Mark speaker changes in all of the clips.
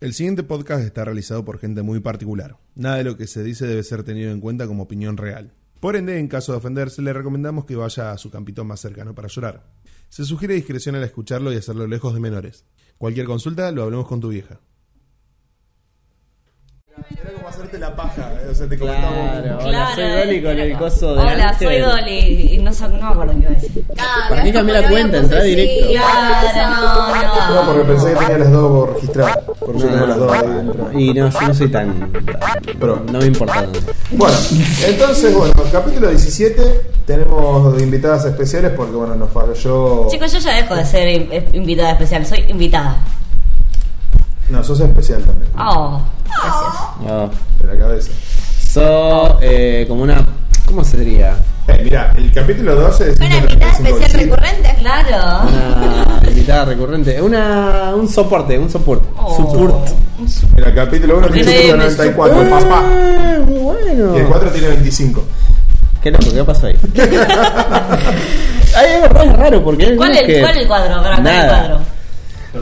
Speaker 1: El siguiente podcast está realizado por gente muy particular. Nada de lo que se dice debe ser tenido en cuenta como opinión real. Por ende, en caso de ofenderse, le recomendamos que vaya a su campito más cercano para llorar. Se sugiere discreción al escucharlo y hacerlo lejos de menores. Cualquier consulta, lo hablemos con tu vieja. Era como hacerte la paja, eh, o sea, te
Speaker 2: Claro, hola, soy
Speaker 3: Claro,
Speaker 2: Dolly con el coso de.
Speaker 3: Hola, soy Dolly. Y No, so- no me acuerdo qué iba a decir.
Speaker 2: Para mí cambié la cuenta, entra directo.
Speaker 3: Claro, no, no.
Speaker 1: porque pensé que tenía las dos registradas. Por
Speaker 2: No, y no, yo no soy tan.
Speaker 1: Pero-
Speaker 2: no me importa.
Speaker 1: Bueno, entonces, bueno, capítulo 17. Tenemos invitadas especiales porque, bueno, nos falló.
Speaker 3: Chicos, yo ya dejo de ser in- eh, invitada especial. Soy invitada.
Speaker 1: No, sos especial también,
Speaker 3: Oh, gracias.
Speaker 2: No.
Speaker 1: de la cabeza.
Speaker 2: So, eh, como una. ¿Cómo sería?
Speaker 1: Eh, mira, el capítulo 12 es.
Speaker 4: Una invitada especial recurrente.
Speaker 3: Claro.
Speaker 2: Una invitada recurrente. Una, un soporte, un soporte.
Speaker 3: Oh.
Speaker 2: Support.
Speaker 1: En el capítulo 1
Speaker 3: Porque
Speaker 1: tiene
Speaker 3: nadie me
Speaker 1: 94, papá.
Speaker 2: Eh, muy
Speaker 1: Y el
Speaker 2: bueno.
Speaker 1: 4 tiene 25.
Speaker 2: Qué loco, ¿qué pasó ahí? Ahí es raro, es raro porque. hay
Speaker 3: ¿Cuál
Speaker 2: algunos
Speaker 3: es
Speaker 2: que-
Speaker 3: cuál el cuadro? Pará, ¿Cuál el
Speaker 2: Nada.
Speaker 3: cuadro?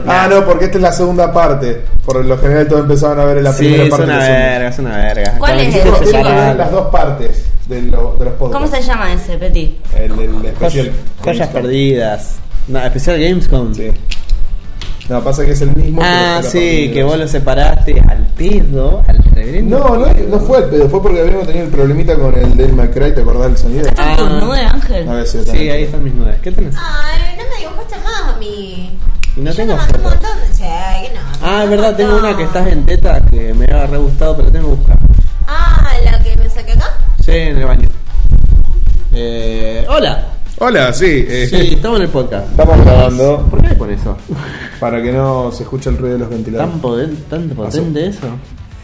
Speaker 1: Ah, no, porque esta es la segunda parte. Por lo general, todos empezaban a ver en la
Speaker 2: Sí,
Speaker 1: primera
Speaker 2: es
Speaker 1: parte.
Speaker 2: una
Speaker 1: de la segunda.
Speaker 2: verga, Este es una verga.
Speaker 3: ¿Cuál
Speaker 2: Están
Speaker 3: es
Speaker 1: Chicos,
Speaker 2: diciendo
Speaker 3: ese?
Speaker 1: tienen que ver
Speaker 2: separado.
Speaker 1: las dos partes de, lo- de los podcasts.
Speaker 3: ¿Cómo se llama ese, Petit?
Speaker 1: El, el especial.
Speaker 2: Joyas- Joyas perdidas. No, especial Gamescom.
Speaker 1: Sí. No, pasa que es el mismo.
Speaker 2: Ah,
Speaker 1: pero está la parte
Speaker 2: sí,
Speaker 1: de
Speaker 2: que
Speaker 1: los-
Speaker 2: vos lo separaste al pedo, al reverendo.
Speaker 1: No, no, no fue el pedo, fue porque habíamos tenido el problemita con el del McRae, ¿te acordás del sonido?
Speaker 3: ¿Estás
Speaker 2: Ah.
Speaker 3: desnudo, Ángel?
Speaker 1: A ver si
Speaker 2: Sí, ahí están mis nueve. ¿Qué tenés?
Speaker 4: Ay, no me dibujaste más a mí.
Speaker 2: Y no
Speaker 4: Yo
Speaker 2: tengo
Speaker 4: te mandé
Speaker 2: foto.
Speaker 4: un montón de. Sí, que no.
Speaker 2: Ah, es
Speaker 4: un
Speaker 2: verdad, tengo
Speaker 4: montón.
Speaker 2: una que estás en teta que me ha re gustado, pero tengo que buscar.
Speaker 4: Ah, la que me saqué acá.
Speaker 2: Sí, en el baño. Eh, hola.
Speaker 1: Hola, sí. eh,
Speaker 2: Sí, estamos en el podcast.
Speaker 1: Estamos grabando
Speaker 2: ¿Por qué con eso?
Speaker 1: para que no se escuche el ruido de los ventiladores.
Speaker 2: ¿Tan, poten- tan potente eso?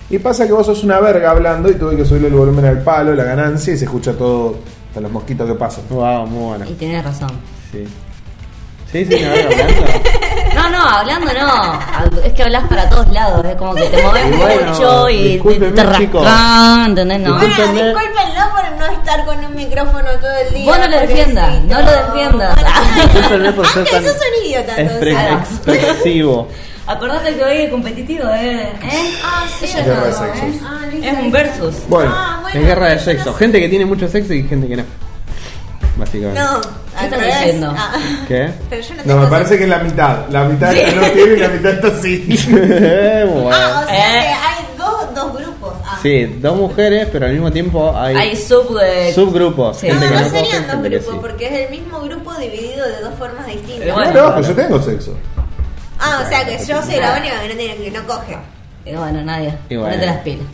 Speaker 1: Y pasa que vos sos una verga hablando y tuve que subirle el volumen al palo, la ganancia y se escucha todo, hasta los mosquitos que pasan.
Speaker 2: Wow, muy bueno.
Speaker 3: Y tenés razón.
Speaker 2: Sí. Sí, sí, me van hablando.
Speaker 3: No, no, hablando no. Es que hablas para todos lados. Es como que te mueves
Speaker 2: Y bueno,
Speaker 3: mucho y te,
Speaker 2: discúlpenme,
Speaker 3: te
Speaker 2: chicos.
Speaker 3: rascás, ¿entendés? No.
Speaker 4: Bueno,
Speaker 2: Discúlpenme.
Speaker 4: discúlpenlo por no estar con un micrófono todo el día.
Speaker 3: Vos no lo defiendas,
Speaker 4: pobrecito.
Speaker 3: no lo defiendas.
Speaker 2: Discúlpenme por ser
Speaker 4: Ángel,
Speaker 2: tan
Speaker 4: sos Ah, un idiota, entonces.
Speaker 2: expre- expresivo.
Speaker 3: Acordate que hoy es competitivo, ¿eh? ¿Eh?
Speaker 4: Ah, sí,
Speaker 3: Eso
Speaker 4: es
Speaker 3: ya
Speaker 1: guerra de
Speaker 4: no,
Speaker 1: sexos.
Speaker 4: ¿eh? Ah, listo,
Speaker 3: Es un
Speaker 4: listo.
Speaker 3: versus.
Speaker 1: Bueno,
Speaker 4: Ah, bueno,
Speaker 2: es guerra de
Speaker 4: yo
Speaker 2: sexo.
Speaker 4: no sé.
Speaker 2: Gente que tiene mucho sexo y gente que no. Básicamente.
Speaker 4: No,
Speaker 3: ¿Qué
Speaker 4: al
Speaker 3: estás
Speaker 4: revés.
Speaker 3: diciendo?
Speaker 4: Ah.
Speaker 2: ¿Qué?
Speaker 4: Pero yo no
Speaker 1: no,
Speaker 4: tengo
Speaker 1: me parece que es la mitad. La mitad no tiene y la mitad está así.
Speaker 2: Bueno.
Speaker 4: Ah, o sea que
Speaker 3: Eh.
Speaker 4: hay dos, dos grupos. Ah.
Speaker 2: Sí, dos mujeres, pero al mismo tiempo hay,
Speaker 3: Hay sub de.
Speaker 2: subgrupos.
Speaker 3: Sí.
Speaker 4: No,
Speaker 2: Gente que
Speaker 4: no
Speaker 2: no coge,
Speaker 4: serían dos
Speaker 2: gente que sí.
Speaker 4: grupos, porque es el mismo grupo dividido de dos formas distintas.
Speaker 3: Eh,
Speaker 1: No,
Speaker 3: bueno.
Speaker 1: no, pues yo tengo sexo.
Speaker 4: Ah, o sea que yo soy la única que no, tiene, que no coge.
Speaker 3: Y bueno, nadie.
Speaker 2: Y bueno.
Speaker 3: Ponete las pilas.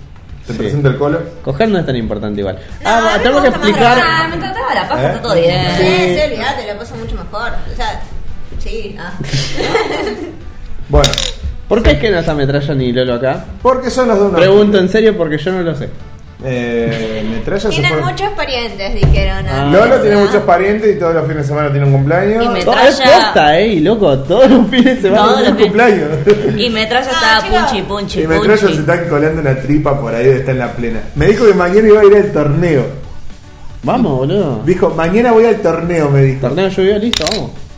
Speaker 1: Te
Speaker 2: Sí.
Speaker 1: presento el colo.
Speaker 2: Coger no es tan importante igual.
Speaker 4: No,
Speaker 2: ah,
Speaker 4: a mí
Speaker 2: tengo que
Speaker 4: me gusta más
Speaker 3: Ah,
Speaker 2: explicar.
Speaker 3: me encantaba la paja,
Speaker 1: ¿Eh?
Speaker 3: está todo bien.
Speaker 2: Sí.
Speaker 4: Sí, sí, olvidate, la paso mucho mejor. O sea, sí, ah.
Speaker 1: Bueno,
Speaker 2: ¿Por qué es que no está metralla ni Lolo acá?
Speaker 1: porque son los de una.
Speaker 2: Pregunto en serio porque yo no lo sé.
Speaker 1: Eh, metralla se
Speaker 4: Tienen
Speaker 1: fueron-
Speaker 4: muchos parientes, dijeron.
Speaker 2: Ah.
Speaker 4: antes,
Speaker 1: Lolo tiene
Speaker 4: ¿no?
Speaker 1: muchos parientes y todos los fines de semana tiene un cumpleaños.
Speaker 3: Y me-
Speaker 2: Todo es
Speaker 3: Metralla.
Speaker 2: posta, eh, y loco, todos los fines se van
Speaker 3: Todos
Speaker 1: Tiene
Speaker 2: a
Speaker 3: los
Speaker 1: un
Speaker 3: fines.
Speaker 1: cumpleaños.
Speaker 3: Y Metralla
Speaker 4: Ah,
Speaker 3: estaba
Speaker 4: chicos.
Speaker 3: punchi, punchi,
Speaker 1: Y Metralla se
Speaker 3: punchi.
Speaker 1: está colando una tripa por ahí, está en la plena. Me dijo que mañana iba a ir al torneo.
Speaker 2: Vamos, boludo.
Speaker 1: Dijo, mañana voy al torneo, me dijo.
Speaker 2: Torneo lluvia, listo,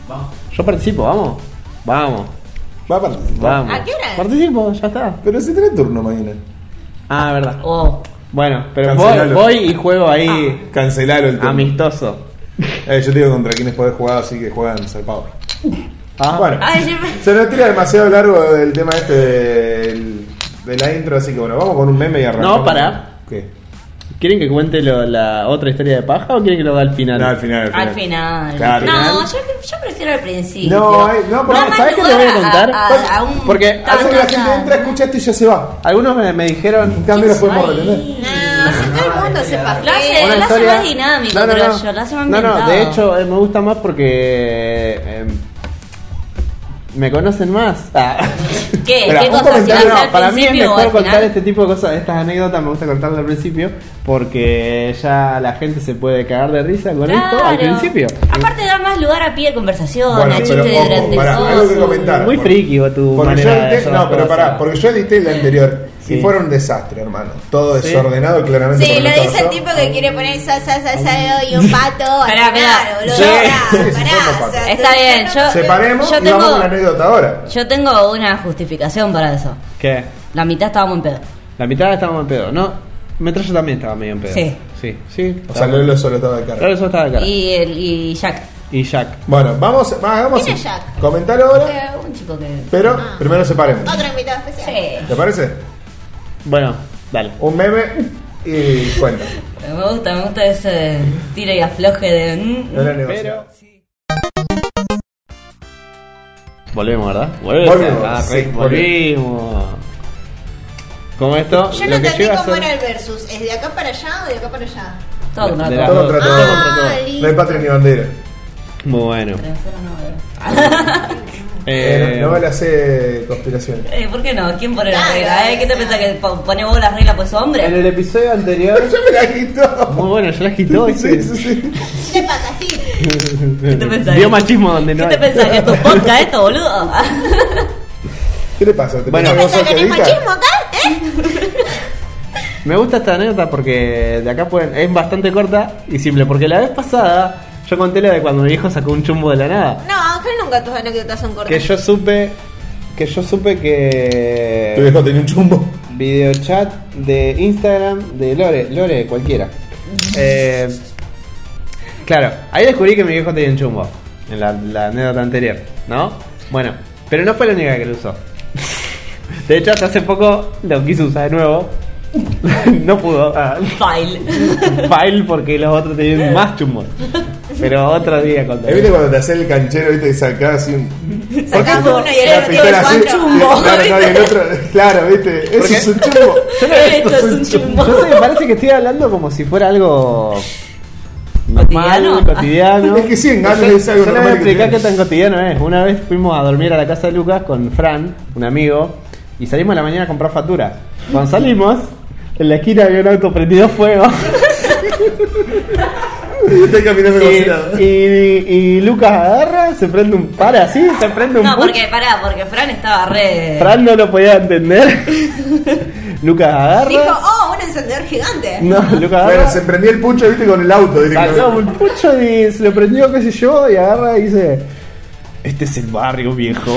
Speaker 2: vamos. Yo participo, vamos. Vamos,
Speaker 1: Va a participar.
Speaker 2: vamos.
Speaker 4: ¿A qué hora?
Speaker 2: Participo, ya está.
Speaker 1: Pero si tenés turno mañana.
Speaker 2: Ah, verdad.
Speaker 3: Oh.
Speaker 2: Bueno, pero voy,
Speaker 1: Cancelalo.
Speaker 2: voy y juego ahí
Speaker 1: Cancelalo
Speaker 4: Ah.
Speaker 1: el turno.
Speaker 2: amistoso.
Speaker 1: Eh, yo te digo contra quienes podés jugar, así que juegan zarpado.
Speaker 2: Ah,
Speaker 1: Bueno,
Speaker 3: Ay, yo me-
Speaker 1: se nos tira demasiado largo el tema este del- de la intro, así que bueno, vamos con un meme y arrancamos.
Speaker 2: No, pará.
Speaker 1: ¿Qué?
Speaker 2: ¿Quieren que cuente lo- la otra historia de paja o quieren que lo haga al final?
Speaker 1: No, al final, al final.
Speaker 3: Al final.
Speaker 1: Claro.
Speaker 3: no, yo, yo prefiero al principio.
Speaker 1: No, eh, no, porque-
Speaker 3: Da más
Speaker 2: ¿sabes qué les voy a
Speaker 3: lugar
Speaker 2: contar?
Speaker 3: A, a- a un
Speaker 2: Porque
Speaker 1: Hace que la gente
Speaker 3: tanta-
Speaker 1: entra, escucha esto y ya se va.
Speaker 2: Algunos me, me dijeron.
Speaker 1: En cambio, lo podemos
Speaker 3: Ay.
Speaker 1: retener.
Speaker 4: Ah, No, si todo el mundo se
Speaker 3: Lo hace,
Speaker 4: pajea.
Speaker 3: lo
Speaker 2: Una
Speaker 3: hace
Speaker 2: historia-
Speaker 3: más dinámico,
Speaker 2: No, no,
Speaker 3: creo
Speaker 2: no.
Speaker 3: yo. Lo hace más
Speaker 2: No, no,
Speaker 3: ambientado.
Speaker 2: de hecho eh, me gusta más porque. eh, me conocen más. Ah.
Speaker 3: ¿Qué?
Speaker 1: Espera,
Speaker 3: ¿Qué
Speaker 1: un
Speaker 3: cosa? ¿Si lo hace
Speaker 1: comentario,
Speaker 3: al
Speaker 2: No, para mí es
Speaker 3: principio o
Speaker 2: mejor
Speaker 3: al
Speaker 2: contar
Speaker 3: final?
Speaker 2: este tipo de cosas, estas anécdotas me gusta contarlas al principio porque ya la gente se puede cagar de risa con esto al
Speaker 3: Claro.
Speaker 2: principio.
Speaker 3: Aparte da más lugar a pie de conversación,
Speaker 1: Bueno,
Speaker 3: a
Speaker 1: pero
Speaker 3: chiste
Speaker 1: ojo,
Speaker 3: de
Speaker 1: pará, algo que
Speaker 3: grandezoso.
Speaker 1: comentar.
Speaker 2: Muy
Speaker 1: Porque-
Speaker 2: friki vos tu
Speaker 1: Porque yo
Speaker 2: manera de
Speaker 1: edité,
Speaker 2: hacer
Speaker 1: no,
Speaker 2: las
Speaker 1: pero
Speaker 2: cosas.
Speaker 1: pará, porque yo edité el anterior.
Speaker 2: Sí.
Speaker 1: Y fueron un desastre, hermano. Todo
Speaker 2: Sí.
Speaker 1: desordenado, claramente.
Speaker 4: Sí,
Speaker 1: porque
Speaker 4: lo
Speaker 1: no
Speaker 4: dice el
Speaker 1: cortó.
Speaker 4: tipo que quiere poner salsa, salsa y un pato.
Speaker 3: Pará, pará.
Speaker 4: Claro, boludo.
Speaker 2: Sí.
Speaker 4: pará,
Speaker 1: Sí, sí,
Speaker 4: pará,
Speaker 1: forma parte.
Speaker 4: o sea,
Speaker 3: Está
Speaker 4: tú-
Speaker 3: bien, yo-
Speaker 1: Separemos
Speaker 3: Yo
Speaker 1: y
Speaker 3: tengo-
Speaker 1: vamos con la anécdota ahora.
Speaker 3: Yo tengo una justificación para eso.
Speaker 2: ¿Qué?
Speaker 3: La mitad estábamos en pedo.
Speaker 2: La mitad estábamos en pedo. No, Metralla también estaba medio en pedo.
Speaker 3: Sí.
Speaker 2: Sí, sí.
Speaker 1: O sea, Lolo solo estaba de carga.
Speaker 2: Claro, eso estaba de cara. Y,
Speaker 3: Y, el- y Jack.
Speaker 2: Jack.
Speaker 1: Bueno, vamos, va, hagamos.
Speaker 4: ¿Quién
Speaker 1: así.
Speaker 4: es Jack?
Speaker 1: Comentalo ahora,
Speaker 3: Eh, un chico que.
Speaker 1: pero
Speaker 4: Ah.
Speaker 1: primero separemos.
Speaker 4: Otro invitado especial.
Speaker 3: Sí.
Speaker 1: ¿Te parece?
Speaker 2: Bueno, dale.
Speaker 1: Un meme y cuenta.
Speaker 3: Me gusta, me gusta ese tira y afloje de. mm,
Speaker 1: No
Speaker 3: mm.
Speaker 1: lo negocio.
Speaker 2: Volvemos, ¿verdad? Volvemos.
Speaker 1: Volvemos,
Speaker 2: Ah,
Speaker 1: sí,
Speaker 2: re- volvimos. Como esto,
Speaker 4: Yo no
Speaker 2: lo que
Speaker 4: entendí
Speaker 2: llega a
Speaker 4: cómo
Speaker 2: ser.
Speaker 4: era el versus. ¿Es de acá para allá o de acá para allá?
Speaker 3: Todo con
Speaker 2: de
Speaker 3: una
Speaker 2: las
Speaker 1: Todo
Speaker 2: dos.
Speaker 1: contra
Speaker 2: Todo
Speaker 1: todo.
Speaker 2: contra todo.
Speaker 4: Ah, lindo.
Speaker 1: No hay patria ni bandera.
Speaker 2: Muy bueno.
Speaker 1: Eh,
Speaker 2: Eh,
Speaker 1: no no me la sé conspiración.
Speaker 3: Eh, ¿Por qué no? ¿Quién pone la
Speaker 4: Claro,
Speaker 3: regla? eh? ¿Qué te
Speaker 4: claro.
Speaker 3: pensás que po- pone vos la regla pues
Speaker 2: en
Speaker 3: hombre?
Speaker 2: el episodio anterior.
Speaker 1: Yo me la quito.
Speaker 2: Muy bueno, ya las quitó.
Speaker 1: Sí, sí, sí.
Speaker 4: ¿Qué te pasa, Phil?
Speaker 2: ¿Qué
Speaker 3: te pensás?
Speaker 2: Dio machismo donde
Speaker 3: ¿Qué
Speaker 2: no
Speaker 3: te
Speaker 2: hay.
Speaker 3: pensás que es tu podcast esto, boludo?
Speaker 1: ¿Qué le pasa? ¿Te
Speaker 2: Bueno,
Speaker 1: pensás
Speaker 4: ¿Pensás que
Speaker 1: que
Speaker 4: no es
Speaker 1: vos sos
Speaker 4: machismo acá? ¿Eh?
Speaker 2: Me gusta esta anécdota porque de acá pueden, es bastante corta y simple. Porque la vez pasada yo conté la de cuando mi hijo sacó un chumbo de la nada.
Speaker 4: No, Ángel nunca tus anécdotas son cortas.
Speaker 2: Que yo supe. Que yo supe
Speaker 1: Tu
Speaker 2: que.
Speaker 1: viejo tenía un chumbo.
Speaker 2: Videochat de Instagram de Lore. Lore, cualquiera. Eh, claro, ahí descubrí que mi viejo tenía un chumbo. En la, la anécdota anterior, ¿no? Bueno, pero no fue la única que lo usó. De hecho, hasta hace poco lo quiso usar de nuevo. no pudo. ah.
Speaker 3: File.
Speaker 2: File porque los otros tenían más chumbos. Pero otro día contaré.
Speaker 1: ¿Eh, ¿Viste cuando te haces el canchero viste, y sacás así un.
Speaker 4: Sacás
Speaker 1: Porque
Speaker 4: uno y el
Speaker 1: la
Speaker 4: otro
Speaker 1: pistola
Speaker 4: es
Speaker 1: así,
Speaker 4: un chumbo.
Speaker 1: Claro, no, y el otro. Claro, viste. Eso
Speaker 2: Porque-
Speaker 1: es un chumbo.
Speaker 3: Esto es un chumbo.
Speaker 2: Yo sé, me parece que estoy hablando como si fuera algo normal,
Speaker 3: Cotidiano.
Speaker 2: cotidiano.
Speaker 1: Es que sí, en
Speaker 2: Yo-
Speaker 1: Gales es algo
Speaker 2: yo le voy a
Speaker 1: normal que
Speaker 2: explicar qué
Speaker 1: tenemos.
Speaker 2: tan cotidiano es. Una vez fuimos a dormir a la casa de Lucas con Fran, un amigo, y salimos a la mañana a comprar factura. Cuando salimos, en la esquina había un auto prendido a fuego.
Speaker 1: Estoy caminando
Speaker 2: y,
Speaker 1: cocinado.
Speaker 2: y- y Lucas agarra, se prende un para así, se prende un
Speaker 3: No,
Speaker 2: pucho.
Speaker 3: porque, pará, porque Fran estaba re.
Speaker 2: Fran no lo podía entender. Lucas agarra.
Speaker 4: Dijo, oh, un encendedor gigante.
Speaker 2: No, Lucas
Speaker 1: Bueno,
Speaker 2: agarra.
Speaker 1: se prendía el pucho, viste, con el auto
Speaker 2: sacó un
Speaker 1: directamente.
Speaker 2: pucho y se lo prendió, qué sé yo, y agarra y dice: Este es el barrio viejo.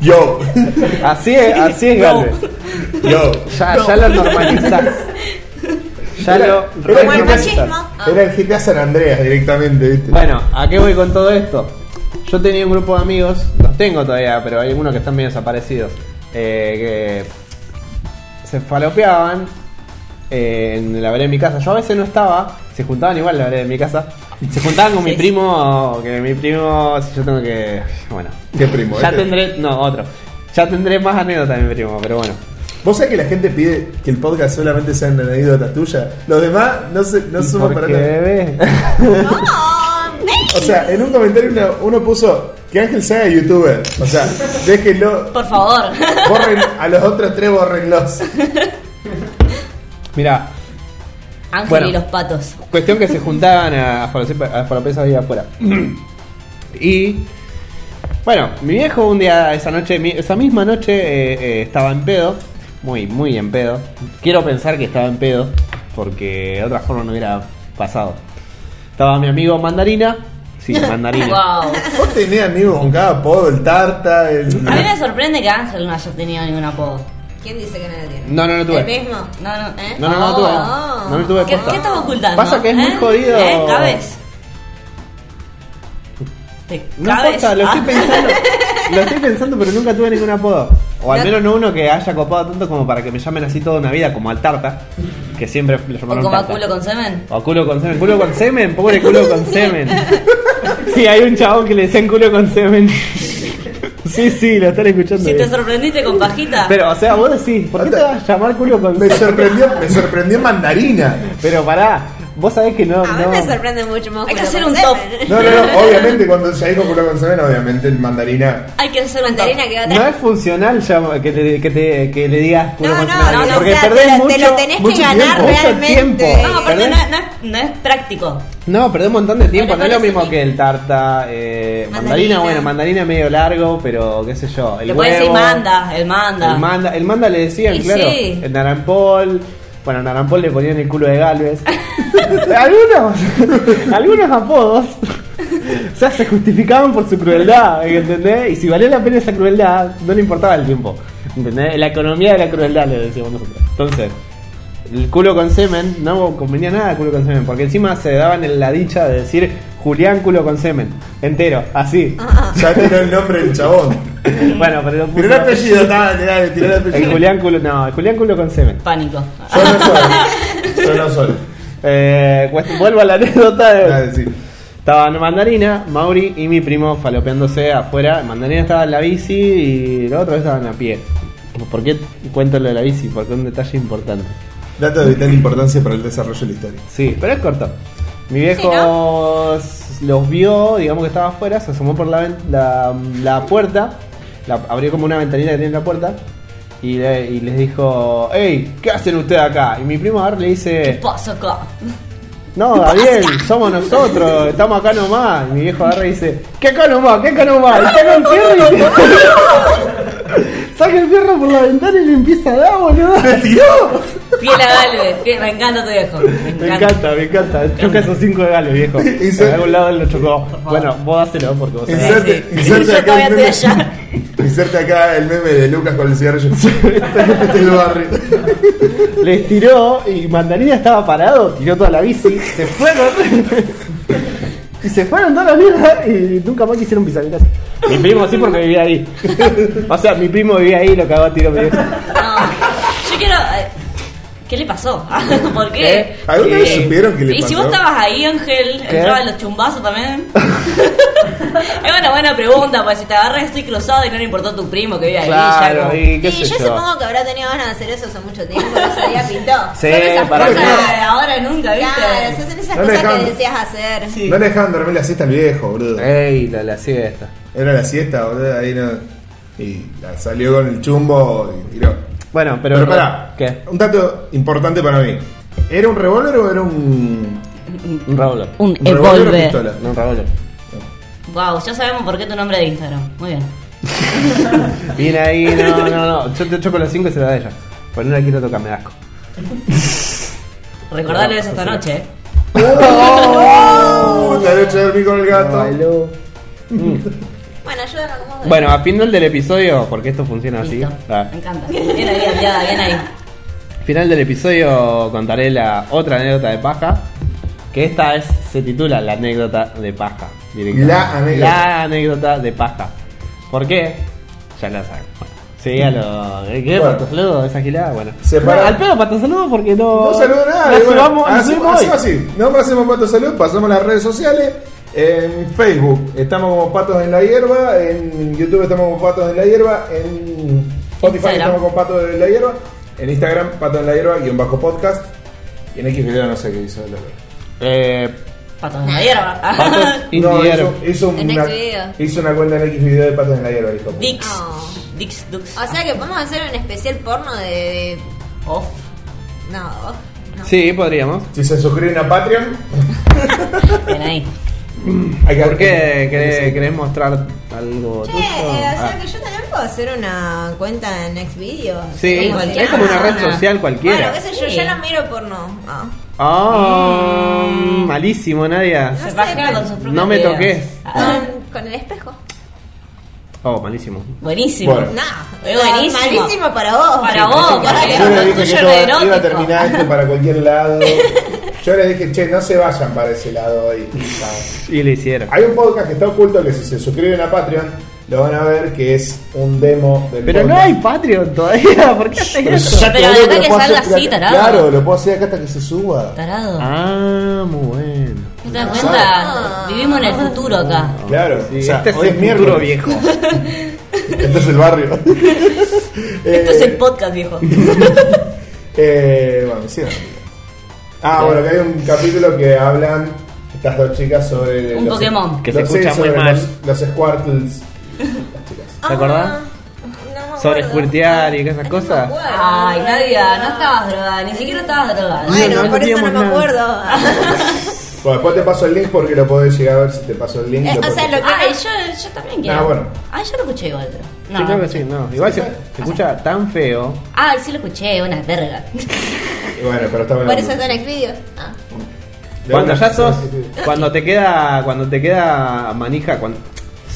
Speaker 1: Yo,
Speaker 2: así es, así es, Galvez.
Speaker 1: yo.
Speaker 2: Ya, ya lo normalizás. Ya
Speaker 1: Era-
Speaker 2: lo.
Speaker 1: era,
Speaker 4: Como el
Speaker 1: el
Speaker 2: normalizás.
Speaker 4: machismo.
Speaker 1: GTA, era el GTA San Andreas directamente, viste.
Speaker 2: Bueno, ¿a qué voy con todo esto? Yo tenía un grupo de amigos, los tengo todavía, pero hay algunos que están medio desaparecidos, eh, que se falopeaban eh, en la vereda de mi casa. Yo a veces no estaba, se juntaban igual en la vereda de mi casa. Se juntaban con mi
Speaker 3: Sí.
Speaker 2: primo, que mi primo, si yo tengo que... Bueno,
Speaker 1: Qué primo,
Speaker 2: ya
Speaker 1: este.
Speaker 2: tendré... No, otro. Ya tendré más anécdotas de mi primo, pero bueno.
Speaker 1: ¿Vos sabés que la gente pide que el podcast solamente sean anécdotas tuyas? Los demás no, se, no suman para
Speaker 2: Porque,
Speaker 1: nada.
Speaker 2: bebé,
Speaker 4: No, ven.
Speaker 1: O sea, en un comentario uno, uno puso que Ángel sea youtuber. O sea, déjenlo.
Speaker 3: Por favor.
Speaker 1: Borren a los otros tres, borrenlos.
Speaker 2: Mira,
Speaker 3: Ángel
Speaker 2: Bueno.
Speaker 3: y los patos.
Speaker 2: Cuestión que se juntaban a falope- a falopesas ahí afuera. y. Bueno, mi viejo un día, esa noche, mi- esa misma noche, eh, eh, estaba en pedo. Muy, muy en pedo. Quiero pensar que estaba en pedo, porque de otra forma no hubiera pasado. Estaba mi amigo Mandarina. Sí, Mandarina.
Speaker 3: Wow.
Speaker 1: Vos tenés amigos con cada apodo, el tarta, el.
Speaker 3: A mí me sorprende que Ángel no haya tenido ningún apodo.
Speaker 4: ¿Quién dice que no lo tiene?
Speaker 2: No, no, no tuve.
Speaker 4: ¿El mismo?
Speaker 3: No, no, ¿eh?
Speaker 2: No, no, no,
Speaker 3: Oh.
Speaker 2: tuve. No me tuve
Speaker 3: ¿Qué,
Speaker 2: posta.
Speaker 3: qué estás ocultando?
Speaker 2: Pasa que es muy
Speaker 3: ¿Eh?
Speaker 2: jodido.
Speaker 3: ¿Eh? ¿Cabes? ¿Te
Speaker 2: No
Speaker 3: cabes?
Speaker 2: importa, lo estoy
Speaker 3: Ah.
Speaker 2: pensando. Lo estoy pensando, pero nunca tuve ningún apodo. O al
Speaker 4: No.
Speaker 2: menos no uno que haya copado tanto como para que me llamen así toda una vida, como al Tarta, que siempre lo
Speaker 3: O
Speaker 2: llamaron
Speaker 3: como a
Speaker 2: Tarta.
Speaker 3: culo con semen.
Speaker 2: O culo con semen. ¿Culo con semen? Pobre culo con semen. Sí, hay un chabón que le decían culo con semen. Sí, sí, lo están escuchando.
Speaker 3: Si te
Speaker 2: bien.
Speaker 3: sorprendiste con pajita.
Speaker 2: Pero, o sea, vos decís, ¿por qué te vas a llamar culo con
Speaker 1: Me
Speaker 2: semen?
Speaker 1: sorprendió, me sorprendió mandarina.
Speaker 2: Pero pará, Vos sabés que no.
Speaker 4: A mí
Speaker 2: no-
Speaker 4: me sorprende mucho más.
Speaker 3: Hay que
Speaker 4: cuando
Speaker 3: hacer un
Speaker 4: conservan.
Speaker 1: No, no, no, obviamente cuando se dijo con conserven, obviamente el mandarina.
Speaker 3: Hay que hacer un
Speaker 4: Mandarina
Speaker 3: top.
Speaker 4: quedó
Speaker 2: No
Speaker 4: atrás.
Speaker 2: es funcional ya que, te- que, te- que le digas puro
Speaker 4: No, no,
Speaker 2: conservador,
Speaker 3: no, no,
Speaker 2: porque
Speaker 4: o sea,
Speaker 2: perdés
Speaker 4: te lo-
Speaker 2: mucho,
Speaker 4: te lo tenés que
Speaker 2: mucho
Speaker 4: ganar
Speaker 2: tiempo, mucho
Speaker 4: realmente.
Speaker 2: tiempo.
Speaker 4: No,
Speaker 3: No, aparte
Speaker 2: Perdés-
Speaker 3: no, no es, no es práctico.
Speaker 2: No, perdés un montón de tiempo.
Speaker 3: Bueno,
Speaker 2: no es lo
Speaker 3: parece
Speaker 2: mismo
Speaker 3: que-
Speaker 2: que el tarta. eh, mandarina.
Speaker 4: Mandarina.
Speaker 2: bueno, mandarina medio largo, pero qué sé yo. El
Speaker 3: Te pueden decir
Speaker 2: huevo,
Speaker 3: manda, el manda.
Speaker 2: El manda, el manda le decían,
Speaker 3: Y
Speaker 2: claro.
Speaker 3: sí.
Speaker 2: El narampol. Bueno, narampol le ponían el culo de Galvez. algunos, algunos apodos. O sea, se justificaban por su crueldad, ¿entendés? Y si valía la pena esa crueldad, no le importaba el tiempo. ¿Entendés? La economía de la crueldad, le decíamos nosotros. Entonces, el culo con semen, no convenía nada el culo con semen, porque encima se daban en la dicha de decir Julián culo con semen, entero, así.
Speaker 3: Ah,
Speaker 1: Ya tiró el nombre del chabón.
Speaker 2: Bueno, pero lo puso-
Speaker 1: Tiró el apellido, dale, dale, tiró el
Speaker 2: El
Speaker 1: apellido.
Speaker 2: Julián culo, no, el Julián culo con semen.
Speaker 3: Pánico.
Speaker 1: Yo no soy. Yo no soy.
Speaker 2: Eh, cuest- vuelvo a la anécdota de.
Speaker 1: Dale, sí.
Speaker 2: Estaba Mandarina, Mauri y mi primo falopeándose afuera. Mandarina estaba en la bici y los otros estaban a pie. Pues, ¿Por qué cuento lo de la bici? Porque es un detalle importante.
Speaker 1: Dato de vital importancia para el desarrollo de la historia.
Speaker 2: Sí, pero es corto. Mi viejo s- los vio, digamos que estaba afuera, se asomó por la, ven- la, la puerta, la, abrió como una ventanita que tiene en la puerta y, le- y les dijo, hey, ¿qué hacen ustedes acá? Y mi primo a ver, le dice,
Speaker 3: Paso acá.
Speaker 2: no, Gabriel, somos nosotros, estamos acá nomás. Y mi viejo agarra y dice, ¿qué acá nomás? ¿Qué acá nomás? Y saca el fierro y le- Saca el fierro por la ventana y le empieza a dar, boludo.
Speaker 3: Fiel a Galvez. fiel- Me encanta tu viejo. Me
Speaker 2: Me
Speaker 3: encanta.
Speaker 2: encanta, me encanta. Choca esos cinco de Gales, viejo.
Speaker 1: Y se-
Speaker 2: En algún lado él lo chocó.
Speaker 3: favor.
Speaker 2: Bueno, vos dáselo porque vos sabés.
Speaker 1: Inserte,
Speaker 3: sí.
Speaker 1: inserte
Speaker 3: este, Yo
Speaker 1: acá el
Speaker 3: todavía
Speaker 1: meme,
Speaker 3: estoy
Speaker 1: inserte acá el meme de Lucas con el cigarrillo. Este es el barrio.
Speaker 2: Les tiró y Mandarina estaba parado, tiró toda la bici, se fueron. y se fueron toda la mierda y nunca más quisieron pisar mi casa. Mi primo sí porque vivía ahí. O sea, mi primo vivía ahí y lo cagó a tiro mi viejo.
Speaker 3: No. Yo quiero. eh, ¿Qué le pasó? ¿Por qué?
Speaker 2: ¿Eh?
Speaker 1: ¿Alguna vez
Speaker 2: Eh,
Speaker 1: supieron que le
Speaker 3: y
Speaker 1: pasó?
Speaker 3: si vos estabas ahí, Ángel, entraba en los chumbazos también. es una buena pregunta, porque si te agarras estoy cruzado y no le importó tu primo que vive ahí, ya
Speaker 2: Claro,
Speaker 3: como-
Speaker 2: y qué
Speaker 4: Y
Speaker 2: sé
Speaker 4: yo
Speaker 2: yo.
Speaker 4: supongo que habrá tenido ganas de hacer eso hace mucho tiempo, no se había pintado.
Speaker 2: Sí,
Speaker 3: Son esas
Speaker 2: para
Speaker 3: cosas
Speaker 1: que-
Speaker 3: de ahora y nunca, ¿viste?
Speaker 4: Claro, se hacen esas
Speaker 1: No le
Speaker 4: cosas que
Speaker 1: dejaban.
Speaker 4: decías hacer.
Speaker 1: No le dejaban dormir la siesta al viejo, boludo.
Speaker 2: Ey, la, la siesta.
Speaker 1: Era la siesta, boludo. Ahí no. Y la salió con el chumbo y tiró.
Speaker 2: Bueno, pero.
Speaker 1: Pero, pará,
Speaker 2: ¿Qué?
Speaker 1: un dato importante para mí. ¿Era un revólver o era un.
Speaker 2: Un Raúl.
Speaker 3: Un
Speaker 1: revólver o
Speaker 3: evolver.
Speaker 1: pistola?
Speaker 2: No, un Raúl.
Speaker 3: Wow, ya sabemos por qué tu nombre de Instagram. Muy bien.
Speaker 2: Viene ahí, no, no, no. Yo te choco los cinco y se la da ella. Pero no la quiero tocar, me da asco.
Speaker 3: Recordalo eso esta noche, ¿eh?
Speaker 1: ¡Oh! La noche de dormir con el gato.
Speaker 4: Bueno, ayúdame como vos.
Speaker 2: Bueno, a final del episodio, porque esto funciona así.
Speaker 3: Listo.
Speaker 2: ah,
Speaker 3: Me encanta. Bien ahí, aliada, bien ahí.
Speaker 2: Final del episodio contaré la otra anécdota de paja. Que esta es, se titula La anécdota de paja. directamente.
Speaker 1: La anécdota.
Speaker 2: La anécdota de paja. ¿Por qué? Ya la saben. Bueno, sí, a lo. ¿eh, ¿Qué?
Speaker 1: Bueno.
Speaker 2: ¿Pato saludo? ¿Esa gilada? Bueno.
Speaker 1: Se para-
Speaker 2: Al pedo, pato saludo, porque no.
Speaker 1: No saludo nada.
Speaker 2: La
Speaker 1: y bueno,
Speaker 2: subamos- la
Speaker 1: hacemos,
Speaker 2: subimos hoy.
Speaker 1: hacemos así. No pasemos patos salud, pasamos las redes sociales. En Facebook estamos como patos en la hierba. En YouTube estamos como patos en la hierba. En Spotify
Speaker 3: Instagram.
Speaker 1: estamos como patos en la hierba. En Instagram, patos en la hierba, guión bajo podcast. Y en X video no sé qué hizo. la verdad.
Speaker 2: Eh,
Speaker 3: Patos en la hierba.
Speaker 2: patos in
Speaker 1: No,
Speaker 2: the
Speaker 1: hizo,
Speaker 2: air.
Speaker 1: hizo
Speaker 4: En
Speaker 1: una,
Speaker 4: Xvideo.
Speaker 1: hizo una cuenta en X video de patos en la hierba. dijo.
Speaker 3: Dix.
Speaker 4: No.
Speaker 3: Dix, Dux.
Speaker 4: O sea que podemos hacer un especial porno de.
Speaker 3: Ah. Off.
Speaker 4: No, no.
Speaker 2: Sí, podríamos.
Speaker 1: Si se suscriben a Patreon,
Speaker 3: Bien ahí.
Speaker 1: hay que
Speaker 2: ¿Por qué querés, querés mostrar algo
Speaker 4: Che,
Speaker 2: tuyo?
Speaker 4: eh, o sea
Speaker 2: Ah.
Speaker 4: que yo también puedo hacer una cuenta en Next Video.
Speaker 2: Sí,
Speaker 3: como
Speaker 2: es como una red social cualquiera.
Speaker 4: Bueno, qué sé yo,
Speaker 3: Sí.
Speaker 4: yo no miro porno. Ah.
Speaker 2: Ah, malísimo, Nadia.
Speaker 4: No
Speaker 3: Se
Speaker 4: sé,
Speaker 3: baja
Speaker 4: pero-
Speaker 3: con sus propias
Speaker 2: No me
Speaker 3: ideas.
Speaker 2: toques.
Speaker 3: Ah,
Speaker 4: Con el espejo.
Speaker 2: Oh, malísimo.
Speaker 3: buenísimo.
Speaker 1: Bueno.
Speaker 4: No,
Speaker 3: Es buenísimo.
Speaker 4: Malísimo para vos.
Speaker 3: Para vos,
Speaker 4: Porque
Speaker 3: para
Speaker 1: Yo
Speaker 3: Lo
Speaker 1: les dije que esto
Speaker 3: tuyo es
Speaker 1: iba a
Speaker 3: erótico.
Speaker 1: terminar esto para cualquier lado. Yo les dije, che, no se vayan para ese lado hoy.
Speaker 2: Y le hicieron.
Speaker 1: Hay un podcast que está oculto que si se suscriben a Patreon lo van a ver que es un demo del
Speaker 2: Pero no
Speaker 1: podcast.
Speaker 2: hay Patreon todavía. ¿Por qué haces
Speaker 1: Pero
Speaker 2: eso?
Speaker 1: ya te
Speaker 3: Pero
Speaker 1: digo
Speaker 3: acá
Speaker 1: lo
Speaker 3: que
Speaker 1: puedo
Speaker 3: salga
Speaker 1: hacer-
Speaker 3: así, tarado.
Speaker 1: Claro, lo puedo hacer acá hasta que se suba.
Speaker 3: Tarado.
Speaker 2: Ah, muy bueno.
Speaker 3: ¿No te das cuenta? Vivimos en el futuro acá.
Speaker 1: Claro,
Speaker 2: Sí,
Speaker 1: o sea,
Speaker 2: este es
Speaker 1: hoy
Speaker 2: el
Speaker 1: es miércoles.
Speaker 2: futuro viejo.
Speaker 1: Este es el barrio.
Speaker 3: Esto es el podcast, viejo.
Speaker 1: Eh, bueno, sí, no. Ah, bueno, que hay un capítulo que hablan estas dos chicas sobre.
Speaker 3: Un Pokémon.
Speaker 2: Que se
Speaker 1: sí,
Speaker 2: escucha muy
Speaker 1: sobre
Speaker 2: mal.
Speaker 1: Los, los Squirtles. Las chicas.
Speaker 4: Ah,
Speaker 2: ¿Te acordás?
Speaker 4: no me
Speaker 2: Sobre
Speaker 4: acuerdo.
Speaker 2: squirtear y esas cosas.
Speaker 4: No me acuerdo.
Speaker 3: Ay, Nadia, no estabas drogada, ni siquiera estabas drogada.
Speaker 2: no
Speaker 4: Bueno, por eso no
Speaker 2: teníamos
Speaker 4: me
Speaker 2: nada.
Speaker 4: acuerdo.
Speaker 1: Bueno, después te paso el link porque lo podés llegar a ver si te paso el link.
Speaker 4: Eh,
Speaker 1: lo
Speaker 4: o sea,
Speaker 1: podés-
Speaker 4: lo-
Speaker 3: Ay, Ah, yo, yo también quiero.
Speaker 1: Ah, bueno.
Speaker 3: Ay, yo lo escuché igual, pero.
Speaker 2: Sí,
Speaker 3: No.
Speaker 2: creo que sí, no. Igual se, se escucha tan feo.
Speaker 3: Ay, Ah, sí lo escuché, una verga.
Speaker 1: Y Bueno, pero está bueno.
Speaker 4: Por eso son exvideos. Ah.
Speaker 1: De
Speaker 2: Cuando
Speaker 1: una-
Speaker 2: ya sos, cuando te queda, cuando te queda manija, cuando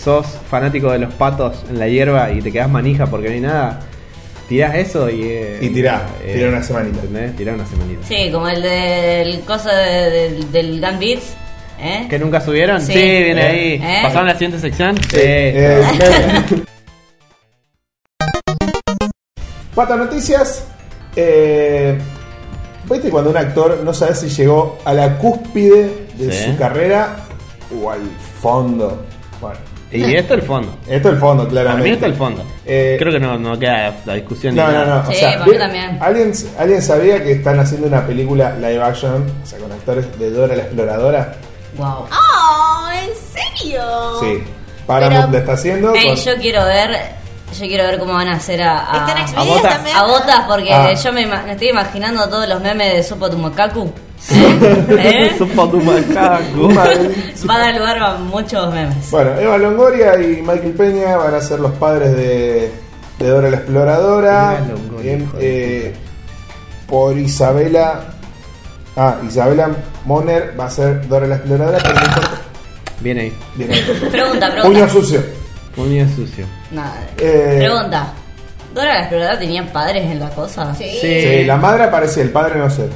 Speaker 2: sos fanático de los patos en la hierba y te quedas manija porque no hay nada, tirás eso y... eh,
Speaker 1: Y tirá,
Speaker 2: eh,
Speaker 1: tirá una semanita.
Speaker 2: ¿entendés? Tirá una semanita.
Speaker 3: Sí, como el del coso de- del, del Gun Beats. ¿Eh?
Speaker 2: ¿Que nunca subieron?
Speaker 3: Sí.
Speaker 2: Sí, viene
Speaker 1: Eh.
Speaker 2: ahí.
Speaker 3: Eh.
Speaker 2: ¿Pasaron la siguiente sección? Sí.
Speaker 1: Eh, Pato Noticias. eh, ¿Viste cuando un actor no sabe si llegó a la cúspide de
Speaker 2: Sí.
Speaker 1: su carrera o al fondo? Bueno,
Speaker 2: Y esto el fondo.
Speaker 1: esto es el fondo,
Speaker 2: Para
Speaker 1: claramente.
Speaker 2: mí esto el fondo.
Speaker 1: Eh,
Speaker 2: Creo que no, no queda la discusión. ni
Speaker 1: No, no,
Speaker 2: nada.
Speaker 1: no. o
Speaker 3: Sí,
Speaker 1: sea,
Speaker 3: para mí
Speaker 1: ¿vi-
Speaker 3: también.
Speaker 1: ¿alguien, alguien sabía que están haciendo una película live action? O sea, con actores de Dora la Exploradora.
Speaker 3: Wow.
Speaker 4: Oh, ¿en serio?
Speaker 1: Sí. Paramount
Speaker 4: Pero-
Speaker 1: la está haciendo.
Speaker 3: Ey,
Speaker 1: con-
Speaker 3: yo quiero ver. Yo quiero ver cómo van a hacer a. a-
Speaker 4: Están
Speaker 2: a
Speaker 4: exvideos
Speaker 2: botas.
Speaker 4: también.
Speaker 3: a botas porque
Speaker 1: Ah.
Speaker 3: yo me, ima- me estoy imaginando todos los memes de Sopa tu Macaco. ¿Eh?
Speaker 2: Es un fondo macaco.
Speaker 3: Va a dar lugar a muchos memes.
Speaker 1: Bueno, Eva Longoria y Michael Peña van a ser los padres de, de Dora la Exploradora.
Speaker 2: Eva Longoria,
Speaker 1: Bien,
Speaker 2: hijo de
Speaker 1: eh, por Isabela. Ah, Isabela Moner va a ser Dora la Exploradora. pero no importa.
Speaker 2: Bien ahí.
Speaker 1: Bien, ahí.
Speaker 3: Pregunta,
Speaker 1: Puño
Speaker 3: pregunta.
Speaker 1: sucio.
Speaker 2: Muy sucio.
Speaker 3: Nada.
Speaker 1: Eh.
Speaker 3: Pregunta. ¿Dora la exploradora tenía padres en la cosa?
Speaker 4: Sí.
Speaker 2: Sí.
Speaker 1: Sí, la madre aparecía, el padre no sé.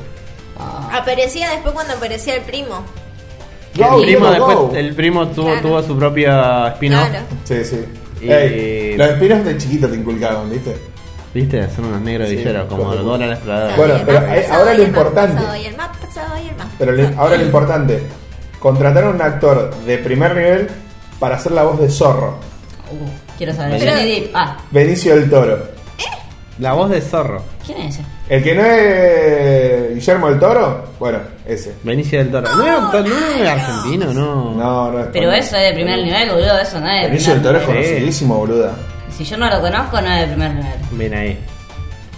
Speaker 3: Ah.
Speaker 4: Aparecía después cuando aparecía el primo.
Speaker 2: Que
Speaker 1: Go,
Speaker 2: el, primo
Speaker 1: Diego,
Speaker 2: después,
Speaker 1: go.
Speaker 2: el primo tuvo,
Speaker 4: Claro.
Speaker 2: tuvo su propia spin-off.
Speaker 4: Claro.
Speaker 1: Sí, sí.
Speaker 2: Y-
Speaker 1: Ey, los espinos de chiquito te inculcaban, ¿viste?
Speaker 2: ¿Viste? Son unos negros
Speaker 1: Sí,
Speaker 2: villeros, como
Speaker 1: correcto.
Speaker 2: Dora la
Speaker 4: Pasaba
Speaker 2: exploradora.
Speaker 1: Bueno,
Speaker 4: y el
Speaker 1: pero
Speaker 4: más,
Speaker 1: ahí-
Speaker 2: eh,
Speaker 4: pasaba
Speaker 1: ahora
Speaker 4: y
Speaker 1: lo
Speaker 4: el más,
Speaker 1: importante.
Speaker 4: pasaba y el más, pasaba y el más.
Speaker 1: Pero le- ahora lo importante: contratar a un actor de primer nivel para hacer la voz de Zorro,
Speaker 3: Uh, quiero saber.
Speaker 2: Pero-
Speaker 3: Johnny Depp. Ah,
Speaker 1: Benicio del Toro.
Speaker 2: La voz de Zorro,
Speaker 3: ¿quién es ese?
Speaker 1: El que no es Guillermo del Toro, bueno, ese.
Speaker 2: Benicio del Toro. No, era, no era argentino, no.
Speaker 1: No, no es.
Speaker 3: Pero
Speaker 1: no.
Speaker 3: eso es de primer nivel, boludo. Eso no es de
Speaker 1: Benicio del
Speaker 3: primer
Speaker 1: Toro es
Speaker 2: Sí.
Speaker 1: conocidísimo, boluda.
Speaker 3: nivel. Si yo no lo conozco, no es de primer nivel.
Speaker 2: Ven ahí.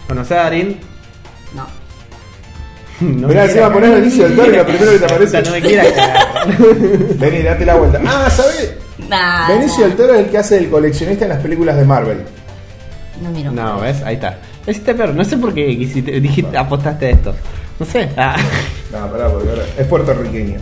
Speaker 2: ¿Conocés a Darín?
Speaker 3: No.
Speaker 2: No
Speaker 1: Mirá,
Speaker 2: me
Speaker 1: encima
Speaker 2: quiera
Speaker 1: ponés Benicio del Toro y lo primero que te
Speaker 2: cagar. Puta, No me
Speaker 1: aparece.
Speaker 2: quiera cagar.
Speaker 1: Vení, date la vuelta. Ah, ¿sabés?
Speaker 3: Nah,
Speaker 1: Benicio del Toro es el que hace el coleccionista en las películas de Marvel.
Speaker 3: No miro.
Speaker 2: No, ¿ves? Ahí está. Hiciste peor. este No sé por qué quisiste- dijiste, apostaste a esto. No sé. Ah.
Speaker 1: No, pará, porque ahora es puertorriqueño.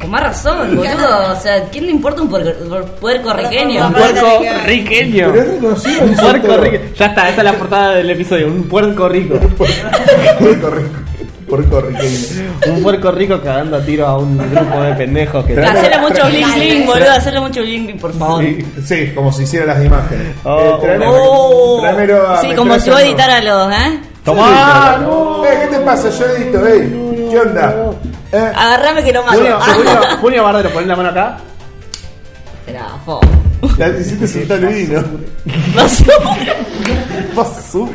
Speaker 3: Con más razón, boludo. O sea, ¿quién le importa un puerco- por- puercorriqueño?
Speaker 2: Ah. Un
Speaker 4: Papá,
Speaker 2: puerco
Speaker 4: dale que-
Speaker 2: riqueño.
Speaker 1: Pero es reconocido
Speaker 2: Un
Speaker 1: Benicio del
Speaker 2: puerco
Speaker 1: Toro.
Speaker 2: rico. Ya está, esa es la portada del episodio. Un puerco rico.
Speaker 1: Puerco rico. Puertorriqueño.
Speaker 2: Un puerco rico cagando a tiro a un grupo de pendejos que
Speaker 1: Claro.
Speaker 3: Hacerle mucho
Speaker 1: Tra-
Speaker 3: bling bling, boludo. Hacerle mucho bling bling, por favor.
Speaker 1: Sí, sí, como si hiciera las imágenes.
Speaker 2: Oh.
Speaker 1: tráemelo-
Speaker 3: Oh.
Speaker 1: tráemelo a
Speaker 3: Sí, como si voy a editar a los, ¿eh?
Speaker 2: ¡Tomá! Ah, No.
Speaker 1: Eh, ¿Qué te pasa? Yo edito, ey. ¿Qué onda? Eh,
Speaker 3: Agarrame que lo mato.
Speaker 2: Julio, Julio, Julio Bardero, ponen la mano acá.
Speaker 3: Era fo.
Speaker 1: La hiciste soltar el vino.
Speaker 3: Basura.
Speaker 1: Basura.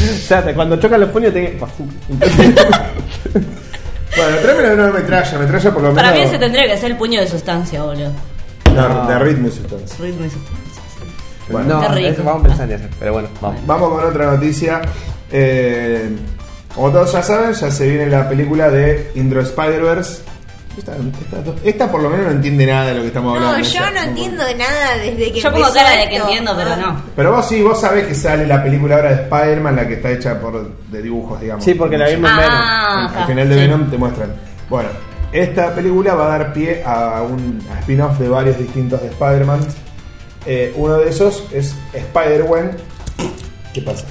Speaker 2: O sea, cuando chocan los puños te. Basura.
Speaker 1: Bueno, tráeme una metralla, metralla por lo menos.
Speaker 3: Para mí ese tendría que ser el puño de sustancia, boludo.
Speaker 1: No, de ritmo y sustancia.
Speaker 3: Ritmo y sustancia.
Speaker 1: Bueno,
Speaker 2: no,
Speaker 3: Qué rico.
Speaker 2: eso vamos a pensar en eso. Pero bueno, vamos.
Speaker 1: vamos con otra noticia. Eh, como todos ya saben, ya se viene la película de Indro Spider-Verse. Esta, esta- esta por lo menos no entiende nada de lo que estamos
Speaker 4: No,
Speaker 1: hablando. o
Speaker 4: yo
Speaker 1: sea,
Speaker 4: no entiendo nada desde que
Speaker 3: Yo pongo
Speaker 4: empezó
Speaker 3: cara de que
Speaker 4: esto. Ah.
Speaker 3: entiendo, pero no.
Speaker 1: Pero vos sí, vos sabés que sale la película ahora de Spider-Man, la que está hecha por de dibujos, digamos.
Speaker 2: Sí, porque la vimos en menos.
Speaker 3: Ah,
Speaker 1: Al
Speaker 3: acá.
Speaker 1: final de
Speaker 3: Sí.
Speaker 1: Venom te muestran. Bueno, esta película va a dar pie a un a spin-off de varios distintos de Spider-Man. Eh, uno de esos es Spider-Wen. ¿Qué pasa?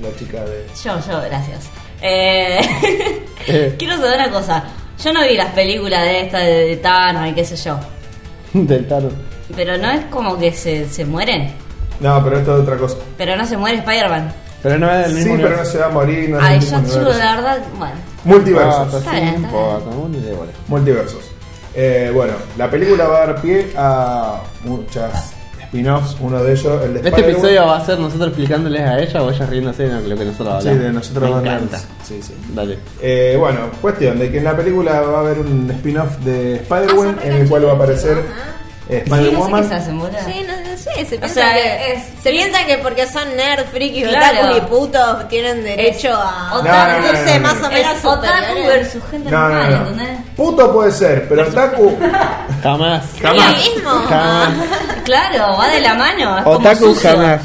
Speaker 1: La chica de.
Speaker 3: Yo, yo, gracias. Eh,
Speaker 1: Eh.
Speaker 3: quiero saber una cosa. Yo no vi las películas de esta de, de Thanos y qué sé yo.
Speaker 2: Intentaron.
Speaker 3: Pero no es como que se, se mueren.
Speaker 1: No, pero esto es otra cosa.
Speaker 3: Pero no se muere Spider-Man.
Speaker 2: Pero no es del
Speaker 1: Sí,
Speaker 2: mismo
Speaker 1: pero no
Speaker 2: universo.
Speaker 1: se va a morir. No es
Speaker 3: Ay,
Speaker 1: del
Speaker 3: yo,
Speaker 1: mismo
Speaker 3: yo
Speaker 1: universo.
Speaker 3: la verdad, bueno.
Speaker 1: Multiversos.
Speaker 2: Ah,
Speaker 3: Está bien, está
Speaker 2: No importa, vos ni le bola.
Speaker 1: Multiversos. Eh, bueno, la película va a dar pie a muchas spin-offs, uno de ellos, el de
Speaker 2: Este
Speaker 1: Spider-Man.
Speaker 2: episodio va a ser nosotros explicándoles a ella o ella riéndose de lo que nosotros hablamos.
Speaker 1: Sí, de nosotros
Speaker 2: Me
Speaker 1: Batman.
Speaker 2: encanta.
Speaker 1: Sí, sí.
Speaker 2: Dale.
Speaker 1: Eh, bueno, cuestión de que en la película va a haber un spin-off de Spider-Man
Speaker 4: Ah, sí,
Speaker 1: en el cual va a aparecer
Speaker 4: ajá.
Speaker 1: eh,
Speaker 3: Sí, no sé
Speaker 1: Spider-Woman.
Speaker 3: qué se hacen, boludo.
Speaker 4: Sí, no, no sé, se piensan,
Speaker 3: sea,
Speaker 4: que,
Speaker 3: es-
Speaker 4: se piensan que porque son nerd, frikis,
Speaker 3: Claro.
Speaker 4: otakus y putos tienen derecho a
Speaker 3: No, no,
Speaker 1: no, no,
Speaker 4: sentirse
Speaker 1: no,
Speaker 4: más
Speaker 1: no.
Speaker 4: o menos
Speaker 3: Es otaku
Speaker 4: superiores.
Speaker 3: versus gente
Speaker 1: No,
Speaker 3: normal,
Speaker 1: no,
Speaker 3: ¿entendés?
Speaker 1: no. Puto puede ser, pero otaku.
Speaker 2: Jamás.
Speaker 1: Jamás.
Speaker 4: Es lo mismo.
Speaker 2: Jamás.
Speaker 3: Claro, va de la mano. es como
Speaker 2: Otaku
Speaker 3: sucio.
Speaker 2: jamás.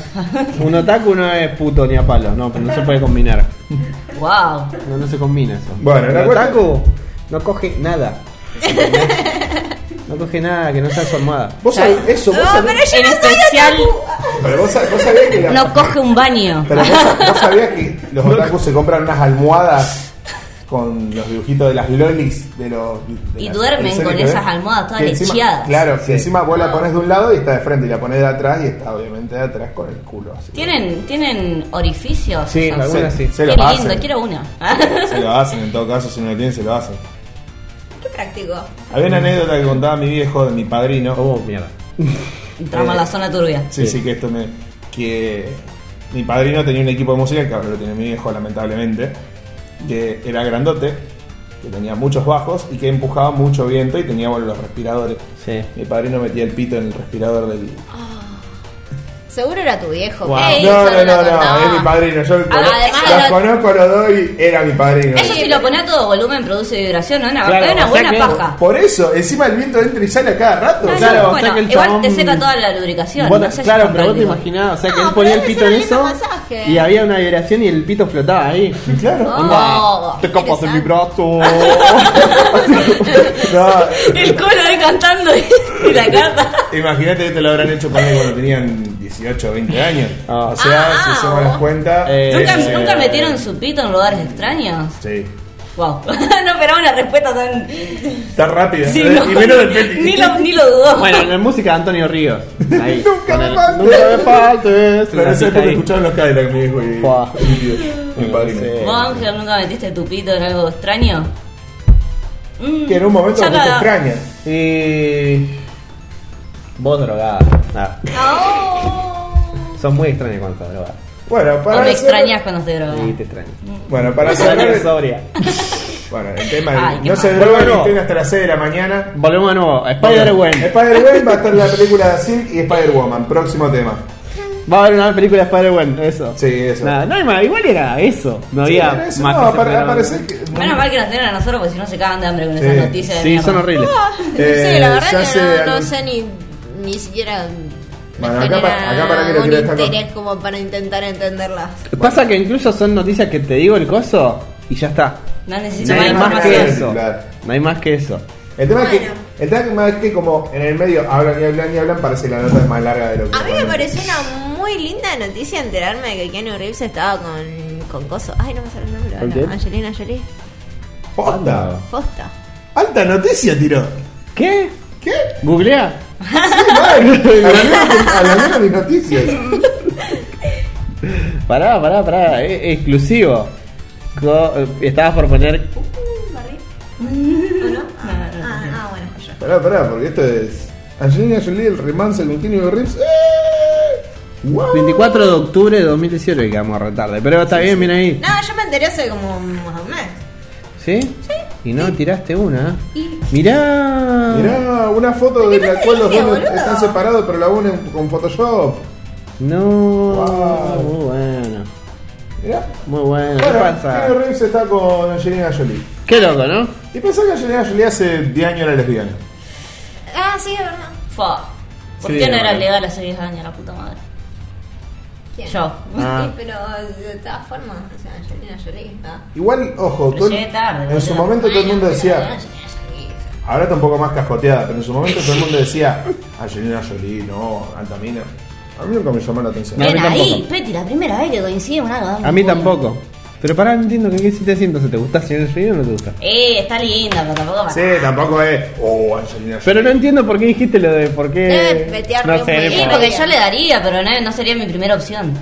Speaker 2: Un otaku no es puto ni a palo, no, pero no se puede combinar.
Speaker 3: Wow.
Speaker 2: No, no se combina eso.
Speaker 1: Bueno, la
Speaker 2: el
Speaker 1: cuestión-
Speaker 2: otaku no coge nada. No coge nada que no sea su almohada.
Speaker 1: Vos sabés eso, vos
Speaker 4: No,
Speaker 1: sabés,
Speaker 4: pero yo
Speaker 3: En
Speaker 4: no soy
Speaker 3: especial,
Speaker 1: pero vos sab- vos sabés que la-
Speaker 3: no coge un baño.
Speaker 1: Pero vos, vos sabías que los otakus se compran unas almohadas con los dibujitos de las lolis de los. de
Speaker 3: Y
Speaker 1: las
Speaker 3: duermen
Speaker 1: teleseries
Speaker 3: con
Speaker 1: que
Speaker 3: esas
Speaker 1: ven.
Speaker 3: almohadas todas
Speaker 1: Que encima-
Speaker 3: lecheadas. Ah.
Speaker 1: Claro, que encima vos la pones de un lado y está de frente, y la pones de atrás y está obviamente de atrás con el culo así.
Speaker 3: ¿Tienen, ¿Tienen orificios?
Speaker 2: Sí,
Speaker 1: Se-
Speaker 2: algunas sí.
Speaker 1: Se lo
Speaker 3: Qué
Speaker 1: hacen.
Speaker 3: lindo, quiero una.
Speaker 1: Se lo hacen, en todo caso, si no lo tienen, se lo hacen.
Speaker 4: ¿Qué practico?
Speaker 1: Había una anécdota que contaba mi viejo, de mi padrino.
Speaker 2: Oh, mierda.
Speaker 3: Entramos a
Speaker 2: Eh,
Speaker 3: la zona turbia.
Speaker 1: Sí, sí, que esto me. que mi padrino tenía un equipo de música, que ahora lo tiene mi viejo, lamentablemente, que era grandote, que tenía muchos bajos y que empujaba mucho viento y tenía bueno, los respiradores.
Speaker 2: Sí.
Speaker 1: Mi padrino metía el pito en el respirador del.
Speaker 4: Seguro era tu viejo.
Speaker 2: Wow.
Speaker 4: ¿qué
Speaker 2: Ey,
Speaker 1: no,
Speaker 4: hizo?
Speaker 1: no, no,
Speaker 4: contaba.
Speaker 1: no, es mi padrino. Yo cono-
Speaker 4: además
Speaker 1: los
Speaker 4: era-
Speaker 1: conozco los dos y era mi padrino.
Speaker 3: Eso si lo pone a todo volumen produce vibración, ¿no? Una,
Speaker 2: Claro,
Speaker 3: es una
Speaker 2: o sea
Speaker 3: buena
Speaker 2: que-
Speaker 3: paja.
Speaker 1: Por eso, encima el viento entra y sale a cada rato.
Speaker 3: Ah, No, no,
Speaker 2: Claro, o
Speaker 3: bueno,
Speaker 2: sea que el
Speaker 3: igual
Speaker 2: chabón-
Speaker 3: te seca toda la lubricación.
Speaker 2: Vos-
Speaker 3: no sé si
Speaker 2: claro,
Speaker 3: es tan
Speaker 2: pero vos te
Speaker 3: práctico.
Speaker 2: imaginabas, o sea, que
Speaker 4: No,
Speaker 2: él ponía el
Speaker 4: pero
Speaker 2: pito
Speaker 4: debe
Speaker 2: en
Speaker 4: ser
Speaker 2: eso
Speaker 4: un lindo masaje.
Speaker 2: y había una vibración y el pito flotaba ahí.
Speaker 1: Claro.
Speaker 4: Oh,
Speaker 2: te capas de mi brazo.
Speaker 1: No,
Speaker 3: El colo ahí cantando y la carta.
Speaker 1: Imagínate que te lo habrán hecho poner cuando tenían 18 o 20 años.
Speaker 2: Ah.
Speaker 1: O sea, si hacemos las cuentas.
Speaker 2: Eh,
Speaker 3: ¿Nunca,
Speaker 2: Eh.
Speaker 3: ¿Nunca metieron su pito en lugares extraños?
Speaker 1: Sí.
Speaker 3: Wow. no esperaba una respuesta tan.
Speaker 1: Está rápida.
Speaker 3: Sí,
Speaker 1: ¿no?
Speaker 3: no.
Speaker 1: Y menos del Peti.
Speaker 3: ni, lo, ni lo dudó.
Speaker 2: Bueno, en la música de Antonio Ríos. Ahí.
Speaker 1: Nunca
Speaker 2: Con
Speaker 1: me
Speaker 2: el-
Speaker 1: faltes.
Speaker 2: Nunca me faltes.
Speaker 1: Pero eso
Speaker 2: Una
Speaker 1: es
Speaker 2: cita
Speaker 1: porque
Speaker 2: ahí.
Speaker 1: escucharon los Cadillac, mi hijo. Y,
Speaker 2: Fua.
Speaker 1: y tío, mi padrino.
Speaker 2: Sí.
Speaker 3: ¿Vos, Ángel, nunca metiste tu pito en algo extraño? Mm,
Speaker 1: Que en un momento
Speaker 3: ya
Speaker 1: no te
Speaker 3: la-
Speaker 1: extraña.
Speaker 2: Y. Vos drogada. Nada.
Speaker 4: Oh.
Speaker 2: Son muy extraños cuando estás drogada.
Speaker 1: Bueno, para.
Speaker 3: O
Speaker 1: hacer-
Speaker 3: te extrañas cuando te drogas.
Speaker 2: Sí, te extrañas.
Speaker 1: Bueno,
Speaker 2: Te
Speaker 1: para
Speaker 2: extrañas
Speaker 1: cerrar.
Speaker 2: sobria.
Speaker 1: Bueno, el tema de.
Speaker 3: Ay, qué
Speaker 1: no se
Speaker 2: mal.
Speaker 1: drogan
Speaker 2: Bueno.
Speaker 1: y estén hasta las 6 de la mañana.
Speaker 2: Volvemos de nuevo. Spider-Man.
Speaker 1: Spider-Man va a estar la película de Silk y Spider-Woman. Próximo tema.
Speaker 2: Va a haber una película de Spider-Man. Eso.
Speaker 1: Sí, eso.
Speaker 2: Nada, no, hay más, igual era eso. No
Speaker 1: Sí,
Speaker 2: había
Speaker 1: pero eso
Speaker 2: más
Speaker 1: no,
Speaker 2: que
Speaker 1: apare-
Speaker 2: separar.
Speaker 1: aparece que-
Speaker 3: Menos mal que nos tienen a nosotros porque si no se cagan de hambre con
Speaker 1: Sí.
Speaker 3: esas noticias. de
Speaker 2: Sí,
Speaker 3: mierda.
Speaker 2: son horribles.
Speaker 4: No
Speaker 1: Eh,
Speaker 4: sé, la
Speaker 1: ya
Speaker 4: verdad que
Speaker 1: se
Speaker 4: no, no
Speaker 1: anun-
Speaker 4: sé ni, ni siquiera. me
Speaker 1: Bueno, acá pa-
Speaker 4: genera
Speaker 1: acá para que lo
Speaker 4: un
Speaker 1: quiero dejar con-
Speaker 4: interés como para intentar entenderlas.
Speaker 2: Pasa que incluso son noticias que te digo el coso y ya está.
Speaker 3: No necesito
Speaker 2: No
Speaker 3: más
Speaker 2: hay más
Speaker 3: información.
Speaker 2: que
Speaker 1: información.
Speaker 2: eso.
Speaker 1: Claro.
Speaker 2: No hay más que eso.
Speaker 1: El tema, es
Speaker 4: Bueno.
Speaker 1: que, el tema es que como en el medio hablan y hablan y hablan, parece que la nota es más larga de lo que...
Speaker 4: A mí me
Speaker 1: realmente-
Speaker 4: pareció una muy linda noticia enterarme de que Keanu Reeves estaba con, con Coso. Ay, no me sale el nombre
Speaker 2: ¿Con quién?
Speaker 4: ahora. Angelina Jolie.
Speaker 1: ¡Posta!
Speaker 4: Posta.
Speaker 1: ¡Alta noticia tiró!
Speaker 2: ¿Qué?
Speaker 1: ¿Qué?
Speaker 2: ¿Googlea?
Speaker 1: Sí, mal. A la mierda- A la mierda mis noticias.
Speaker 2: Pará, pará, pará. e- exclusivo. Co- eh, estabas por poner.
Speaker 4: Ah, ah, bueno, yo.
Speaker 1: Pará, pará, porque esto es... Angelina Jolie, el romance con Kenny Reeves. ¡Eh! ¡Wow!
Speaker 2: 24 de octubre de 2018 que vamos a retarde. Pero está bien, bien ahí.
Speaker 4: No, yo me enteré hace como más o menos.
Speaker 2: ¿Sí? Y no tiraste una. Mirá.
Speaker 1: Mirá, una foto de la cual los
Speaker 4: noticia,
Speaker 1: dos
Speaker 4: boludo?
Speaker 1: están separados, pero la unen con Photoshop.
Speaker 2: No.
Speaker 1: Wow.
Speaker 2: Muy bueno.
Speaker 1: Mirá.
Speaker 2: Muy bueno. ¿Qué
Speaker 1: Bueno,
Speaker 2: pasa?
Speaker 1: Keanu Reeves está con Angelina Jolie.
Speaker 2: Qué loco, ¿no?
Speaker 1: Y pensá que Angelina Jolie hace 10 años era lesbiana.
Speaker 4: Ah, sí, es verdad.
Speaker 3: Fa. ¿Por
Speaker 2: Sí,
Speaker 3: qué no era
Speaker 2: bueno.
Speaker 3: legal hace 10 años, la puta madre?
Speaker 4: ¿Quién?
Speaker 3: Yo.
Speaker 2: Ah.
Speaker 4: Sí, pero de todas formas, o sea, Angelina Jolie. Ah.
Speaker 1: Igual, ojo,
Speaker 3: Pero
Speaker 1: todo-
Speaker 3: llegué tarde,
Speaker 1: en
Speaker 3: boludo.
Speaker 1: su momento todo el mundo decía, ahora está un poco más cascoteada, pero en su momento todo el mundo decía, Angelina Jolie, no, Altamina. A mí nunca me llamó la atención.
Speaker 2: No, a mí
Speaker 3: Ven ahí,
Speaker 2: tampoco.
Speaker 3: Peti, la primera vez que coincidimos en algo. dame
Speaker 2: A mí
Speaker 3: un culo.
Speaker 2: tampoco. Pero pará, no entiendo que qué si te siento. ¿Te gusta Señor Frío o no te gusta?
Speaker 3: Eh, está linda, pero tampoco para-
Speaker 1: Sí, tampoco es, oh, Angelina Jolie.
Speaker 2: Pero no entiendo por qué dijiste lo de por qué.
Speaker 4: Deben meter
Speaker 2: No
Speaker 4: re un
Speaker 2: sé,
Speaker 4: pelín.
Speaker 3: Sí,
Speaker 2: por-
Speaker 3: porque yo le daría, pero no, no sería mi primera opción.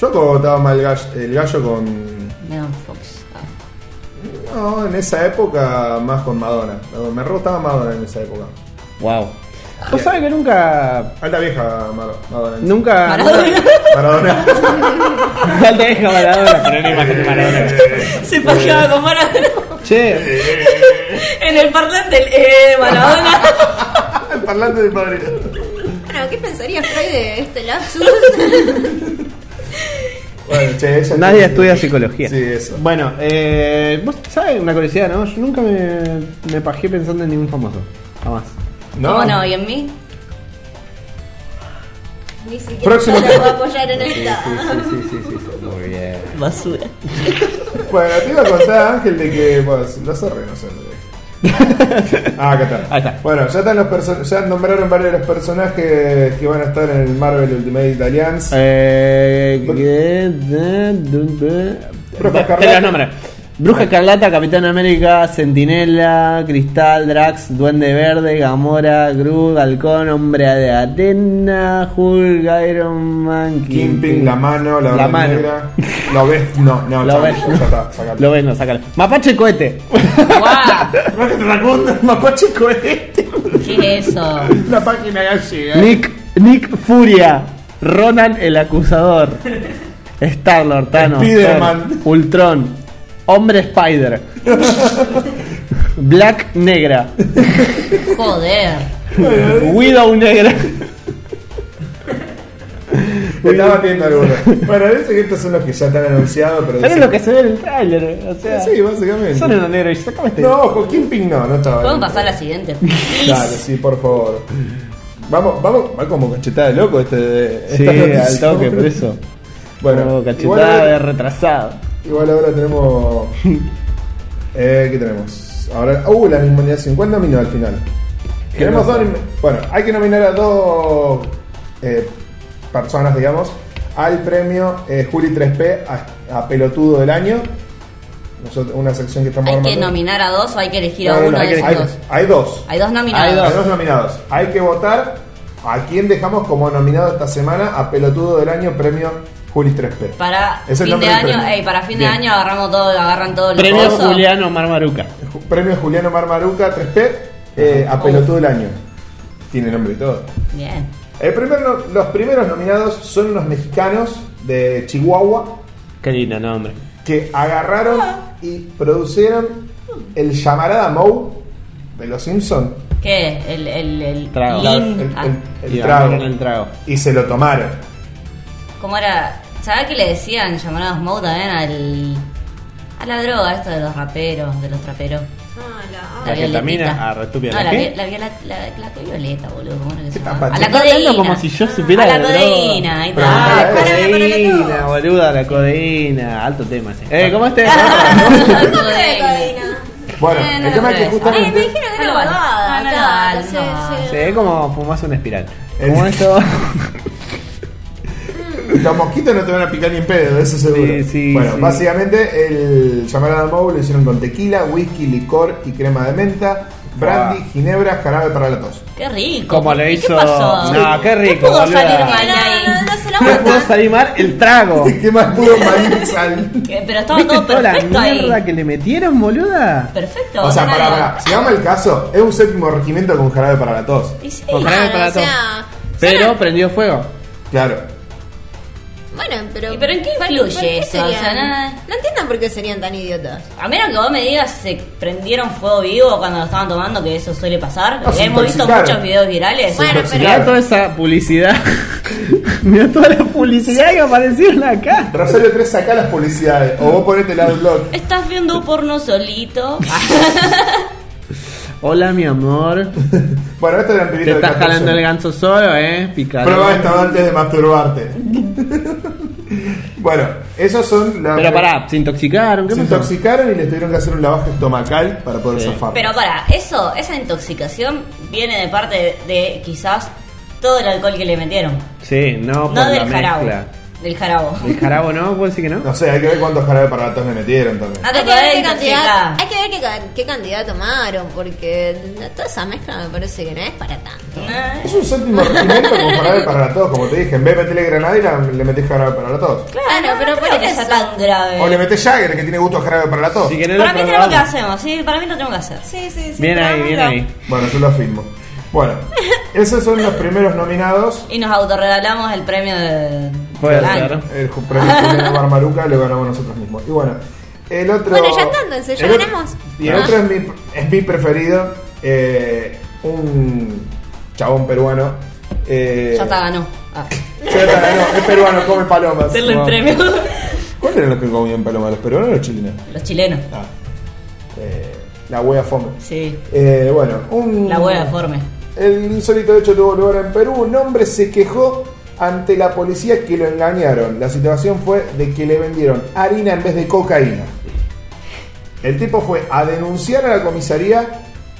Speaker 1: Yo cogotaba mal el gallo, el gallo con...
Speaker 3: Megan Fox. Ah.
Speaker 1: No, en esa época más con Madonna. No, Me rotaba Madonna en esa época.
Speaker 2: Wow. Vos sabés que nunca.
Speaker 1: Alta vieja, Mar- Madonna.
Speaker 2: Nunca.
Speaker 3: Maradona.
Speaker 1: Maradona.
Speaker 2: No te deja Maradona, pero no imagen de Maradona.
Speaker 3: Se paseaba con Maradona.
Speaker 2: Che,
Speaker 3: En el parlante, el, eh, Maradona.
Speaker 1: El parlante de padre.
Speaker 4: Bueno, ¿qué pensaría Freud de este lapsus?
Speaker 1: Bueno, che, ella-
Speaker 2: nadie estudia psicología.
Speaker 1: Sí, eso.
Speaker 2: Bueno, eh, vos sabés una curiosidad, ¿no? Yo nunca me, me pajé pensando en ningún famoso. Jamás.
Speaker 3: ¿Cómo no? ¿Y en mí?
Speaker 4: Ni siquiera
Speaker 1: Próximo
Speaker 4: yo la puedo apoyar en esta.
Speaker 2: sí, sí, sí, sí, sí. Muy bien.
Speaker 3: Basura.
Speaker 1: Bueno, te iba a contar, Ángel, de que. Bueno, la zorra no sé dónde es. Ah, acá está.
Speaker 2: Ahí está.
Speaker 1: Bueno, ya, están los perso- ya nombraron varios de los personajes que van a estar en el Marvel Ultimate Alliance.
Speaker 2: Eh, que- de- de-
Speaker 1: Bruja
Speaker 2: de-
Speaker 1: Escarlata.
Speaker 2: te los nombres. Bruja Escarlata, Capitán América, Centinela, Cristal, Drax, Duende Verde, Gamora, Groot, Halcón, Hombre de Atena, Hulk, Iron Man,
Speaker 1: Kimping, la mano, la,
Speaker 2: La
Speaker 1: Orden
Speaker 2: mano.
Speaker 1: negra. Lo ves, no, no,
Speaker 2: Lo
Speaker 1: chao,
Speaker 2: ves.
Speaker 1: ya está, sacalo.
Speaker 2: Lo vengo, sácalo. Mapache Cohete.
Speaker 3: ¡Guau!
Speaker 2: Mapache Cohete.
Speaker 3: ¿Qué es eso?
Speaker 1: este, La página eh. gallega.
Speaker 2: Nick, Nick Furia, Ronan el Acusador, Star-Lord, Thanos,
Speaker 1: Spiderman.
Speaker 2: Thor, Ultron, Hombre Spider, Black Negra,
Speaker 3: Joder.
Speaker 2: Widow Negra.
Speaker 1: Estaba viendo alguno. Bueno, dice que estos son los que ya están anunciados, pero.
Speaker 2: Pero es
Speaker 1: dicen-
Speaker 2: lo que se ve en el tráiler, eh, o sea,
Speaker 1: Sí, básicamente.
Speaker 2: son unos negros y sacame este.
Speaker 1: No, ojo, Kimping no, no estaba.
Speaker 3: ¿Pueden pasar a la siguiente?
Speaker 1: Claro, sí, por favor. Vamos, vamos, va como cachetada de loco este. de-
Speaker 2: Sí,
Speaker 1: esta noticia.
Speaker 2: al toque, por eso.
Speaker 1: Bueno,
Speaker 2: Como
Speaker 1: igual
Speaker 2: cachetada de
Speaker 1: ahora,
Speaker 2: retrasado.
Speaker 1: igual ahora tenemos. Eh, ¿Qué tenemos? Ahora, uh, la inmunidad 50 vino al final. Tenemos dos. inmu- Bueno, hay que nominar a dos eh, personas, digamos, al premio eh, Juli 3P a, a Pelotudo del Año. Nosotros, una sección que estamos
Speaker 3: ¿Hay que
Speaker 1: armando.
Speaker 3: nominar a dos o hay que elegir a
Speaker 1: No, no,
Speaker 3: uno
Speaker 1: no, hay,
Speaker 3: de
Speaker 1: que-
Speaker 3: esos
Speaker 1: hay-
Speaker 3: dos?
Speaker 1: hay dos.
Speaker 3: Hay dos nominados.
Speaker 2: Hay
Speaker 1: Hay dos nominados. Hay que votar a quién dejamos como nominado esta semana a Pelotudo del Año Premio Juli 3P.
Speaker 3: Para
Speaker 1: Es el
Speaker 3: fin de
Speaker 1: nombre del
Speaker 3: año,
Speaker 1: premio.
Speaker 3: ey, para fin
Speaker 1: Bien.
Speaker 3: de año agarramos todo, agarran todo el
Speaker 2: Premio
Speaker 3: coso.
Speaker 2: Juliano Marmaruca.
Speaker 1: Ju- Premio Juliano Marmaruca 3P eh, a Pelotudo del Año. Tiene nombre y todo.
Speaker 3: Bien.
Speaker 1: El primer no- los primeros nominados son unos mexicanos de Chihuahua
Speaker 2: Qué lindo nombre.
Speaker 1: que agarraron
Speaker 3: Ah.
Speaker 1: y produjeron el llamarada Mou de los Simpsons.
Speaker 3: ¿Qué? El, el, el
Speaker 2: Trago.
Speaker 3: Lin-
Speaker 1: El-
Speaker 3: ah,
Speaker 1: el-
Speaker 2: Y
Speaker 1: el trago.
Speaker 2: agarraron el trago.
Speaker 1: Y se lo tomaron.
Speaker 3: ¿Cómo era? ¿Sabés qué le decían llamados Moe también al. a la droga, esto de los raperos, de los traperos?
Speaker 4: Ah, la-
Speaker 2: La
Speaker 4: ah,
Speaker 2: ketamina,
Speaker 3: violetita.
Speaker 2: ah, re estúpida,
Speaker 3: No,
Speaker 2: ¿la
Speaker 3: la,
Speaker 2: qué?
Speaker 3: vi- la, viola- la, la covioleta, boludo. ¿Cómo era que se
Speaker 1: ¿Qué
Speaker 3: llamaba?
Speaker 1: tapate?
Speaker 3: A la
Speaker 1: Está
Speaker 2: hablando
Speaker 3: codeína.
Speaker 2: como si yo supiera
Speaker 3: A la
Speaker 2: de droga.
Speaker 3: codeína, ahí está.
Speaker 1: Ah,
Speaker 2: Ah, la
Speaker 4: pará, pará, pará,
Speaker 2: codeína,
Speaker 4: todo.
Speaker 2: boluda, la codeína. Alto tema ese. Eh, ¿cómo este?
Speaker 4: ¿Qué cosa de codeína?
Speaker 1: Bueno,
Speaker 3: Eh, no
Speaker 1: el tema
Speaker 3: lo
Speaker 1: es que
Speaker 3: ves.
Speaker 4: Ay, me
Speaker 1: justamente...
Speaker 4: dijeron que
Speaker 3: Ah,
Speaker 4: era
Speaker 3: no vale.
Speaker 4: abogada.
Speaker 3: Ah, no
Speaker 4: claro,
Speaker 3: vale, no
Speaker 4: sí,
Speaker 3: vale.
Speaker 4: sí.
Speaker 2: Se ve como fumas una espiral.
Speaker 1: El-
Speaker 2: Como esto.
Speaker 1: Los mosquitos no te van a picar ni en pedo, eso seguro.
Speaker 2: Sí, sí,
Speaker 1: bueno,
Speaker 2: sí.
Speaker 1: básicamente el llamarada Mou lo hicieron con tequila, whisky, licor y crema de menta, brandy,
Speaker 2: Buah.
Speaker 1: ginebra, jarabe para la tos.
Speaker 3: Qué rico.
Speaker 2: Como le
Speaker 3: ¿Qué
Speaker 2: hizo.
Speaker 3: pasó?
Speaker 2: No, qué rico.
Speaker 3: pudo
Speaker 2: boluda.
Speaker 3: salir mal?
Speaker 4: No, no, no se la
Speaker 2: No puedo
Speaker 4: aguanta.
Speaker 2: salir mal el trago.
Speaker 1: ¿Qué más pudo maíz sal?
Speaker 3: Que- Eh, Pero estaba
Speaker 2: ¿Viste
Speaker 3: todo
Speaker 2: toda la
Speaker 3: perfecto
Speaker 2: mierda
Speaker 3: ahí.
Speaker 2: que le metieron, boluda?
Speaker 3: Perfecto.
Speaker 1: O sea,
Speaker 3: nada.
Speaker 1: pará, pará. Si vamos el caso, es un séptimo regimiento con jarabe para la tos.
Speaker 3: Y sí.
Speaker 2: Con jarabe
Speaker 4: Claro,
Speaker 2: para
Speaker 4: o sea,
Speaker 2: Pero prendió fuego.
Speaker 1: Claro.
Speaker 4: Bueno,
Speaker 3: ¿Y
Speaker 4: pero.
Speaker 3: pero en qué
Speaker 4: ¿para-
Speaker 3: influye
Speaker 4: para qué
Speaker 3: eso? O sea,
Speaker 4: serían?
Speaker 3: nada.
Speaker 4: No entiendo por qué serían tan idiotas.
Speaker 3: A menos que vos me digas se prendieron fuego vivo cuando lo estaban tomando, que eso suele pasar.
Speaker 1: No, se
Speaker 3: Hemos visto
Speaker 1: intoxicaron.
Speaker 3: muchos videos virales.
Speaker 4: Bueno, pero-
Speaker 2: Mirá
Speaker 1: Claro.
Speaker 2: toda esa publicidad. Mirá toda la publicidad que aparecieron acá.
Speaker 1: Rosario 3 saca las publicidades. O vos ponete el adblock.
Speaker 3: Estás viendo porno solito.
Speaker 2: Hola, mi amor.
Speaker 1: Bueno, esto era el
Speaker 2: Te
Speaker 1: pirito
Speaker 2: estás jalando el ganso solo, eh. Picado.
Speaker 1: Prueba esto antes de masturbarte. bueno, esos son las...
Speaker 2: Pero pará, Ah, se intoxicaron. ¿Qué
Speaker 1: Se
Speaker 2: pasó?
Speaker 1: intoxicaron y les tuvieron que hacer un lavaje estomacal para poder
Speaker 2: Sí.
Speaker 1: zafar.
Speaker 3: pero para, eso, esa intoxicación viene de parte de, de quizás todo el alcohol que le metieron.
Speaker 2: Sí, no,
Speaker 3: No,
Speaker 2: por la
Speaker 3: del jarabo.
Speaker 2: mezcla.
Speaker 3: Del jarabo.
Speaker 2: El jarabo no, puedo decir que no.
Speaker 1: No sé, hay que ver cuántos jarabe para ratos le metieron también.
Speaker 3: Ah,
Speaker 4: Hay
Speaker 3: te
Speaker 4: que ver
Speaker 3: podés
Speaker 4: qué cantidad,
Speaker 3: intoxicar.
Speaker 4: hay que ver qué, ca- qué cantidad tomaron, porque toda esa mezcla me parece que no es para tanto.
Speaker 3: Ah,
Speaker 1: Es un séptimo regimiento con jarabe para todos, como te dije. En vez de meterle granada, y la- le metés jarabe para todos.
Speaker 4: Claro, pero
Speaker 3: no
Speaker 4: por
Speaker 3: creo que
Speaker 4: eso.
Speaker 3: sea tan
Speaker 1: O le
Speaker 3: grave.
Speaker 1: metés Jagger, que tiene gusto a jarabe para todos.
Speaker 2: Si que no lo
Speaker 3: Para mí tenemos
Speaker 2: probamos.
Speaker 3: que hacemos, sí, para mí lo tenemos que hacer.
Speaker 4: Sí, sí, sí.
Speaker 2: Bien ahí, bien
Speaker 4: probámoslo.
Speaker 2: ahí.
Speaker 1: Bueno, yo lo firmo. Bueno, esos son los primeros nominados.
Speaker 3: Y nos autorregalamos el premio de.
Speaker 2: Puede
Speaker 3: del año.
Speaker 2: ser.
Speaker 1: El Eh, ju- premio Juliana Barmaruca lo ganamos nosotros mismos. Y bueno, el otro.
Speaker 4: Bueno, ya está, entonces, ya
Speaker 1: el otro-
Speaker 4: ganamos.
Speaker 1: Y el
Speaker 4: Ah.
Speaker 1: otro es mi, es mi preferido. eh, un chabón peruano. eh,
Speaker 3: Ya está, ganó. Ah.
Speaker 1: ya está, ganó, es peruano, come palomas.
Speaker 3: Denle el
Speaker 1: No.
Speaker 3: premio.
Speaker 1: ¿Cuáles eran los que comían palomas? ¿Los peruanos o los chilenos?
Speaker 3: Los chilenos.
Speaker 1: Ah, eh, la hueá fome.
Speaker 3: Sí.
Speaker 1: Eh, bueno, un.
Speaker 3: La hueá deforme.
Speaker 1: El insólito hecho tuvo lugar en Perú. Un hombre se quejó ante la policía que lo engañaron. La situación fue de que le vendieron harina en vez de cocaína. El tipo fue a denunciar a la comisaría.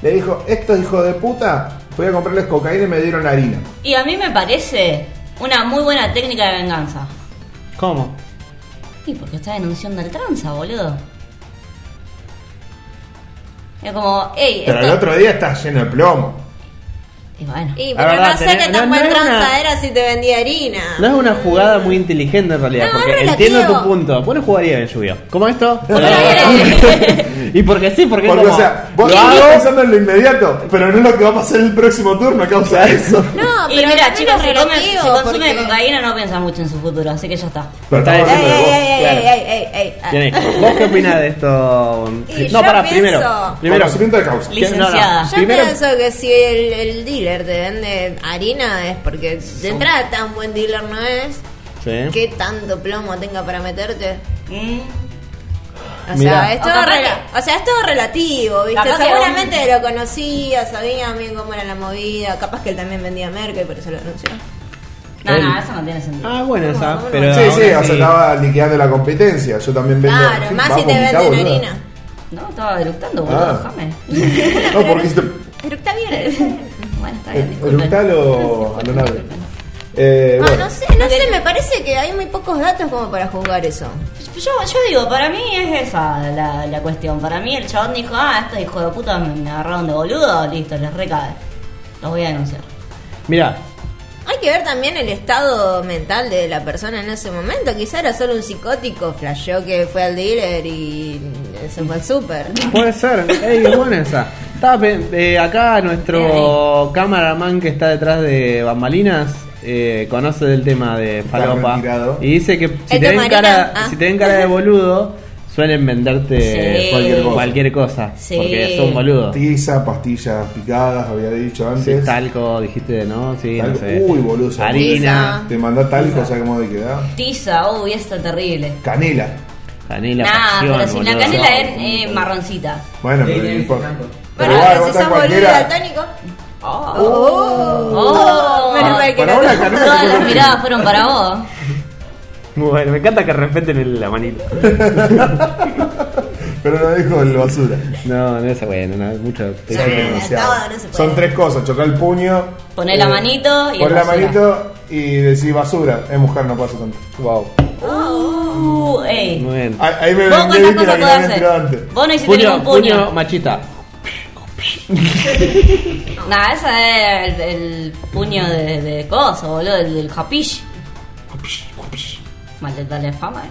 Speaker 1: Le dijo: Estos hijos de puta, voy a comprarles cocaína y me dieron harina.
Speaker 3: Y a mí me parece una muy buena técnica de venganza.
Speaker 2: ¿Cómo?
Speaker 3: Y porque está denunciando el tranza, boludo. Es como, ey,
Speaker 1: Pero el
Speaker 3: esto-
Speaker 1: otro día está lleno de plomo.
Speaker 3: Y bueno.
Speaker 4: Y
Speaker 2: La
Speaker 4: pero
Speaker 2: verdad,
Speaker 4: no sé
Speaker 2: tenés-
Speaker 4: qué
Speaker 2: no-
Speaker 4: tan
Speaker 2: no
Speaker 4: buen
Speaker 2: es una-
Speaker 4: tranza era si te vendía harina.
Speaker 2: No es una jugada muy inteligente en realidad,
Speaker 4: No,
Speaker 2: porque
Speaker 4: es relativo.
Speaker 2: entiendo tu punto. Vos no jugarías en lluvia. ¿Cómo esto? y porque sí, porque, es
Speaker 1: Porque,
Speaker 2: como,
Speaker 1: o sea, vos
Speaker 2: lo
Speaker 1: estás
Speaker 2: hago,
Speaker 1: pensando en lo inmediato, pero no en lo que va a pasar el próximo turno, causa eso.
Speaker 4: No,
Speaker 3: y mira,
Speaker 4: pero también
Speaker 3: chicos,
Speaker 4: es
Speaker 3: se, comen-
Speaker 4: relativo,
Speaker 3: se consume
Speaker 4: porque-
Speaker 3: cocaína, no piensa mucho en su futuro, así que ya está.
Speaker 1: Pero
Speaker 2: Está
Speaker 1: estamos
Speaker 4: Ey,
Speaker 1: hablando de vos.
Speaker 4: ey, ey,
Speaker 2: claro.
Speaker 4: ey, ey, ey, ey.
Speaker 2: Jenny, ¿vos qué opinás de esto?
Speaker 4: Y
Speaker 2: no,
Speaker 4: yo
Speaker 2: pará,
Speaker 4: pienso-
Speaker 2: primero. Primero,
Speaker 1: Conocimiento de causa.
Speaker 2: ¿Qué? No, no,
Speaker 3: Licenciada.
Speaker 4: Yo
Speaker 2: primero-
Speaker 4: pienso que si el, el dealer te vende harina es porque de entrada tan buen dealer no es.
Speaker 2: Sí.
Speaker 4: ¿Qué tanto plomo tenga para meterte?
Speaker 3: Mm,
Speaker 2: Mirá.
Speaker 4: O sea, es
Speaker 3: O
Speaker 4: todo
Speaker 3: capaz
Speaker 4: rela- o sea, es todo relativo, ¿viste?
Speaker 3: Capaz que
Speaker 4: Seguramente lo conocía, sabía bien cómo era la movida, capaz que él también vendía merca y por eso lo anunció.
Speaker 3: No, no,
Speaker 2: Él.
Speaker 3: eso no tiene sentido.
Speaker 2: Ah, bueno, esa.
Speaker 4: Vamos,
Speaker 2: Pero
Speaker 1: Sí,
Speaker 2: aún
Speaker 1: sí, o
Speaker 2: así-
Speaker 1: sea, estaba liquidando la competencia. Yo también vendo.
Speaker 4: Claro, más si
Speaker 1: Vamos,
Speaker 4: te
Speaker 1: me
Speaker 4: venden
Speaker 1: cago, boludo.
Speaker 4: harina.
Speaker 3: No, estaba eructando, boludo,
Speaker 1: Ah.
Speaker 3: déjame.
Speaker 1: No, porque este.
Speaker 4: Pero está bien.
Speaker 1: Eh,
Speaker 4: está bien.
Speaker 3: Eh, Bueno, está bien, disculpen.
Speaker 1: Eructalo a lo nave. Eh,
Speaker 4: Ah,
Speaker 1: bueno.
Speaker 4: no sé, no sé, me parece que hay muy pocos datos como para juzgar eso.
Speaker 3: Yo, yo digo, para mí es esa la, la cuestión. Para mí el chabón dijo, ah, estos hijos de puta me, me agarraron de boludo, listo, les recae. Los voy a denunciar.
Speaker 2: Mirá,
Speaker 4: Hay que ver también el estado mental de la persona en ese momento. Quizá era solo un psicótico, flasheó que fue al dealer y se fue al súper.
Speaker 2: Puede ser, ey, es buena esa. Estaba pe- eh, acá nuestro cameraman que está detrás de bambalinas eh, conoce del tema de falopa
Speaker 1: retirado.
Speaker 2: y dice que si
Speaker 4: ¿Es
Speaker 2: te,
Speaker 4: tu
Speaker 2: ven
Speaker 4: marido?
Speaker 2: cara,
Speaker 4: Ah.
Speaker 2: si te ven cara de boludo suelen venderte
Speaker 3: Sí.
Speaker 2: cualquier cosa, cualquier cosa,
Speaker 3: Sí.
Speaker 2: porque son boludos.
Speaker 1: Tiza, pastillas picadas, había dicho
Speaker 2: Sí,
Speaker 1: antes.
Speaker 2: talco, dijiste, ¿no? Sí, no
Speaker 1: Talco.
Speaker 2: sé.
Speaker 1: Uy, boludo, son
Speaker 2: Harina,
Speaker 1: Te mandó talco, ¿sabes cómo de quedar?
Speaker 3: Tiza, uy, está terrible.
Speaker 1: Canela.
Speaker 2: canela,
Speaker 3: Nah,
Speaker 2: pasión,
Speaker 3: pero si la
Speaker 2: boludo.
Speaker 3: canela es eh, marroncita.
Speaker 1: Bueno,
Speaker 5: Sí,
Speaker 1: pero no
Speaker 5: tiene
Speaker 1: importa.
Speaker 5: talco.
Speaker 1: Pero
Speaker 4: Bueno,
Speaker 1: igual,
Speaker 4: pero
Speaker 1: vos
Speaker 4: si
Speaker 1: estás
Speaker 4: sos boludo y
Speaker 1: cualquiera.
Speaker 4: daltónico.
Speaker 3: Oh.
Speaker 4: Oh,
Speaker 3: Oh.
Speaker 4: menos mal que
Speaker 1: Para
Speaker 4: no.
Speaker 1: vos la canela
Speaker 3: Todas
Speaker 1: fue
Speaker 3: las
Speaker 1: lo
Speaker 3: miradas fueron para vos.
Speaker 2: Bueno, me encanta que respeten el- la manita.
Speaker 1: Pero no dijo el basura.
Speaker 2: No, no es bueno, no, mucho.
Speaker 1: Son
Speaker 4: no,
Speaker 1: demasiado.
Speaker 4: no, no se puede.
Speaker 1: Son tres cosas: chocar el puño, eh,
Speaker 3: Poner la manito y
Speaker 1: poner
Speaker 3: el
Speaker 1: la
Speaker 3: basura.
Speaker 1: manito y decir basura. Es mujer, no pasa tanto.
Speaker 2: Wow.
Speaker 3: Uh, ey.
Speaker 2: Muy bien.
Speaker 1: Ahí, ahí me vendí
Speaker 3: Vos cuántas
Speaker 1: bien que la
Speaker 3: cosas
Speaker 1: que
Speaker 3: podés
Speaker 1: me habían tirado antes.
Speaker 3: hacer. Vos no hiciste
Speaker 2: Puño,
Speaker 3: ningún puño.
Speaker 2: puño machista.
Speaker 3: Nah, ese es el, el puño de, de coso, boludo, el del japish. Maldita la fama, eh.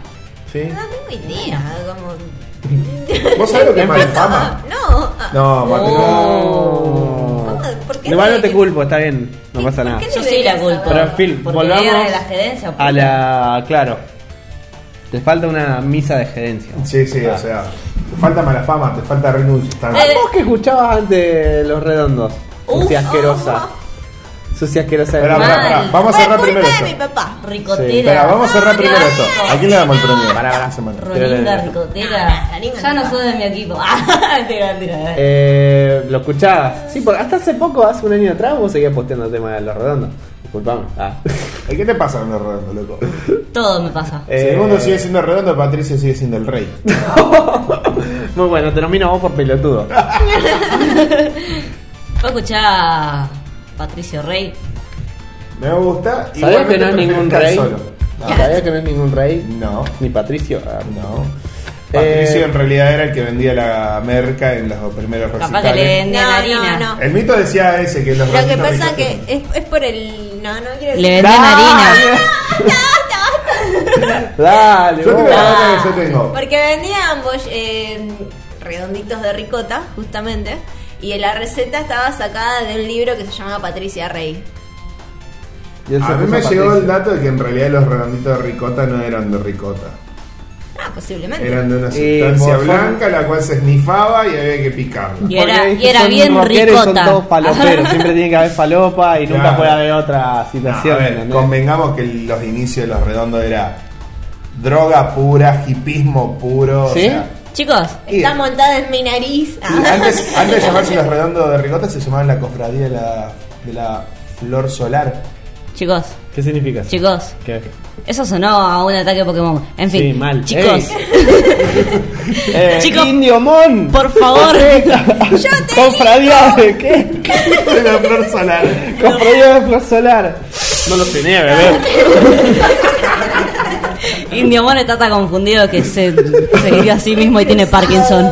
Speaker 2: Sí.
Speaker 4: No tengo idea. Como...
Speaker 1: ¿Vos sabés lo que es mala
Speaker 4: Ah,
Speaker 1: fama?
Speaker 4: No. ah,
Speaker 1: No, Mate,
Speaker 2: Oh.
Speaker 4: ¿Cómo? ¿Por qué
Speaker 2: Igual
Speaker 4: le-
Speaker 2: no te culpo, está bien, no
Speaker 4: ¿Y
Speaker 2: pasa
Speaker 4: por
Speaker 2: nada.
Speaker 4: qué
Speaker 3: Yo sí la culpo.
Speaker 2: Pero en fin,
Speaker 3: Porque era
Speaker 2: volvamos
Speaker 3: de la gerencia, puta.
Speaker 2: a la... Claro. Te falta una misa de gerencia.
Speaker 1: no. Sí, sí, o sea, te falta mala fama, te falta renuncia. está
Speaker 3: Eh,
Speaker 2: Ah, ¿Vos que escuchabas antes Los Redondos?
Speaker 3: Uf,
Speaker 2: Sucia asquerosa. Sucia asquerosa.
Speaker 1: Espera,
Speaker 2: Pará,
Speaker 1: pará,
Speaker 3: mal. Eh,
Speaker 1: pará. Vamos a
Speaker 4: Fue
Speaker 1: cerrar
Speaker 4: culpa
Speaker 1: primero
Speaker 4: de mi
Speaker 1: esto.
Speaker 4: papá.
Speaker 2: Sí.
Speaker 3: Ricotera.
Speaker 1: Espera, vamos a cerrar
Speaker 4: No,
Speaker 1: primero
Speaker 4: no,
Speaker 1: esto.
Speaker 4: no,
Speaker 1: ¿A quién le damos el premio?
Speaker 2: pará, pará.
Speaker 3: Rolinda
Speaker 2: Espera, espera.
Speaker 3: Ricotera.
Speaker 4: Ah,
Speaker 3: Ya
Speaker 4: Rolinda
Speaker 3: no
Speaker 4: Ricotera.
Speaker 3: soy de mi equipo. Ah, mentira, mentira. eh.
Speaker 2: Eh, lo escuchabas. Sí, porque hasta hace poco, hace un año atrás, vos seguías posteando el tema de Los Redondos. Disculpame. Ah.
Speaker 1: ¿Y ¿Qué te pasa con el redondo, loco?
Speaker 3: Todo me pasa.
Speaker 2: Eh,
Speaker 1: Segundo sigue siendo redondo, Patricio sigue siendo el rey.
Speaker 2: Muy bueno, te nomino a vos por pelotudo.
Speaker 3: Fue a escuchar a Patricio Rey.
Speaker 1: Me gusta.
Speaker 2: ¿Sabías que no es
Speaker 1: igualmente
Speaker 2: ningún
Speaker 1: prefiero
Speaker 2: rey?
Speaker 1: estar solo.
Speaker 2: ¿Sabías que no es ningún rey?
Speaker 1: No,
Speaker 2: Ni Patricio. Ah,
Speaker 1: no. no. Patricio
Speaker 2: Eh,
Speaker 1: en realidad era el que vendía la merca en los primeros
Speaker 3: Capaz que le
Speaker 1: recitales.
Speaker 3: vendían
Speaker 4: No,
Speaker 3: harina.
Speaker 4: no, no.
Speaker 1: El mito decía ese, que los
Speaker 4: Lo que
Speaker 1: ratones
Speaker 4: pasa que
Speaker 1: ricos-
Speaker 4: es, es por el. No, no quiero
Speaker 3: Le
Speaker 4: decir.
Speaker 3: vendían harina.
Speaker 2: Dale,
Speaker 1: Yo tengo
Speaker 2: vos.
Speaker 1: la data que yo tengo.
Speaker 4: em, Porque vendían boll- eh, redonditos de ricota, justamente. Y la receta estaba sacada de un libro que se llama Patricia Rey.
Speaker 2: Y él se
Speaker 1: A mí
Speaker 2: puso
Speaker 1: me llegó
Speaker 2: Patricia.
Speaker 1: el dato de que en realidad los redonditos de ricota no eran de ricota.
Speaker 4: Ah, posiblemente.
Speaker 1: Eran de una
Speaker 2: Y
Speaker 1: sustancia
Speaker 2: por favor.
Speaker 1: blanca la cual se esnifaba y había que picarla.
Speaker 3: Y
Speaker 2: Porque
Speaker 3: era-
Speaker 2: es que
Speaker 3: y era
Speaker 2: son
Speaker 3: bien
Speaker 2: rockeros y Son
Speaker 3: ricota.
Speaker 2: todos faloperos, siempre tiene que haber falopa y nunca
Speaker 1: Claro.
Speaker 2: puede haber otra situación.
Speaker 1: a ver,
Speaker 2: ¿entendés?
Speaker 1: convengamos que los inicios de los redondos era droga pura, hipismo puro. o
Speaker 2: ¿Sí?
Speaker 1: sea,
Speaker 3: Chicos,
Speaker 4: Está montada en mi nariz. Ah.
Speaker 1: y antes, antes de llamarse los redondos de ricota se llamaban la cofradía de la, de la flor solar.
Speaker 3: chicos,
Speaker 2: ¿Qué significa eso?
Speaker 3: chicos.
Speaker 2: ¿Qué?
Speaker 3: Eso sonó a un ataque de Pokémon. En fin,
Speaker 2: Sí, mal.
Speaker 3: chicos,
Speaker 2: Eh,
Speaker 3: Chicos,
Speaker 2: Indio Mon.
Speaker 3: por favor.
Speaker 2: Yo te Confradía de qué?
Speaker 1: De la flor solar.
Speaker 2: Confradía de flor solar. No lo tenía, bebé.
Speaker 3: Indio Mono está tan confundido que se, se vivió a sí mismo y tiene Parkinson.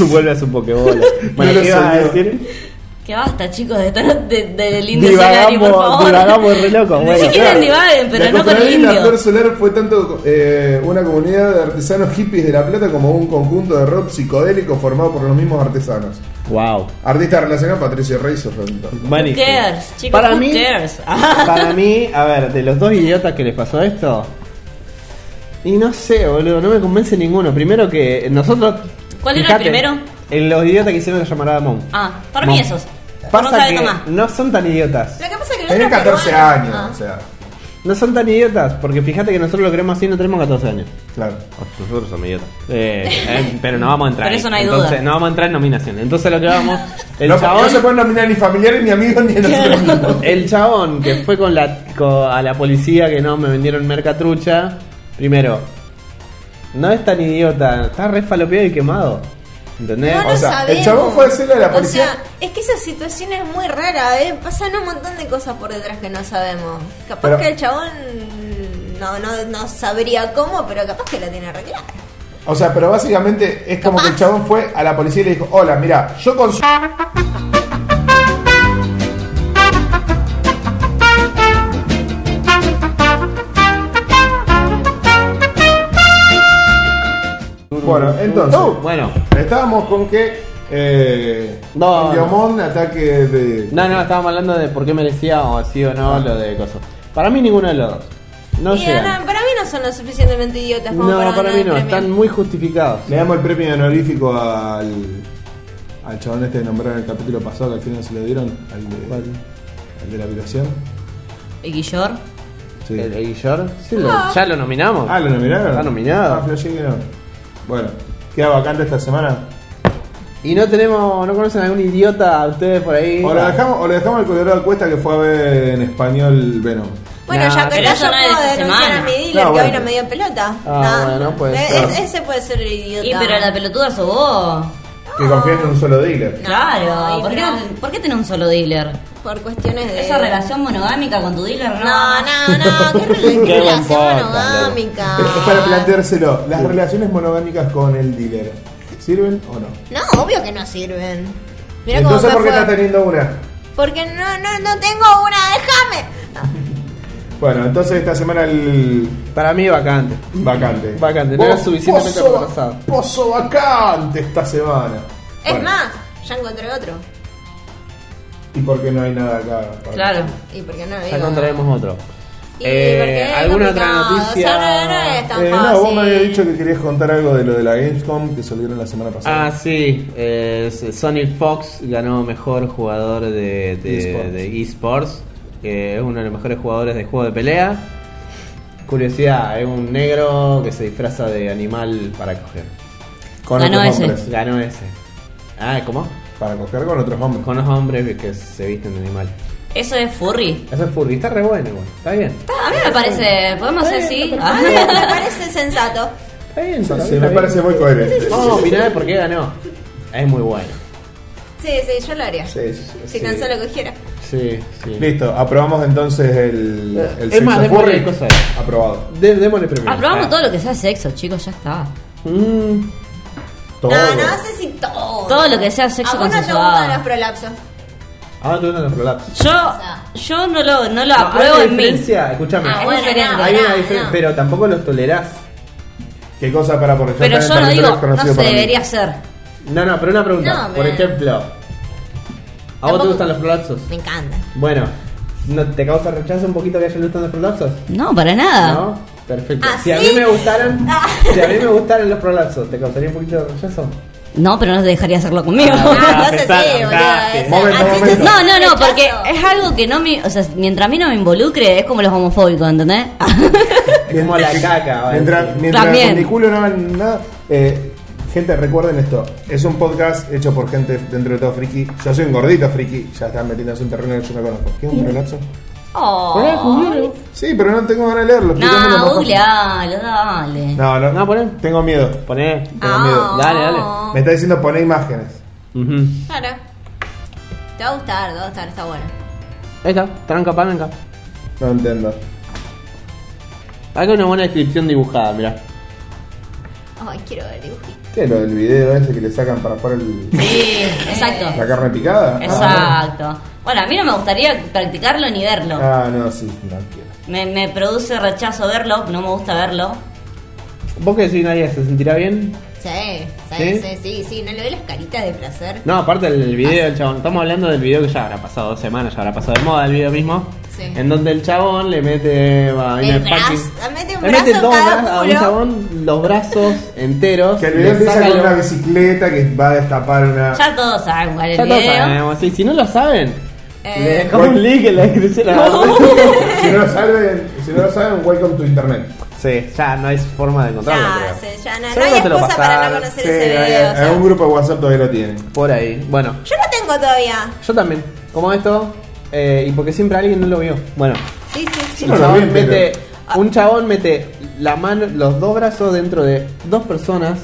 Speaker 2: Vuelve a su pokebola. Bueno,
Speaker 1: No lo
Speaker 2: ¿qué ibas a
Speaker 1: soñó.
Speaker 2: decir?
Speaker 3: que basta, chicos, de estar de- de- del indio escenario, por
Speaker 2: Divagamos,
Speaker 3: favor.
Speaker 2: divagamos re loco.
Speaker 3: Sí,
Speaker 2: Bueno,
Speaker 3: que- Quieren divaguen, pero
Speaker 1: la
Speaker 3: no con
Speaker 1: cofradía de La
Speaker 3: indios.
Speaker 1: Flor Solar fue tanto eh, una comunidad de artesanos hippies de La Plata como un conjunto de rock psicodélico formado por los mismos artesanos.
Speaker 2: wow.
Speaker 1: Artista relacionado Patricio Rey, sos redondito.
Speaker 3: Who
Speaker 2: Buenísimo.
Speaker 3: cares, chicos?
Speaker 2: eh, Para
Speaker 3: who
Speaker 2: mí,
Speaker 3: cares?
Speaker 2: Para mí, a ver, de los dos idiotas que les pasó esto. Y no sé, boludo, no me convence ninguno. Primero que nosotros.
Speaker 3: ¿Cuál era el primero?
Speaker 2: en los idiotas que hicieron la llamada Mon.
Speaker 3: Ah, para mí
Speaker 2: Mon.
Speaker 3: esos.
Speaker 2: Pasa
Speaker 3: no sabe
Speaker 2: que
Speaker 3: tomar.
Speaker 2: no son tan idiotas.
Speaker 4: Lo que pasa es que el
Speaker 1: Tenía
Speaker 4: otro
Speaker 1: 14
Speaker 4: peruano-
Speaker 1: años,
Speaker 4: Ah.
Speaker 1: o sea,
Speaker 2: No son tan idiotas, porque fíjate que nosotros lo queremos así y no tenemos 14 años.
Speaker 1: claro.
Speaker 2: Nosotros somos idiotas. Eh, eh, pero no vamos a entrar.
Speaker 3: Por
Speaker 2: ahí.
Speaker 3: eso no hay
Speaker 2: Entonces,
Speaker 3: duda.
Speaker 2: No vamos a entrar en nominación. Entonces lo que vamos. El
Speaker 1: no,
Speaker 2: chabón-
Speaker 1: no se pueden nominar ni familiares, ni amigos, ni nosotros mismos.
Speaker 2: El chabón que fue con la co- a la policía que no me vendieron mercatrucha. Primero, no es tan idiota, está re falopeado y quemado. ¿Entendés?
Speaker 4: No
Speaker 1: O
Speaker 4: lo
Speaker 1: sea,
Speaker 4: sabemos.
Speaker 1: el chabón fue a decirle a la policía-
Speaker 4: O sea, es que esa situación es muy rara, ¿eh? Pasan un montón de cosas por detrás que no sabemos. Capaz
Speaker 1: Pero-
Speaker 4: que el chabón no, no, no sabría cómo, pero capaz que la tiene arreglada.
Speaker 1: O sea, pero básicamente es como que el chabón fue a la policía y le dijo, hola, mira, yo con su- Bueno, entonces,
Speaker 2: Uh, bueno.
Speaker 1: estábamos con que eh,
Speaker 2: No,
Speaker 1: Indio Mon, ataque de...
Speaker 2: No, no, estábamos hablando de por qué merecía o sí o
Speaker 1: Ah.
Speaker 2: no lo de cosas. Para mí ninguno de los dos. No
Speaker 4: Y,
Speaker 2: llegan.
Speaker 4: no, para mí no son lo suficientemente idiotas como
Speaker 2: No,
Speaker 4: para,
Speaker 2: para
Speaker 4: ganar
Speaker 2: mí
Speaker 4: el
Speaker 2: no,
Speaker 4: premio.
Speaker 2: están muy justificados.
Speaker 1: Le damos el premio honorífico al, al chabón este que nombraron en el capítulo pasado, que al final se lo dieron, al de,
Speaker 2: ¿Cuál?
Speaker 1: al de la violación.
Speaker 3: ¿Y Guillor?
Speaker 1: Sí.
Speaker 2: ¿El Guillor? Sí, lo- ya lo nominamos.
Speaker 1: Ah, ¿lo nominaron?
Speaker 2: Eh, Está nominado.
Speaker 1: Ah, flashé que no. Bueno, ¿queda vacante esta semana?
Speaker 2: Y no tenemos, no conocen a algún idiota ustedes por ahí.
Speaker 1: O lo dejamos, o lo dejamos al Colorado Cuesta que fue a ver en español Venom.
Speaker 4: Bueno,
Speaker 2: Nah,
Speaker 4: ya que
Speaker 3: pero
Speaker 4: acá
Speaker 3: eso
Speaker 4: yo
Speaker 3: no es
Speaker 4: puedo
Speaker 3: de esta
Speaker 4: denunciar a
Speaker 3: semana.
Speaker 4: mi dealer
Speaker 2: No,
Speaker 4: que
Speaker 2: bueno.
Speaker 4: hoy no me dio pelota.
Speaker 2: Ah, bueno, puede
Speaker 4: E-
Speaker 2: ser.
Speaker 4: e- ese puede ser el idiota.
Speaker 3: Y pero la pelotuda sos vos.
Speaker 1: Que confían en un solo dealer.
Speaker 3: Claro,
Speaker 4: y
Speaker 3: ¿por qué,
Speaker 4: no.
Speaker 3: no- ¿por qué tenés un solo dealer?
Speaker 4: Por cuestiones de...
Speaker 3: ¿Esa relación monogámica con tu dealer? Eh. No,
Speaker 4: No, no, no, qué relación
Speaker 2: Qué buen podcast,
Speaker 4: monogámica.
Speaker 1: Es para planteárselo, ¿las relaciones monogámicas con el dealer sirven o no?
Speaker 4: No, obvio que no sirven. Mirá cómo
Speaker 1: Entonces,
Speaker 4: me
Speaker 1: ¿por qué
Speaker 4: fue.
Speaker 1: estás teniendo una?
Speaker 4: Porque no, no, no tengo una, déjame.
Speaker 1: Bueno, entonces esta semana el
Speaker 2: Para mí vacante.
Speaker 1: vacante.
Speaker 2: Vacante, no era
Speaker 1: Vos-
Speaker 2: suficientemente
Speaker 1: pozo-
Speaker 2: retrasado.
Speaker 1: Pozo vacante esta semana.
Speaker 4: Es
Speaker 1: Bueno,
Speaker 4: más, ya encontré otro.
Speaker 1: ¿Y por qué no hay nada acá? para-
Speaker 3: Claro.
Speaker 4: Y porque no
Speaker 2: Ya
Speaker 4: digo.
Speaker 2: encontraremos otro.
Speaker 4: Y porque
Speaker 2: Eh,
Speaker 4: es
Speaker 2: ¿Alguna otra
Speaker 4: complicado,
Speaker 2: noticia?
Speaker 4: o sea, no, no es tan
Speaker 1: Eh,
Speaker 4: fácil.
Speaker 1: no, vos me habías dicho que querías contar algo de lo de la Gamescom que salieron la semana pasada.
Speaker 2: Ah, sí. eh, Sony Fox ganó mejor jugador de, de-
Speaker 1: eSports.
Speaker 2: de eSports. que es uno de los mejores jugadores de juego de pelea. Curiosidad, es un negro que se disfraza de animal para coger.
Speaker 1: Con
Speaker 3: Ganó
Speaker 1: otros
Speaker 3: Ah, ese.
Speaker 1: hombres.
Speaker 2: Ganó ese. Ah, ¿cómo?
Speaker 1: Para coger con otros hombres.
Speaker 2: Con los hombres que se visten de animal.
Speaker 3: Eso es furry.
Speaker 2: Eso es furry, está re bueno, igual. Está bien.
Speaker 3: Ah, A mí me parece, podemos hacer así.
Speaker 4: Ah, me parece sensato.
Speaker 2: Está bien,
Speaker 1: Sí,
Speaker 2: está
Speaker 1: sí,
Speaker 2: bien,
Speaker 1: me
Speaker 2: está
Speaker 1: parece
Speaker 2: bien.
Speaker 1: muy coherente.
Speaker 2: Vamos a opinar de por qué ganó. Es muy bueno.
Speaker 4: Sí, sí, yo lo haría.
Speaker 1: Sí, sí, sí.
Speaker 4: Si tan solo cogiera.
Speaker 2: Sí, sí.
Speaker 1: Listo, aprobamos entonces el, el
Speaker 2: Es más,
Speaker 1: sexo
Speaker 2: démosle
Speaker 1: furry.
Speaker 2: cosas.
Speaker 1: Aprobado.
Speaker 2: De- démosle primero. Ah.
Speaker 3: Aprobamos todo lo que sea sexo, chicos, ya está.
Speaker 2: Mm,
Speaker 1: Todo.
Speaker 4: No, no sé si todo.
Speaker 3: Todo lo que sea sexo
Speaker 4: A vos no te
Speaker 3: consensuado.
Speaker 4: gustan los prolapsos.
Speaker 2: ahora tuvieron los prolapsos.
Speaker 3: Yo, yo no lo, no lo
Speaker 2: No, hay
Speaker 3: apruebo
Speaker 2: una
Speaker 3: en mí.
Speaker 2: diferencia, escúchame.
Speaker 4: Ah,
Speaker 3: Es
Speaker 4: bueno,
Speaker 3: diferente.
Speaker 4: no,
Speaker 2: hay una
Speaker 4: no,
Speaker 2: diferencia,
Speaker 4: no.
Speaker 2: pero tampoco los tolerás.
Speaker 1: ¿Qué cosa para por ejemplo,
Speaker 3: Pero
Speaker 1: en
Speaker 3: yo no
Speaker 1: territorio
Speaker 3: digo, no
Speaker 1: desconocido
Speaker 3: se
Speaker 1: para mí?
Speaker 3: debería hacer.
Speaker 2: No, no, pero una pregunta.
Speaker 4: No,
Speaker 2: Por
Speaker 4: pero-
Speaker 2: ejemplo, ¿a vos te
Speaker 4: Tampoco-
Speaker 2: gustan los prolapsos?
Speaker 4: Me encanta.
Speaker 2: Bueno, ¿no ¿te causa rechazo un poquito que a ella le gustan los prolapsos?
Speaker 3: No, para nada.
Speaker 2: No, perfecto.
Speaker 4: ¿Ah,
Speaker 2: si a mí
Speaker 4: sí?
Speaker 2: me gustaran,
Speaker 4: Ah.
Speaker 2: si a mí me gustaran los prolapsos, ¿te causaría un poquito de rechazo?
Speaker 3: No, pero no te dejaría hacerlo conmigo.
Speaker 4: Ah, entonces
Speaker 2: pensá,
Speaker 4: sí,
Speaker 2: pensá,
Speaker 4: boludo.
Speaker 2: momento,
Speaker 4: esa-
Speaker 2: momento.
Speaker 4: ah,
Speaker 3: No,
Speaker 4: sí,
Speaker 3: no, no,
Speaker 4: rechazo.
Speaker 3: porque es algo que no me. O sea, mientras a mí no me involucre, es como los homofóbicos, ¿entendés?
Speaker 2: Es como la caca, ¿vale?
Speaker 1: Mientras, mientras
Speaker 3: También.
Speaker 1: con mi culo no hagan nada. eh, gente, recuerden esto. Es un podcast hecho por gente dentro de todo friki. Yo soy un gordito friki. Ya están metiéndose en terreno que yo no conozco. ¿Qué es un prolapso?
Speaker 3: oh.
Speaker 1: Sí, pero no tengo ganas de leerlo. Explícamelo más
Speaker 3: No,
Speaker 1: fácil.
Speaker 3: googlealo, dale.
Speaker 1: No, no.
Speaker 2: No, poné.
Speaker 1: Tengo miedo.
Speaker 2: Poné.
Speaker 1: Tengo miedo.
Speaker 2: Dale, dale.
Speaker 4: Ah,
Speaker 1: Me está diciendo poner imágenes.
Speaker 2: Ujú.
Speaker 4: Claro. Te va a gustar, te va a gustar, está bueno.
Speaker 2: Ahí está, tranca, palanca.
Speaker 1: No entiendo.
Speaker 2: Acá hay una buena descripción dibujada, mirá.
Speaker 4: Ay, quiero ver dibujito.
Speaker 1: ¿Qué es lo del video ese que le sacan para jugar el-
Speaker 3: Sí, exacto.
Speaker 1: la carne picada? Ah,
Speaker 3: Exacto. Bueno, a mí no me gustaría practicarlo ni verlo.
Speaker 1: Ah, no, sí, no quiero.
Speaker 3: Me, me produce rechazo verlo, no me gusta verlo.
Speaker 2: ¿Vos qué decís, Nadia? ¿Se sentirá bien?
Speaker 4: Sí,
Speaker 2: ¿Sí?
Speaker 4: sí, sí, sí, sí. ¿No le ve las caritas de placer?
Speaker 2: No, aparte del video del chabón. Estamos hablando del video que ya habrá pasado dos semanas, ya habrá pasado de moda el video mismo.
Speaker 4: Sí.
Speaker 2: En donde el chabón le mete. va, en
Speaker 4: El
Speaker 2: parking-
Speaker 4: brazo, mete un
Speaker 2: le
Speaker 4: brazo
Speaker 2: mete
Speaker 4: en
Speaker 2: dos
Speaker 4: cada
Speaker 2: brazos a un
Speaker 4: culo.
Speaker 2: chabón, los brazos enteros.
Speaker 1: Que el video
Speaker 2: le
Speaker 1: empieza
Speaker 2: saca
Speaker 1: con
Speaker 2: los-
Speaker 1: una bicicleta que va a destapar una.
Speaker 3: Ya todos saben cuál es
Speaker 2: Ya
Speaker 3: el
Speaker 2: todos
Speaker 3: video.
Speaker 2: sabemos, sí, si no lo saben,
Speaker 4: Eh.
Speaker 2: le dejamos un link en la descripción.
Speaker 1: Si no lo saben, si no lo saben, welcome to internet.
Speaker 2: sí, ya no hay forma de encontrarlo.
Speaker 4: Ya,
Speaker 2: creo.
Speaker 4: sí, ya no,
Speaker 2: Seguro
Speaker 4: no hay
Speaker 2: te lo
Speaker 4: excusa para
Speaker 2: pasaron.
Speaker 4: no conocer
Speaker 1: Sí,
Speaker 4: ese
Speaker 1: hay-
Speaker 4: video. o sea.
Speaker 1: algún grupo de WhatsApp todavía lo tiene.
Speaker 2: Por ahí. Bueno,
Speaker 4: Yo lo tengo todavía.
Speaker 2: yo también. Como esto, eh, y porque siempre alguien no lo vio. Bueno,
Speaker 4: Sí, sí, sí.
Speaker 1: Yo no
Speaker 2: un
Speaker 1: lo
Speaker 2: chabón
Speaker 1: vi, pero-
Speaker 2: mete, un chabón mete la mano, los dos brazos dentro de dos personas,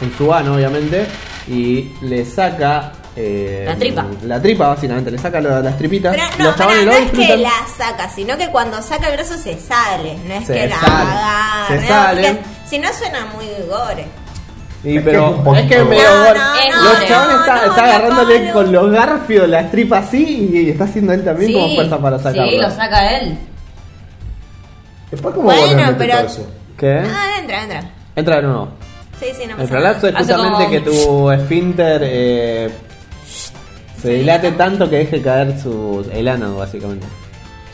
Speaker 2: en su mano obviamente, y le saca... eh,
Speaker 3: La tripa.
Speaker 2: La tripa, básicamente, le saca la- las tripitas.
Speaker 4: Pero no,
Speaker 2: los
Speaker 4: pará,
Speaker 2: chabones
Speaker 4: no
Speaker 2: lo
Speaker 4: es que
Speaker 2: disfrutan.
Speaker 4: la saca, sino que cuando saca el brazo se sale. No es
Speaker 2: Se
Speaker 4: que la
Speaker 2: sale,
Speaker 4: agarra.
Speaker 2: se
Speaker 4: ¿no?
Speaker 2: sale.
Speaker 4: Porque Si no suena muy gore.
Speaker 2: Y
Speaker 1: Es que es un
Speaker 2: pero
Speaker 1: poquito
Speaker 2: es que medio
Speaker 4: No,
Speaker 2: gor-
Speaker 4: no,
Speaker 3: no,
Speaker 2: los
Speaker 3: no,
Speaker 2: chabones
Speaker 4: no,
Speaker 2: está,
Speaker 4: no,
Speaker 2: está
Speaker 4: no,
Speaker 2: agarrándole
Speaker 4: Pablo.
Speaker 2: con los garfios las tripas así y, está haciendo él también como fuerza para sacarlo.
Speaker 3: sí, lo saca él.
Speaker 1: Después, ¿cómo
Speaker 4: Bueno,
Speaker 1: volvés a meter
Speaker 4: pero-
Speaker 1: todo eso?
Speaker 2: ¿Qué?
Speaker 4: Ah, entra, entra.
Speaker 2: Entra de nuevo.
Speaker 4: Sí, sí,
Speaker 2: ¿Eh?
Speaker 4: no
Speaker 2: El
Speaker 4: pasa nada.
Speaker 2: prolapso es
Speaker 3: Hace
Speaker 2: justamente
Speaker 3: como-
Speaker 2: que tu esfínter eh, se dilate tanto que deje caer su el ano, básicamente.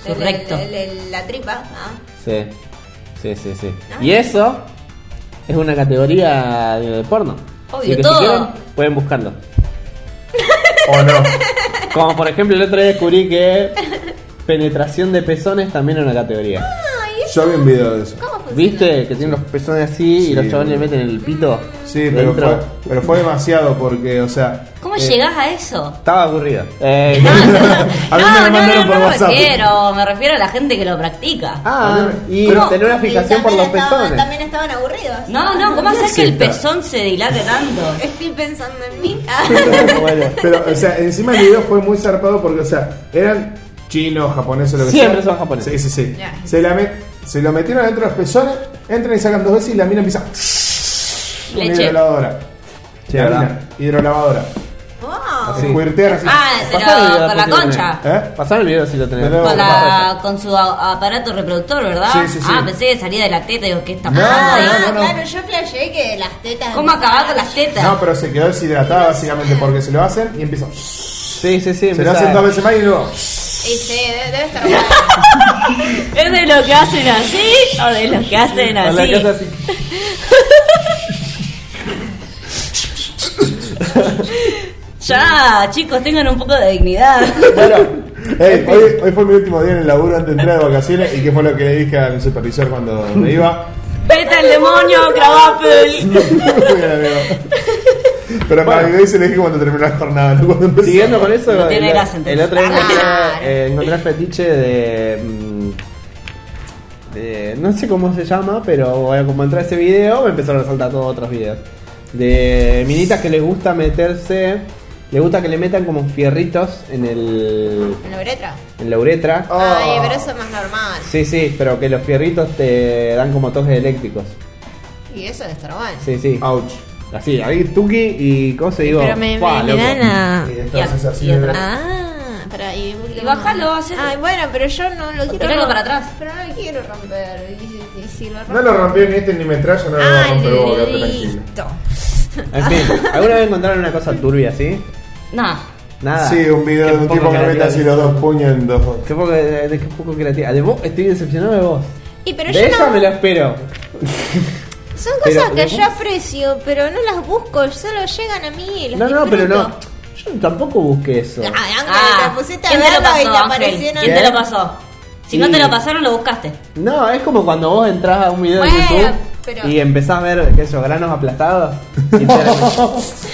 Speaker 3: Su
Speaker 4: El- el-
Speaker 3: recto.
Speaker 4: el- el- la tripa. ah.
Speaker 2: Sí, sí, sí, sí.
Speaker 4: Ah.
Speaker 2: Y eso es una categoría de porno.
Speaker 3: Obvio,
Speaker 2: Así que
Speaker 3: todo.
Speaker 2: si quieren, pueden buscarlo.
Speaker 1: ¿O no?
Speaker 2: Como por ejemplo, el otro día descubrí que penetración de pezones también es una categoría.
Speaker 4: Ay, eso-
Speaker 1: Yo vi un video de eso.
Speaker 4: ¿Cómo funciona?
Speaker 2: ¿Viste? Que tienen los pezones así
Speaker 1: Sí,
Speaker 2: y los chavales le
Speaker 1: boludo.
Speaker 2: meten el pito.
Speaker 1: Sí, pero
Speaker 2: dentro.
Speaker 1: fue, pero fue demasiado porque, o sea.
Speaker 3: ¿Cómo
Speaker 1: eh,
Speaker 3: llegás a eso?
Speaker 2: Estaba aburrido. Eh,
Speaker 3: Ah.
Speaker 1: A mí me lo mandaron por
Speaker 3: no me
Speaker 1: WhatsApp.
Speaker 3: refiero, me refiero a la gente que lo practica.
Speaker 2: ah, y
Speaker 1: Pero-
Speaker 2: tener una
Speaker 4: Y
Speaker 2: fijación por los
Speaker 4: también estaban-
Speaker 2: pezones.
Speaker 4: También estaban aburridos.
Speaker 3: No, no, ¿cómo haces que el pezón se dilate tanto?
Speaker 4: Estoy pensando en mí. Ah.
Speaker 2: Bueno.
Speaker 1: Pero, o sea, encima el video fue muy zarpado porque, o sea, eran chinos, japoneses, lo que
Speaker 2: Siempre
Speaker 1: sea.
Speaker 2: son japoneses.
Speaker 1: Sí, sí, sí.
Speaker 4: Ya.
Speaker 1: Se, la met- se lo metieron dentro de los pezones, entran y sacan dos veces y la mina empieza. Una
Speaker 3: Leche.
Speaker 1: hidrolavadora.
Speaker 2: Sí,
Speaker 1: la
Speaker 2: ¿verdad?
Speaker 4: Ah.
Speaker 1: mina, hidrolavadora.
Speaker 4: Wow.
Speaker 1: Así, cuirtear así.
Speaker 3: Ah,
Speaker 2: Pasá el video,
Speaker 3: pero con la
Speaker 2: después si lo
Speaker 3: concha.
Speaker 2: tenés.
Speaker 1: ¿Eh?
Speaker 2: Pasá el video si lo tenés.
Speaker 1: Pero-
Speaker 3: Con,
Speaker 1: Pasá
Speaker 3: la, con su a- aparato reproductor, ¿verdad?
Speaker 1: Sí, sí, sí.
Speaker 3: Ah, pensé que salía de la teta y digo, ¿qué está
Speaker 1: No,
Speaker 3: pasando?
Speaker 4: Ah,
Speaker 1: no, no, no.
Speaker 4: claro, yo flasheé que las tetas.
Speaker 3: ¿Cómo acabar con las tetas?
Speaker 1: No, pero se quedó deshidratada básicamente porque se lo hacen y empieza. Se
Speaker 2: Sí, sí, sí.
Speaker 1: lo
Speaker 2: empezá.
Speaker 1: hacen dos veces más y luego.
Speaker 4: Y sí, debe, debe estar bueno.
Speaker 3: ¿Es de los que hacen así o de los que hacen
Speaker 2: Con la
Speaker 3: así?
Speaker 2: casa así.
Speaker 3: Ya, chicos, tengan un poco de dignidad.
Speaker 1: Bueno, eh, hoy, hoy fue mi último día en el laburo antes de entrar de vacaciones y qué fue lo que le dije al supervisor cuando me iba.
Speaker 3: Vete al demonio, Cravapel.
Speaker 1: Pero para
Speaker 2: Bueno.
Speaker 1: mí me dice le dije cuando terminó la jornada, no cuando empezó.
Speaker 2: Siguiendo con eso,
Speaker 3: No tiene
Speaker 2: el,
Speaker 3: gas, entonces. Ah,
Speaker 2: el otro día encontré,
Speaker 4: Claro.
Speaker 2: eh, encontré fetiche de, mm, de- No sé cómo se llama, pero bueno, como entré a ese video, me empezaron a saltar todos otros videos. De minitas que les gusta meterse. Le gusta que le metan como fierritos en el.
Speaker 4: ¿En la uretra?
Speaker 2: en la uretra.
Speaker 1: Oh.
Speaker 4: Ay, pero eso es más normal.
Speaker 2: Sí, sí, pero que los fierritos te dan como toques eléctricos.
Speaker 4: Y eso debe estar bueno.
Speaker 2: Sí, sí.
Speaker 1: Ouch.
Speaker 2: Así, ahí tuki y ¿cómo se digo?
Speaker 4: Pero me,
Speaker 2: Fua,
Speaker 4: me, me
Speaker 2: loco.
Speaker 4: dan
Speaker 2: Ah.
Speaker 4: a.
Speaker 1: Y entonces
Speaker 3: Y-
Speaker 1: así.
Speaker 3: y otra.
Speaker 4: Ah, para ahí. un poquito
Speaker 3: Y bajalo,
Speaker 4: más.
Speaker 3: hacelo.
Speaker 4: Ay, bueno, pero yo no lo quiero.
Speaker 3: Tiralo
Speaker 4: romper.
Speaker 3: para atrás.
Speaker 4: Pero no lo quiero romper. Y, si- y si lo rompo.
Speaker 1: No lo rompió ni este ni metralla, no lo va a
Speaker 4: Ah,
Speaker 1: romper vos, quedate tranquilo.
Speaker 4: listo.
Speaker 2: En fin, ¿alguna vez encontraron una cosa turbia así?
Speaker 3: No.
Speaker 4: Ah,
Speaker 2: Nada.
Speaker 1: Sí, un video
Speaker 2: Qué
Speaker 1: de un
Speaker 2: poco
Speaker 1: tipo que mete
Speaker 2: creativo.
Speaker 1: así los dos puños en dos.
Speaker 2: Qué poco, eh, de, de- qué poco creativa. De vos, estoy decepcionado de vos.
Speaker 4: Y pero
Speaker 2: de
Speaker 4: yo
Speaker 2: ella
Speaker 4: no-
Speaker 2: me lo espero.
Speaker 4: Son
Speaker 2: Pero-
Speaker 4: cosas que yo aprecio, pero no las busco, solo llegan a mí y las
Speaker 2: No, no, pero no.
Speaker 4: disfruto.
Speaker 2: Yo tampoco busqué eso.
Speaker 4: Ah, Ángel,
Speaker 3: Ah,
Speaker 4: te pusiste a
Speaker 3: ¿Quién te lo
Speaker 4: verlo y
Speaker 3: pasó,
Speaker 4: te
Speaker 3: Ángel?
Speaker 4: aparecieron...
Speaker 3: ¿Quién te lo pasó? Si no
Speaker 2: Sí.
Speaker 3: te lo pasaron, lo buscaste.
Speaker 2: No, es como cuando vos entras a un video de
Speaker 4: Bueno,
Speaker 2: YouTube
Speaker 4: pero-
Speaker 2: y empezás a ver que esos granos aplastados. y te-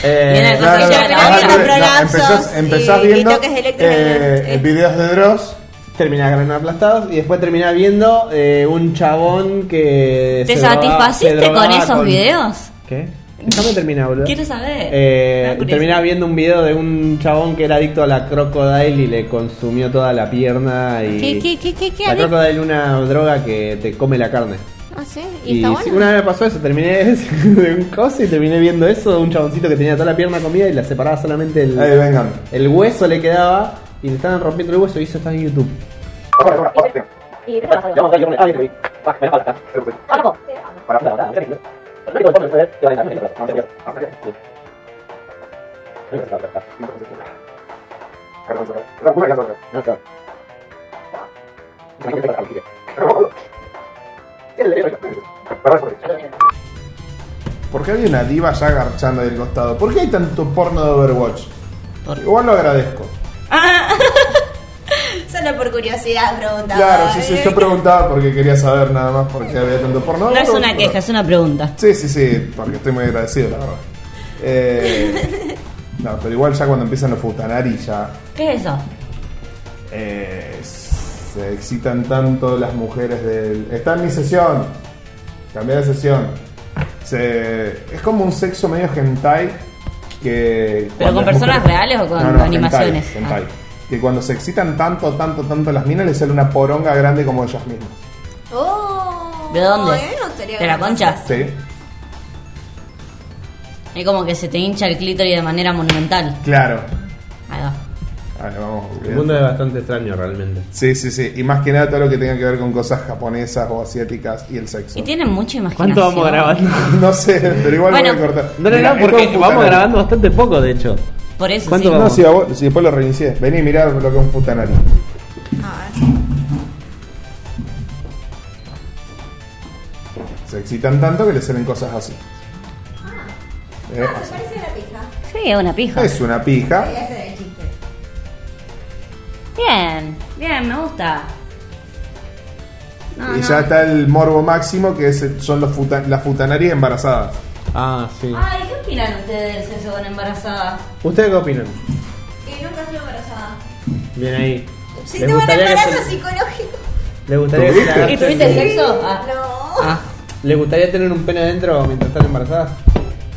Speaker 2: eh,
Speaker 3: Viene el-
Speaker 1: No, no, no,
Speaker 3: Pero
Speaker 1: no,
Speaker 3: ya
Speaker 1: no,
Speaker 3: no,
Speaker 4: prolapsos
Speaker 1: empezás,
Speaker 4: y-
Speaker 1: empezás
Speaker 4: y
Speaker 1: viendo
Speaker 4: toques eléctricos
Speaker 1: eh,
Speaker 4: en el-
Speaker 1: videos de Dross.
Speaker 2: terminás granos aplastados y después terminás viendo eh, un chabón que.
Speaker 3: ¿Te
Speaker 2: se drogaba- se
Speaker 3: satisfaciste
Speaker 2: drogaba
Speaker 3: con esos
Speaker 2: con-
Speaker 3: videos?
Speaker 2: ¿Qué? Déjame terminar, boludo.
Speaker 3: Quiero saber. Me da
Speaker 2: Eh,
Speaker 3: curiosidad.
Speaker 2: terminaba viendo un video de un chabón que era adicto a la crocodile y le consumió toda la pierna y...
Speaker 4: ¿Qué, qué, qué, qué, qué?
Speaker 2: La
Speaker 4: Ale?
Speaker 2: crocodile es una droga que te come la carne.
Speaker 4: Ah, sí, y está
Speaker 2: sí,
Speaker 4: bueno.
Speaker 2: una vez me pasó eso, terminé de un coso y terminé viendo eso, un chaboncito que tenía toda la pierna comida y la separaba solamente el,
Speaker 1: Ahí vengan.
Speaker 2: el hueso le quedaba y le estaban rompiendo el hueso y eso está en YouTube.
Speaker 1: ¿Por qué hay una diva ya garchando del costado? ¿Por qué hay tanto porno de Overwatch?
Speaker 3: Por-
Speaker 1: Igual lo agradezco.
Speaker 4: Solo por curiosidad preguntaba.
Speaker 1: Claro, sí, sí, yo preguntaba porque quería saber nada más por qué había tanto porno.
Speaker 3: No es
Speaker 1: Pero-
Speaker 3: una queja, es una pregunta.
Speaker 1: Sí, sí, sí, porque estoy muy agradecido, la verdad. Eh, no, pero igual ya cuando empiezan los futanari ya
Speaker 3: ¿Qué es eso?
Speaker 1: eh, se excitan tanto las mujeres del... Está en mi sesión, cambié de sesión. Se- es como un sexo medio hentai que...
Speaker 3: ¿Pero
Speaker 1: cuando
Speaker 3: con
Speaker 1: las
Speaker 3: personas reales o con
Speaker 1: hentai,
Speaker 3: animaciones? Ah.
Speaker 1: hentai. Que cuando se excitan tanto, tanto, tanto las minas les sale una poronga grande como ellas mismas.
Speaker 4: Oh,
Speaker 3: ¿De dónde?
Speaker 4: a mí me gustaría
Speaker 3: ¿De la
Speaker 4: ver más
Speaker 3: concha?
Speaker 1: ¿Sí?
Speaker 3: Es como que se te hincha el clítoris de manera monumental.
Speaker 1: Claro.
Speaker 3: Ahí va.
Speaker 1: A ver, vamos.
Speaker 2: El mundo es bastante extraño realmente.
Speaker 1: Sí, sí, sí. Y más que nada todo lo que tenga que ver con cosas japonesas o asiáticas y el sexo.
Speaker 3: Y tienen mucha imaginación.
Speaker 2: ¿Cuánto vamos grabando?
Speaker 1: No sé, pero igual
Speaker 3: Bueno.
Speaker 1: lo voy a cortar.
Speaker 2: No, no,
Speaker 1: Mira,
Speaker 2: no,
Speaker 1: esto
Speaker 2: porque
Speaker 1: es un
Speaker 2: vamos
Speaker 1: futanari.
Speaker 2: grabando bastante poco, de hecho.
Speaker 3: Por eso,
Speaker 2: ¿Cuánto
Speaker 3: sí.
Speaker 1: No, si, a vos- si después lo reinicié. Vení, mirá lo que es un futanari. Se excitan tanto que le salen cosas así. Eh, así.
Speaker 4: Ah, Parece una pija.
Speaker 3: Sí, es una pija.
Speaker 1: Es una pija.
Speaker 4: Voy a hacer el chiste.
Speaker 3: Bien, bien, me gusta. No,
Speaker 1: y
Speaker 3: no.
Speaker 1: ya está el morbo máximo que es- son los futa- las futanaris embarazadas.
Speaker 2: Ah, sí.
Speaker 3: Ay, ¿qué opinan ustedes del sexo con embarazadas?
Speaker 2: ¿Ustedes qué opinan?
Speaker 4: Que nunca estoy embarazada.
Speaker 2: Bien ahí.
Speaker 4: Si tuve un embarazo
Speaker 2: que se-
Speaker 4: psicológico.
Speaker 2: les gustaría que se la
Speaker 3: ¿Y
Speaker 2: agarren-
Speaker 3: tuviste sexo? Ah.
Speaker 4: No.
Speaker 3: Ah.
Speaker 2: ¿Les gustaría tener un pene adentro mientras están embarazadas?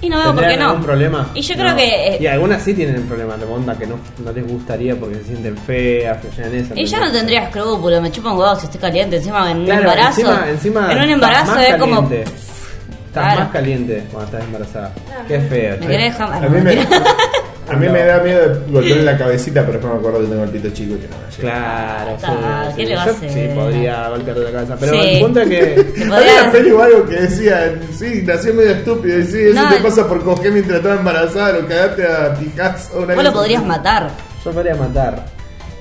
Speaker 3: Y no veo por qué
Speaker 2: ¿Tendrían
Speaker 3: no.
Speaker 2: algún problema?
Speaker 3: Y yo
Speaker 2: No.
Speaker 3: creo que. eh,
Speaker 2: Y algunas sí tienen el problema, de onda que no, no les gustaría porque se sienten feas, flashean eso.
Speaker 3: Y yo
Speaker 2: ¿entendés?
Speaker 3: no tendría escrúpulos, me chupa un huevo si estoy caliente. Encima en
Speaker 2: Claro,
Speaker 3: un embarazo.
Speaker 2: Encima, encima
Speaker 3: en un
Speaker 2: estás
Speaker 3: embarazo
Speaker 2: más
Speaker 3: es como.
Speaker 2: caliente. Estás
Speaker 3: Claro.
Speaker 2: más caliente cuando estás embarazada. Qué feo.
Speaker 3: Me
Speaker 2: che.
Speaker 3: querés dejar.
Speaker 1: A mí me, a mí
Speaker 2: No.
Speaker 1: me da miedo de golpearle la cabecita, pero después me acuerdo que tengo el pito chico y que no me llega.
Speaker 2: Claro, sí,
Speaker 3: Ah, ¿qué
Speaker 2: sí.
Speaker 3: le va a
Speaker 2: Yo
Speaker 3: hacer?
Speaker 2: Sí, podría golpearle la cabeza. Pero
Speaker 3: Sí.
Speaker 2: el punto es
Speaker 3: Te
Speaker 2: que.
Speaker 3: podría-
Speaker 1: Había una peli o algo que decía, sí, nací medio estúpido, y sí, eso
Speaker 3: No,
Speaker 1: te
Speaker 3: no.
Speaker 1: pasa por coger mientras estaba embarazada, lo cagaste a pijazo. una
Speaker 3: Vos lo
Speaker 1: cosa
Speaker 3: podrías
Speaker 1: así.
Speaker 3: matar.
Speaker 2: Yo podría matar.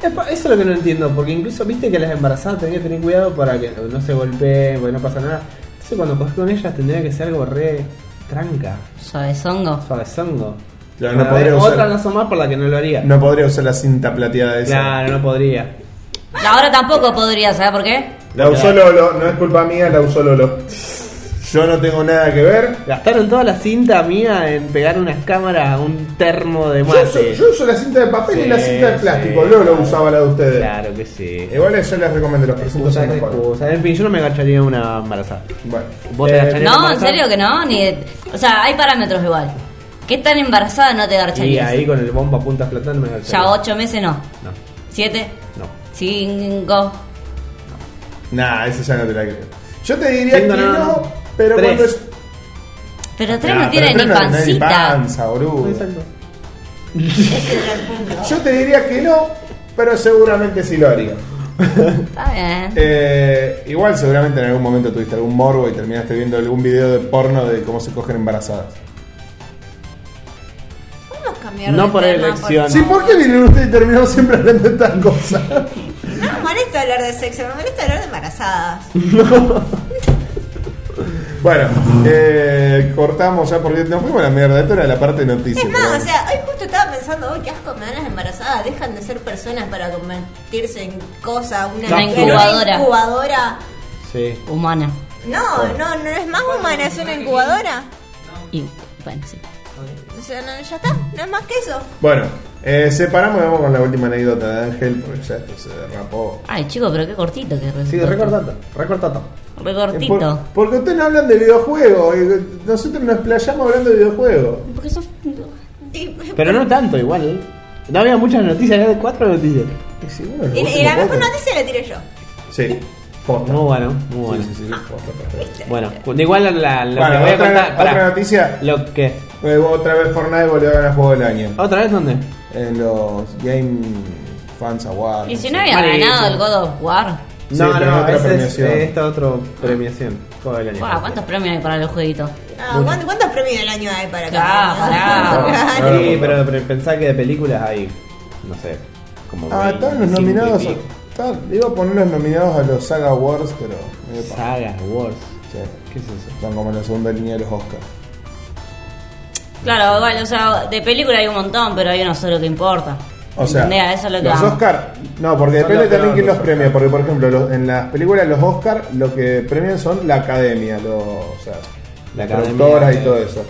Speaker 2: Es pa- Eso es lo que no entiendo, porque incluso viste que las embarazadas tenían que tener cuidado para que no se golpeen, porque no pasa nada. Entonces cuando coges con ellas tendría que ser algo re tranca,
Speaker 3: Suavezongo.
Speaker 2: suavezongo.
Speaker 1: Claro, no
Speaker 2: Para
Speaker 1: podría
Speaker 2: ver
Speaker 1: usar-
Speaker 2: Otra razón más por la que no lo haría.
Speaker 1: No podría usar la cinta plateada esa.
Speaker 2: Claro, no podría.
Speaker 3: No, Ahora tampoco podría, ¿sabes por qué?
Speaker 1: La usó Lolo, no es culpa mía, la usó Lolo. Yo no tengo nada que ver.
Speaker 2: Gastaron toda la cinta mía en pegar unas cámaras a un termo de
Speaker 1: Yo uso,
Speaker 2: mate.
Speaker 1: yo uso la cinta de papel y la
Speaker 2: Sí,
Speaker 1: cinta de plástico,
Speaker 2: sí.
Speaker 1: Lolo usaba la de ustedes.
Speaker 2: Claro que sí.
Speaker 1: Igual yo les recomiendo, los presuntos
Speaker 2: Excusas,
Speaker 1: son mejores.
Speaker 2: excusas. En fin, yo no me agacharía a una embarazada.
Speaker 1: Bueno. Eh,
Speaker 2: ¿Vos te agacharías a una
Speaker 3: No, en
Speaker 2: embarazada?
Speaker 3: serio que no. Ni de- O sea, hay parámetros igual. ¿Qué tan embarazada no te
Speaker 2: Y
Speaker 3: garcharías?
Speaker 2: ahí con el bomba punta flotando me agacharía.
Speaker 3: Ya ocho meses no.
Speaker 2: No,
Speaker 3: Siete,
Speaker 2: no.
Speaker 3: cinco.
Speaker 1: Nah, esa ya no te la creo. Yo te diría
Speaker 2: Cinco,
Speaker 1: que no,
Speaker 2: no, no, no.
Speaker 1: pero
Speaker 2: Tres.
Speaker 1: cuando es.
Speaker 3: Pero tres
Speaker 1: Nah, pero
Speaker 3: no tiene
Speaker 1: tres
Speaker 3: ni
Speaker 1: no- no es
Speaker 3: pancita.
Speaker 1: panza, boludo.
Speaker 2: Exacto.
Speaker 1: Yo te diría que no, pero seguramente sí lo haría.
Speaker 3: Está bien.
Speaker 1: Eh, igual seguramente en algún momento tuviste algún morbo y terminaste viendo algún video de porno de cómo se cogen embarazadas.
Speaker 4: mierda.
Speaker 2: No por
Speaker 4: eterna,
Speaker 2: elección.
Speaker 1: Sí, ¿por qué vienen ustedes y terminamos siempre hablando de estas cosas?
Speaker 4: No me molesta hablar de sexo, me molesta hablar de embarazadas.
Speaker 1: Bueno, eh, cortamos ya porque nos fuimos a la mierda. Esto era la parte de noticias.
Speaker 4: Es más,
Speaker 1: pero-
Speaker 4: o sea, hoy justo estaba pensando, hoy qué asco me dan las embarazadas, dejan de ser personas para convertirse en cosa, una,
Speaker 2: Una
Speaker 4: en
Speaker 3: incubadora.
Speaker 4: incubadora.
Speaker 2: Sí.
Speaker 3: Humana.
Speaker 4: No, no, no es más humana, es una incubadora.
Speaker 3: Y bueno, sí.
Speaker 4: O sea, no, ya está, no es más que eso.
Speaker 1: Bueno, eh, separamos y vamos con la última anécdota de Ángel porque ya esto se derrapó.
Speaker 3: Ay, chico, pero qué cortito que resultó.
Speaker 1: Sí, recortando, recortando.
Speaker 3: Recortito.
Speaker 1: Por- porque ustedes no hablan de videojuegos. y Nosotros nos playamos hablando de videojuegos.
Speaker 3: Porque sos...
Speaker 4: Y,
Speaker 2: Pero no tanto, igual. No había muchas noticias, había cuatro noticias.
Speaker 1: Y si uno le
Speaker 4: y-
Speaker 1: gusta
Speaker 4: y la
Speaker 1: los
Speaker 4: mejor
Speaker 1: juegos-
Speaker 4: noticia la tiré yo.
Speaker 1: Sí, posta.
Speaker 2: Muy bueno, muy bueno.
Speaker 1: Sí, sí, sí, posta, posta.
Speaker 2: Bueno, de igual la, la- lo
Speaker 1: Bueno,
Speaker 2: que voy a
Speaker 1: otra-
Speaker 2: contar.
Speaker 1: otra
Speaker 2: pará.
Speaker 1: noticia.
Speaker 2: Lo que.
Speaker 1: Eh, Otra vez Fortnite volvió a ganar juego del año.
Speaker 2: ¿Otra vez dónde?
Speaker 1: En los Game Fans Awards.
Speaker 3: Y si
Speaker 1: sé.
Speaker 3: no había
Speaker 2: Malísimo.
Speaker 3: ganado el God of War.
Speaker 1: Sí, pero otra
Speaker 2: ese es-
Speaker 1: premiación.
Speaker 2: eh, esta otra premiación. Juego del año.
Speaker 3: Guau, ¿Cuántos premios hay para los jueguitos?
Speaker 4: Ah, ¿cuántos, cuántos premios del año hay para cada
Speaker 3: Ah,
Speaker 4: uno?
Speaker 3: pará.
Speaker 1: No, no,
Speaker 2: Sí,
Speaker 1: no.
Speaker 2: pero, pero pensá que de películas hay. No sé. Como
Speaker 1: Ah,
Speaker 2: 25
Speaker 1: estaban los nominados.
Speaker 2: y
Speaker 1: a-
Speaker 2: pico.
Speaker 1: estaban- iba a poner los nominados a los Saga Awards, pero. medio paja.
Speaker 2: Sagas, Wars.
Speaker 1: Sí,
Speaker 2: ¿Qué es eso?
Speaker 1: Están como en la segunda línea de los Oscars.
Speaker 3: Claro, igual, o sea, de película hay un montón, pero hay uno solo que importa.
Speaker 1: O sea,
Speaker 3: ¿Entendés? Eso es lo que
Speaker 1: los
Speaker 3: vamos.
Speaker 1: Oscar, no, porque
Speaker 2: Son
Speaker 1: depende también
Speaker 2: los peores,
Speaker 1: quién
Speaker 2: los
Speaker 1: los premia.
Speaker 2: Oscar.
Speaker 1: Porque, por ejemplo, los- en las películas, los Oscar lo que premian son la academia, los, o sea, la
Speaker 2: La academia
Speaker 1: productora
Speaker 2: de-
Speaker 1: y todo eso.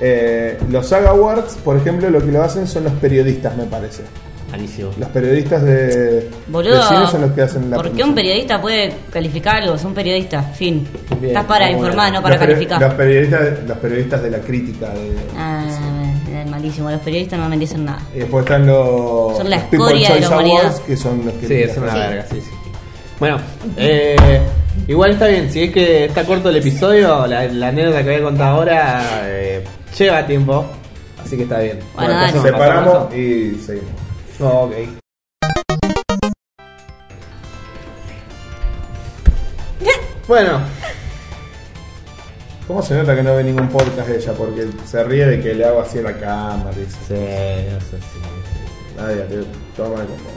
Speaker 1: Eh, los Saga Awards, por ejemplo, lo que lo hacen son los periodistas, me parece.
Speaker 2: Buenísimo.
Speaker 1: Los periodistas de, de cine son los
Speaker 3: Boludo,
Speaker 1: que hacen la
Speaker 3: ¿por qué
Speaker 1: premiación.
Speaker 3: un periodista puede calificar algo? Es un periodista, fin.
Speaker 2: Bien,
Speaker 3: Estás para
Speaker 2: muy
Speaker 3: informar,
Speaker 2: Ah, bueno.
Speaker 3: no para
Speaker 1: los, peri-
Speaker 3: calificar.
Speaker 1: los periodistas, los periodistas de la crítica. de-
Speaker 3: Ah, es malísimo, los periodistas no merecen nada.
Speaker 1: y después están los,
Speaker 3: Son la
Speaker 1: los People's
Speaker 3: escoria de la
Speaker 1: Choice
Speaker 3: humanidad.
Speaker 1: Awards, que son los que
Speaker 2: Sí, es una verga, sí, sí. Bueno, eh, igual está bien, si es que está corto el episodio, la, la anécdota que voy a contar ahora eh, lleva tiempo, así que está bien.
Speaker 3: Bueno, dale.
Speaker 2: entonces vamos a pasar
Speaker 1: separamos
Speaker 2: con
Speaker 1: y seguimos.
Speaker 2: eso. Oh, ok. Bueno,
Speaker 1: ¿Cómo se nota que no ve ningún podcast ella? Porque se ríe de que le hago así a la cámara. y Dice,
Speaker 2: sí, no sé si-
Speaker 1: nadie, te toma el control".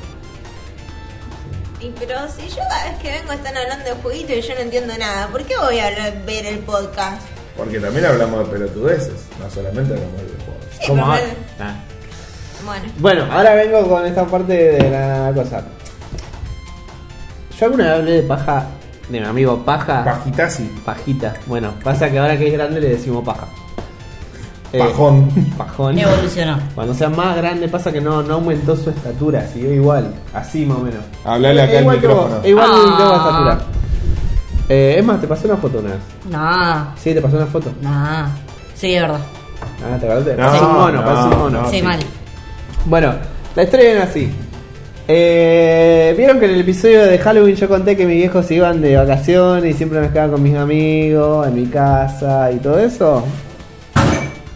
Speaker 4: Y pero si yo cada vez que vengo están hablando de jueguito y yo no entiendo nada, ¿por qué voy a hablar- ver el podcast?
Speaker 1: Porque también hablamos de pelotudeces, no solamente hablamos de videojuegos.
Speaker 4: Sí,
Speaker 2: ¿Cómo
Speaker 4: pero-
Speaker 2: va? Ah.
Speaker 4: Bueno,
Speaker 2: Bueno, ahora vengo con esta parte de la cosa. Yo alguna vez hablé de paja, de mi amigo paja.
Speaker 1: Pajitasi,
Speaker 2: Pajita. Bueno, pasa que ahora que es grande le decimos paja. Eh,
Speaker 1: pajón.
Speaker 2: Pajón.
Speaker 3: Evolucionó.
Speaker 2: Cuando sea más grande pasa que no, no aumentó su estatura, siguió igual, así más o menos. Eh,
Speaker 1: Hablale acá al
Speaker 2: igual que vos,
Speaker 1: micrófono.
Speaker 2: Igual
Speaker 3: Ah.
Speaker 2: aumentó la estatura. Eh, es más, te pasé una foto una vez.
Speaker 3: No,
Speaker 2: Sí, te pasé una foto.
Speaker 3: no. Sí, es verdad.
Speaker 2: Ah, te acordaste.
Speaker 1: No,
Speaker 2: Parece un mono,
Speaker 1: no,
Speaker 2: parece un mono.
Speaker 1: no.
Speaker 3: sí,
Speaker 1: Ah, sí.
Speaker 3: mal.
Speaker 2: Bueno, la historia viene así. Eh, Vieron que en el episodio de Halloween yo conté que mis viejos se iban de vacaciones y siempre me quedaban con mis amigos, en mi casa y todo eso.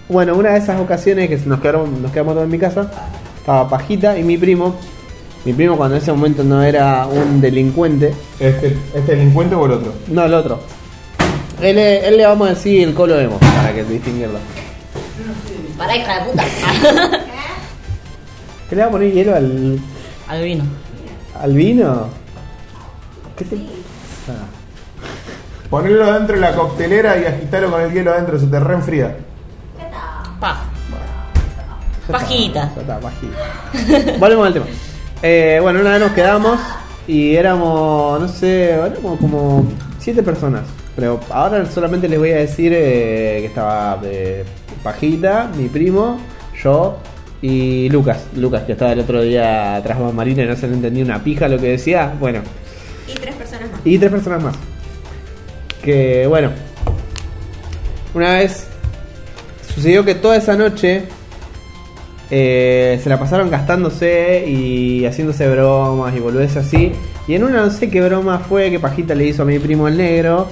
Speaker 2: Bueno, una de esas ocasiones que nos quedaron, nos quedamos todos en mi casa, estaba Pajita y mi primo. Mi primo cuando en ese momento no era un delincuente,
Speaker 1: Este, ¿Este delincuente o el otro?
Speaker 2: no el otro. Él, es- él le vamos a decir el colo emo, para que distinguirlo.
Speaker 3: Pará, hija de puta.
Speaker 2: ¿Qué le va a poner hielo al
Speaker 3: Al vino.
Speaker 2: ¿Al vino? ¿Qué te... Ah.
Speaker 1: Ponerlo dentro de la coctelera y agitarlo con el hielo adentro, se te reenfría.
Speaker 3: Pa. Pajita.
Speaker 2: Ya está, pajita. Volvemos al tema. Eh, bueno, una vez nos quedamos y éramos, no sé, éramos como siete personas. Pero ahora solamente les voy a decir eh, que estaba eh, Pajita, mi primo, yo y Lucas. Lucas, que estaba el otro día tras Marina y no se le entendía una pija lo que decía. Bueno,
Speaker 4: y tres personas más.
Speaker 2: Y tres personas más. Que bueno. Una vez sucedió que toda esa noche eh, se la pasaron gastándose y haciéndose bromas y boludeces así. Y en una no sé qué broma fue que Pajita le hizo a mi primo el negro.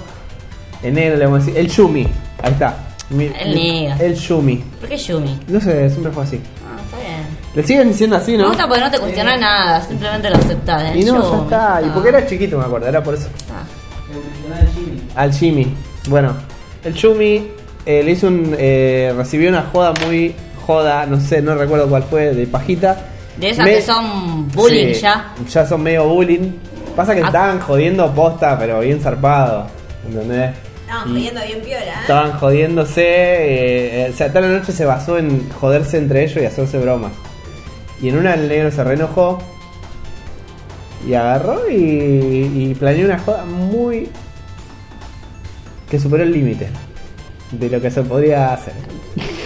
Speaker 2: El negro le vamos a decir. El Yumi. Ahí está. Mi-
Speaker 3: El negro.
Speaker 2: El Yumi.
Speaker 3: ¿Por qué Yumi?
Speaker 2: No sé, siempre fue así.
Speaker 3: Ah, está bien.
Speaker 2: Le siguen diciendo así,
Speaker 3: Me
Speaker 2: ¿no?
Speaker 3: gusta porque no te cuestionas nada, simplemente lo aceptás. ¿eh?
Speaker 2: Y no,
Speaker 3: Yo-
Speaker 2: ya está. Y
Speaker 3: ah,
Speaker 2: porque era chiquito, me acuerdo, era por eso.
Speaker 3: ah.
Speaker 2: Al Jimmy. Bueno, el Chumi eh, le hizo un, eh, recibió una joda muy joda, no sé, no recuerdo cuál fue, de pajita.
Speaker 3: De esas
Speaker 2: Me-
Speaker 3: que son bullying
Speaker 2: Sí,
Speaker 3: ya.
Speaker 2: Ya son medio bullying. Pasa que
Speaker 3: Ah.
Speaker 2: estaban jodiendo posta, pero bien zarpado. ¿Entendés? Y-
Speaker 4: Estaban
Speaker 5: Mm.
Speaker 4: jodiendo bien piola. ¿eh?
Speaker 2: Estaban jodiéndose, eh, eh, o sea, toda la noche se basó en joderse entre ellos y hacerse bromas. Y en una el negro se reenojó y agarró y, y planeó una joda muy... que superó el límite de lo que se podía hacer.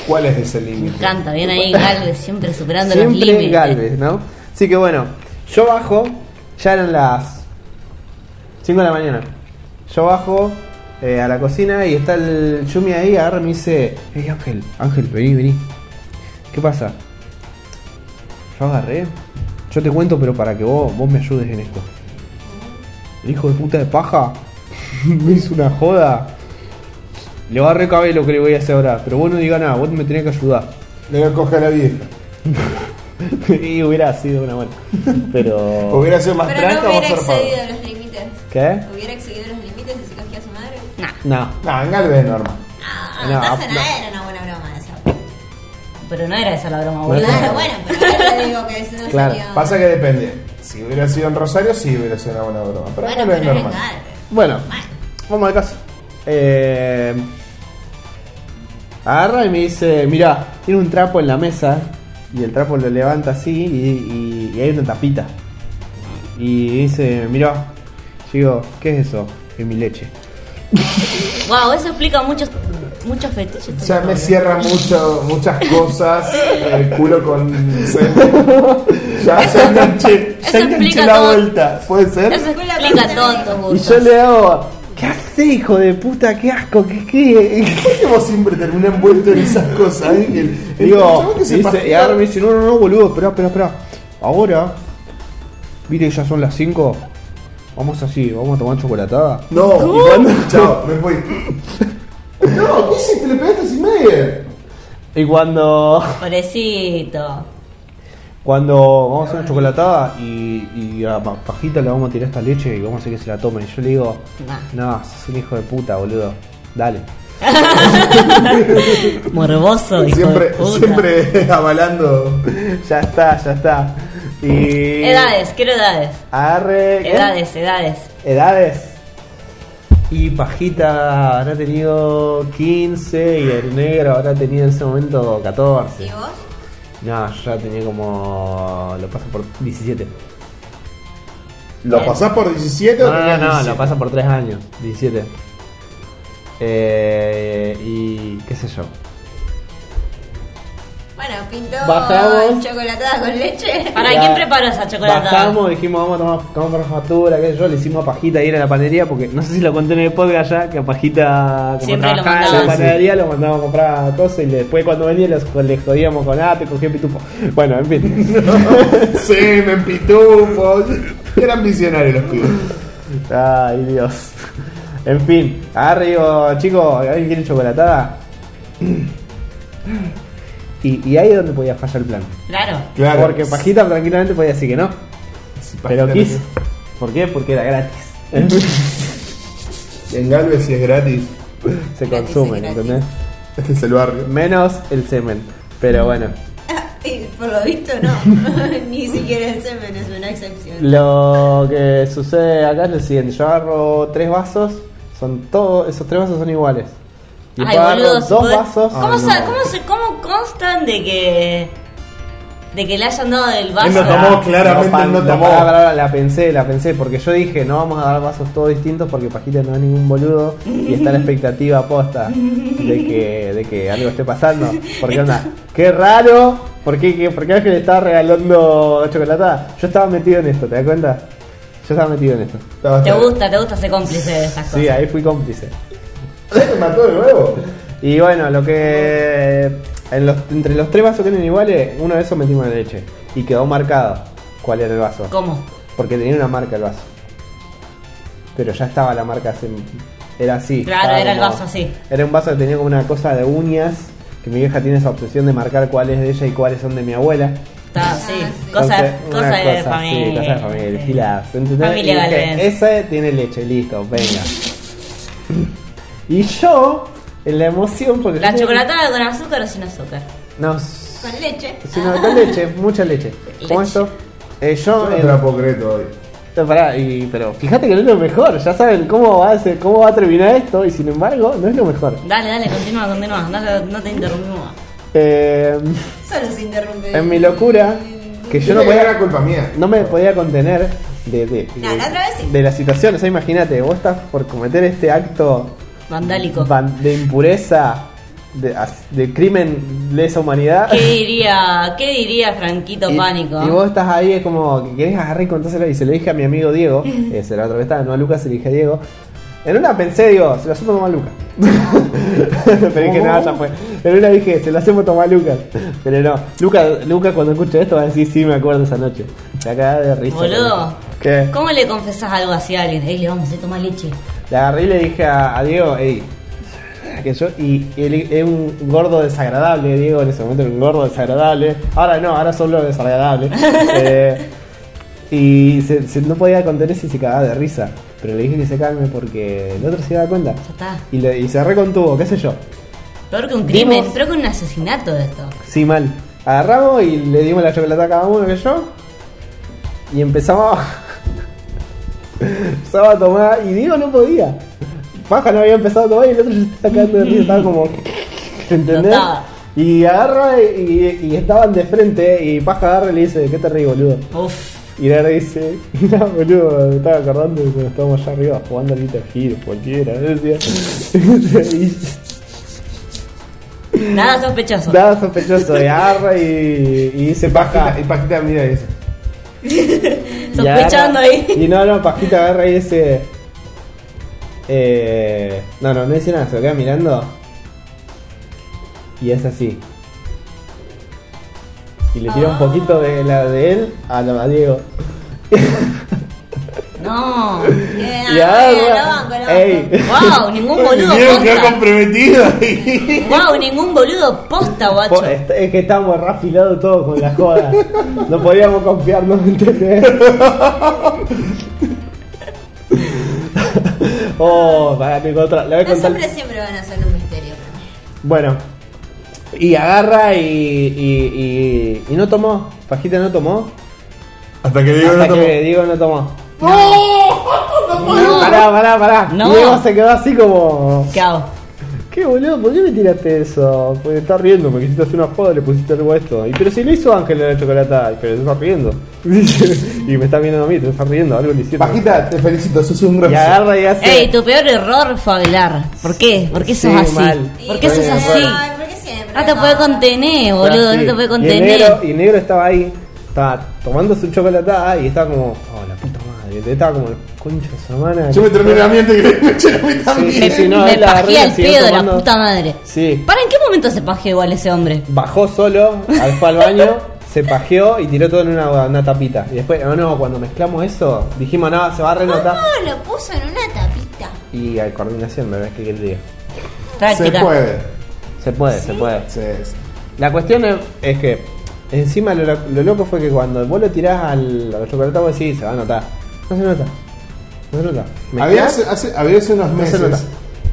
Speaker 5: ¿Cuál es ese
Speaker 3: Me
Speaker 5: límite?
Speaker 3: encanta, bien ahí Galvez, siempre superando los
Speaker 2: Siempre
Speaker 3: límites.
Speaker 2: Galvez, ¿no? Así que bueno, yo bajo, ya eran las 5 de la mañana. Yo bajo eh, a la cocina y está el Yumi ahí, agarra y me dice, hey Ángel, Ángel, vení, vení. ¿Qué pasa? Yo agarré, yo te cuento, pero para que vos, vos me ayudes en esto. El hijo de puta de paja me hizo una joda. Le va a recaber lo que le voy a hacer ahora, pero vos no digas nada, vos me tenés que ayudar.
Speaker 5: Le voy a coger a la vieja.
Speaker 2: y hubiera sido una buena. Pero.
Speaker 5: ¿Hubiera sido más
Speaker 4: Pero
Speaker 5: tranca
Speaker 4: no
Speaker 5: o
Speaker 4: hubiera
Speaker 5: más zarpado?
Speaker 4: excedido los límites.
Speaker 2: ¿Qué?
Speaker 4: ¿Hubiera excedido los límites y se cogía a su madre?
Speaker 2: No.
Speaker 5: Nah, en Galvez es normal.
Speaker 4: Ah,
Speaker 2: No,
Speaker 4: entonces
Speaker 2: no.
Speaker 4: no, era una buena broma esa.
Speaker 3: Pero no era esa la broma,
Speaker 2: No.
Speaker 3: boludo.
Speaker 4: Claro, bueno, pero yo te digo que eso no
Speaker 2: Claro,
Speaker 4: sería-
Speaker 5: Pasa que depende. Si hubiera sido en Rosario, sí hubiera sido una buena broma. Pero
Speaker 4: Bueno,
Speaker 5: en Galvez
Speaker 4: pero
Speaker 5: es
Speaker 4: es
Speaker 5: normal.
Speaker 4: legal.
Speaker 2: Bueno, vamos al caso. Eh, agarra y me dice: Mirá, tiene un trapo en la mesa. Y el trapo lo levanta así y, y- y hay una tapita. Y dice: Mirá, yo digo, ¿qué es eso? Es mi leche.
Speaker 3: Wow, eso explica muchos, muchos fetiches.
Speaker 5: Ya me cierra mucho, muchas cosas el culo con Ya se enganché,
Speaker 3: eso
Speaker 5: ya enganché
Speaker 3: explica
Speaker 5: la
Speaker 3: todo.
Speaker 5: vuelta. ¿Puede ser?
Speaker 3: Eso explica todos tus
Speaker 2: Y
Speaker 3: gustos.
Speaker 2: yo le hago: ¿Qué hace, hijo de puta? ¿Qué asco? ¿Qué? qué?
Speaker 5: ¿Por qué vos siempre terminás envuelto en esas cosas, Ángel? El
Speaker 2: Digo,
Speaker 5: chabón que se
Speaker 2: dice,
Speaker 5: pasea-
Speaker 2: y ahora me dice, no, no, no, boludo, espera, espera, espera. Ahora, mire, ya son las 5. Vamos así, vamos a tomar chocolatada.
Speaker 5: No, ¿y cuándo? Chao, me voy. No, ¿qué hiciste? Le pegaste sin media.
Speaker 2: Y cuando.
Speaker 3: Pobrecito.
Speaker 2: Cuando vamos a hacer una chocolatada y, y a Pa- Pajita le vamos a tirar esta leche y vamos a hacer que se la tome. Y yo le digo,
Speaker 3: Nah.
Speaker 2: no, sos un hijo de puta, boludo. Dale.
Speaker 3: Morboso, hijo de
Speaker 5: Siempre,
Speaker 3: puta.
Speaker 5: siempre avalando.
Speaker 2: ya está, ya está. Y.
Speaker 3: Edades, quiero edades.
Speaker 2: Arre. ¿qué?
Speaker 3: Edades, edades.
Speaker 2: edades. Y Pajita habrá tenido 15 y el negro habrá tenido en ese momento
Speaker 4: ¿Y
Speaker 2: 14.
Speaker 4: vos?
Speaker 2: No, yo ya tenía como. Lo pasa por 17.
Speaker 5: ¿Lo pasás por 17
Speaker 2: No,
Speaker 5: o
Speaker 2: no,
Speaker 5: tenés
Speaker 2: no,
Speaker 5: 17?
Speaker 2: lo pasa por 3 años. 17. Eh, y qué sé yo.
Speaker 4: Bueno, pintó
Speaker 2: Bajamos.
Speaker 4: chocolatada con leche.
Speaker 5: Ah.
Speaker 3: Para
Speaker 2: Ya.
Speaker 3: quién preparó esa chocolatada?
Speaker 2: Bajamos, dijimos, vamos a tomar, tomar factura, qué sé yo. Le hicimos a Pajita ir a la panadería porque no sé si lo conté en el podcast ya, que a Pajita como
Speaker 3: Siempre lo
Speaker 2: trabajaba en la
Speaker 3: mandaba.
Speaker 2: panadería lo mandábamos a comprar cosas y después cuando venía los, le jodíamos con ah, te cogí pitufo. Bueno, en fin.
Speaker 5: Sí, me empitufo. Eran visionarios los pibes.
Speaker 2: Ay, Dios. En fin, agarro y digo, chicos, ¿alguien quiere chocolatada? Y, y ahí es donde podía fallar el plan.
Speaker 3: Claro.
Speaker 5: Claro.
Speaker 2: Porque Pajita tranquilamente podía decir que no.
Speaker 5: Si
Speaker 2: Pero
Speaker 5: Pajita
Speaker 2: quiso. ¿Por qué? Porque era gratis.
Speaker 5: no- En Galvez si es gratis.
Speaker 2: Se
Speaker 4: Gratis,
Speaker 2: consumen,
Speaker 4: gratis.
Speaker 2: ¿entendés?
Speaker 5: Este es el barrio.
Speaker 2: Menos el semen.
Speaker 3: Mm.
Speaker 2: Pero bueno.
Speaker 4: Y por lo visto no. Ni siquiera el semen es una excepción.
Speaker 2: Lo que sucede acá es lo siguiente. Yo agarro tres vasos. Son todos. Esos tres vasos son iguales. Y
Speaker 3: Ay,
Speaker 2: después agarro
Speaker 3: boludo.
Speaker 2: dos
Speaker 3: si podés-
Speaker 2: vasos.
Speaker 3: ¿Cómo,
Speaker 5: Ay,
Speaker 3: sa-
Speaker 5: no.
Speaker 3: cómo se, ¿Cómo constan de que. de que le hayan dado del vaso?
Speaker 5: no tomó, claramente
Speaker 2: Ah, pan-
Speaker 5: no tomó.
Speaker 2: pará, pará, la pensé, la pensé, porque yo dije, no vamos a dar vasos todos distintos porque Pajita no es ningún boludo y está la expectativa posta de que, de que algo esté pasando. Porque onda, qué raro, ¿por qué, qué- por qué Ángel estaba regalando chocolatada? Yo estaba metido en esto, ¿te das cuenta? Yo estaba metido en esto.
Speaker 5: Estaba
Speaker 3: Te
Speaker 5: hasta-
Speaker 3: gusta, te gusta ser cómplice de esas cosas.
Speaker 2: Sí, ahí fui cómplice.
Speaker 5: ¿Se mató de nuevo?
Speaker 2: Y bueno, lo que. en los- entre los tres vasos que eran iguales, uno de esos metimos la leche. Y quedó marcado cuál era el vaso.
Speaker 3: ¿Cómo?
Speaker 2: Porque tenía una marca el vaso. Pero ya estaba la marca hace- Era así.
Speaker 3: Claro,
Speaker 2: estaba
Speaker 3: era el
Speaker 2: como-
Speaker 3: vaso así.
Speaker 2: Era un vaso que tenía como una cosa de uñas. Que mi vieja tiene esa obsesión de marcar cuáles de ella y cuáles son de mi abuela.
Speaker 3: Está, sí.
Speaker 4: sí.
Speaker 3: Cosa,
Speaker 2: Entonces, una
Speaker 3: cosa de
Speaker 2: cosa así,
Speaker 3: familia.
Speaker 2: cosa de familia,
Speaker 3: Sí.
Speaker 2: pilas, ¿entendés?
Speaker 3: Familia
Speaker 2: Y dije,
Speaker 3: Galvez.
Speaker 2: Ese tiene leche, listo, venga. y yo, en la emoción, porque.
Speaker 3: La
Speaker 2: yo tenía-
Speaker 3: chocolatada con azúcar o sin azúcar.
Speaker 2: No, s-
Speaker 4: Con leche.
Speaker 2: Sino con leche, mucha leche. Como
Speaker 4: Leche.
Speaker 2: esto. Eh, yo.
Speaker 5: Yo no
Speaker 2: eh,
Speaker 5: te la puedo creer todavía.
Speaker 2: no, pará, y- pero fíjate que no es lo mejor. Ya saben cómo va a ser, cómo va a terminar esto. Y sin embargo, no es lo mejor.
Speaker 3: Dale, dale, continúa, continúa. Dale, no te interrumpimos más.
Speaker 2: Eh,
Speaker 4: Solo se interrumpe.
Speaker 2: en mi locura, que yo
Speaker 5: Yo
Speaker 2: no
Speaker 5: no voy a
Speaker 2: podía,
Speaker 5: dar culpa mía.
Speaker 2: no me podía contener de, de,
Speaker 4: No, la otra vez sí.
Speaker 2: de la situación. O sea, imagínate, vos estás por cometer este acto
Speaker 3: Vandálico.
Speaker 2: van- de impureza, de, as- de crimen de esa humanidad.
Speaker 4: Eh,
Speaker 3: ¿Qué diría, qué diría Franquito
Speaker 2: Y-
Speaker 3: Pánico?
Speaker 2: Y vos estás ahí, es como que querés agarrar y contárselo. Y se lo dije a mi amigo Diego, eh, se lo otra vez estaba, no a Lucas, se lo dije a Diego. En una pensé, digo, se lo hacemos tomar a Lucas. Pero es que nada, ya fue. En una dije, se lo hacemos tomar a Lucas. Pero no, Lucas Luca, cuando escuche esto va a decir, sí, me acuerdo esa noche. Se acaba de risa.
Speaker 3: Boludo.
Speaker 2: ¿Qué?
Speaker 3: ¿Cómo le confesás algo así a alguien? Ey, le vamos a hacer tomar leche.
Speaker 2: Le agarré y le dije a, a Diego, ey. Que yo, y y él es un gordo desagradable, Diego en ese momento era un gordo desagradable. Ahora no, ahora solo desagradable. Eh, y se- se- no podía contenerse y se cagaba de risa. Pero le dije que se calme porque el otro se daba cuenta.
Speaker 3: Ya está.
Speaker 2: Y, le, y se recontuvo, qué sé yo.
Speaker 3: Peor que un crimen,
Speaker 2: Dimos-
Speaker 3: peor que un asesinato de esto.
Speaker 2: Sí, mal. Agarramos y le dimos la chocolate a cada uno que yo. Y empezamos. empezaba a tomar. Y Diego no podía. Paja no había empezado a tomar y el otro ya se estaba cagando de risa, estaba como. ¿Entendés?
Speaker 3: Notaba.
Speaker 2: Y agarra y, y- y estaban de frente y Paja agarra y le dice, ¿qué te reí, boludo?
Speaker 3: Uf.
Speaker 2: Y le dice, mirá boludo, me estaba acordando de cuando estábamos allá arriba jugando al Guitar Hero, cualquiera, decía. Y-
Speaker 3: Nada sospechoso.
Speaker 2: Nada sospechoso de agarra y, y dice
Speaker 5: Y
Speaker 2: paja.
Speaker 5: Pajita, y Pajita mira eso.
Speaker 2: Y agarra-
Speaker 3: Sospechando ahí.
Speaker 2: Y no, no, pajita agarra y dice. Eh, no, no, no dice nada, se lo queda mirando. Y es así. Y le
Speaker 3: Ah.
Speaker 2: tira un poquito de la de él a, la- a Diego.
Speaker 3: No. Ah,
Speaker 2: y agarra. ¡Ey!
Speaker 3: Wow, ningún boludo
Speaker 5: Diego quedó
Speaker 3: posta.
Speaker 5: comprometido ahí.
Speaker 3: Wow, ningún boludo posta,
Speaker 2: Po- eh.
Speaker 3: guacho.
Speaker 2: est- Es que estábamos rafilados todos con la joda. No podíamos confiarnos, ¿entendés? oh, para que otra. Le voy a
Speaker 4: Los
Speaker 2: contar.
Speaker 4: hombres siempre van a ser un misterio.
Speaker 2: Bueno. Y agarra y, y, y, y no tomó. Fajita no tomó.
Speaker 5: Hasta que Diego no
Speaker 2: hasta
Speaker 5: tomó.
Speaker 2: que Diego no tomó.
Speaker 3: Oh, No.
Speaker 2: Pará, pará, pará.
Speaker 3: No.
Speaker 2: Diego se quedó así como.
Speaker 3: ¿Qué hago?
Speaker 2: ¿Qué boludo? ¿Por qué me tiraste eso? Porque está riendo, me quisiste hacer una joda, le pusiste algo a esto. Y pero si lo hizo Ángel de la chocolata, y pero se está riendo. y me está viendo a mí, te está riendo, algo le hicieron.
Speaker 5: Pajita, te felicito, sos un
Speaker 2: Y
Speaker 5: grosso.
Speaker 2: agarra y hace.
Speaker 3: Ey, tu peor error fue hablar. ¿Por qué? ¿Por qué sos
Speaker 2: Sí,
Speaker 3: así?
Speaker 2: mal.
Speaker 3: ¿Por qué
Speaker 2: Sí,
Speaker 3: sos
Speaker 2: mal.
Speaker 3: así?
Speaker 4: Ay, ¿por qué siempre?
Speaker 3: No te
Speaker 4: No.
Speaker 3: puede contener,
Speaker 2: Fue
Speaker 3: boludo.
Speaker 2: así.
Speaker 3: No te puede
Speaker 2: Y el, negro,
Speaker 3: contener.
Speaker 2: y el negro estaba ahí, estaba tomando su chocolatada y estaba como, oh la puta madre, estaba como, concha de su hermana.
Speaker 5: Yo me terminé la miente que le eché a mí
Speaker 2: Sí, sí,
Speaker 5: también.
Speaker 2: sí, no,
Speaker 3: Me
Speaker 2: él la agarró y
Speaker 3: pajé
Speaker 2: la
Speaker 3: al
Speaker 2: siguió
Speaker 3: pedo de la
Speaker 2: tomando.
Speaker 3: puta madre.
Speaker 2: Sí.
Speaker 3: ¿Para en qué momento se pajeó igual ese hombre?
Speaker 2: Bajó solo, al- fue al baño, se pajeó y tiró todo en una, una tapita. Y después, no, no, cuando mezclamos eso, dijimos, no, se va a renotar.
Speaker 4: ¿Cómo lo puso en una tapita?
Speaker 2: Y hay coordinación, ¿verdad? Que el día.
Speaker 5: Se
Speaker 3: Práctica.
Speaker 5: puede.
Speaker 2: Se puede, se puede.
Speaker 5: Sí, sí.
Speaker 2: La cuestión es, es que, encima lo, lo- lo loco fue que cuando vos lo tirás al, al chocolate, vos decís, se va a notar. No se nota. No se nota.
Speaker 5: Había
Speaker 2: ¿Mezclás?
Speaker 5: hace, hace- había hace unos
Speaker 2: No se
Speaker 5: meses
Speaker 2: nota.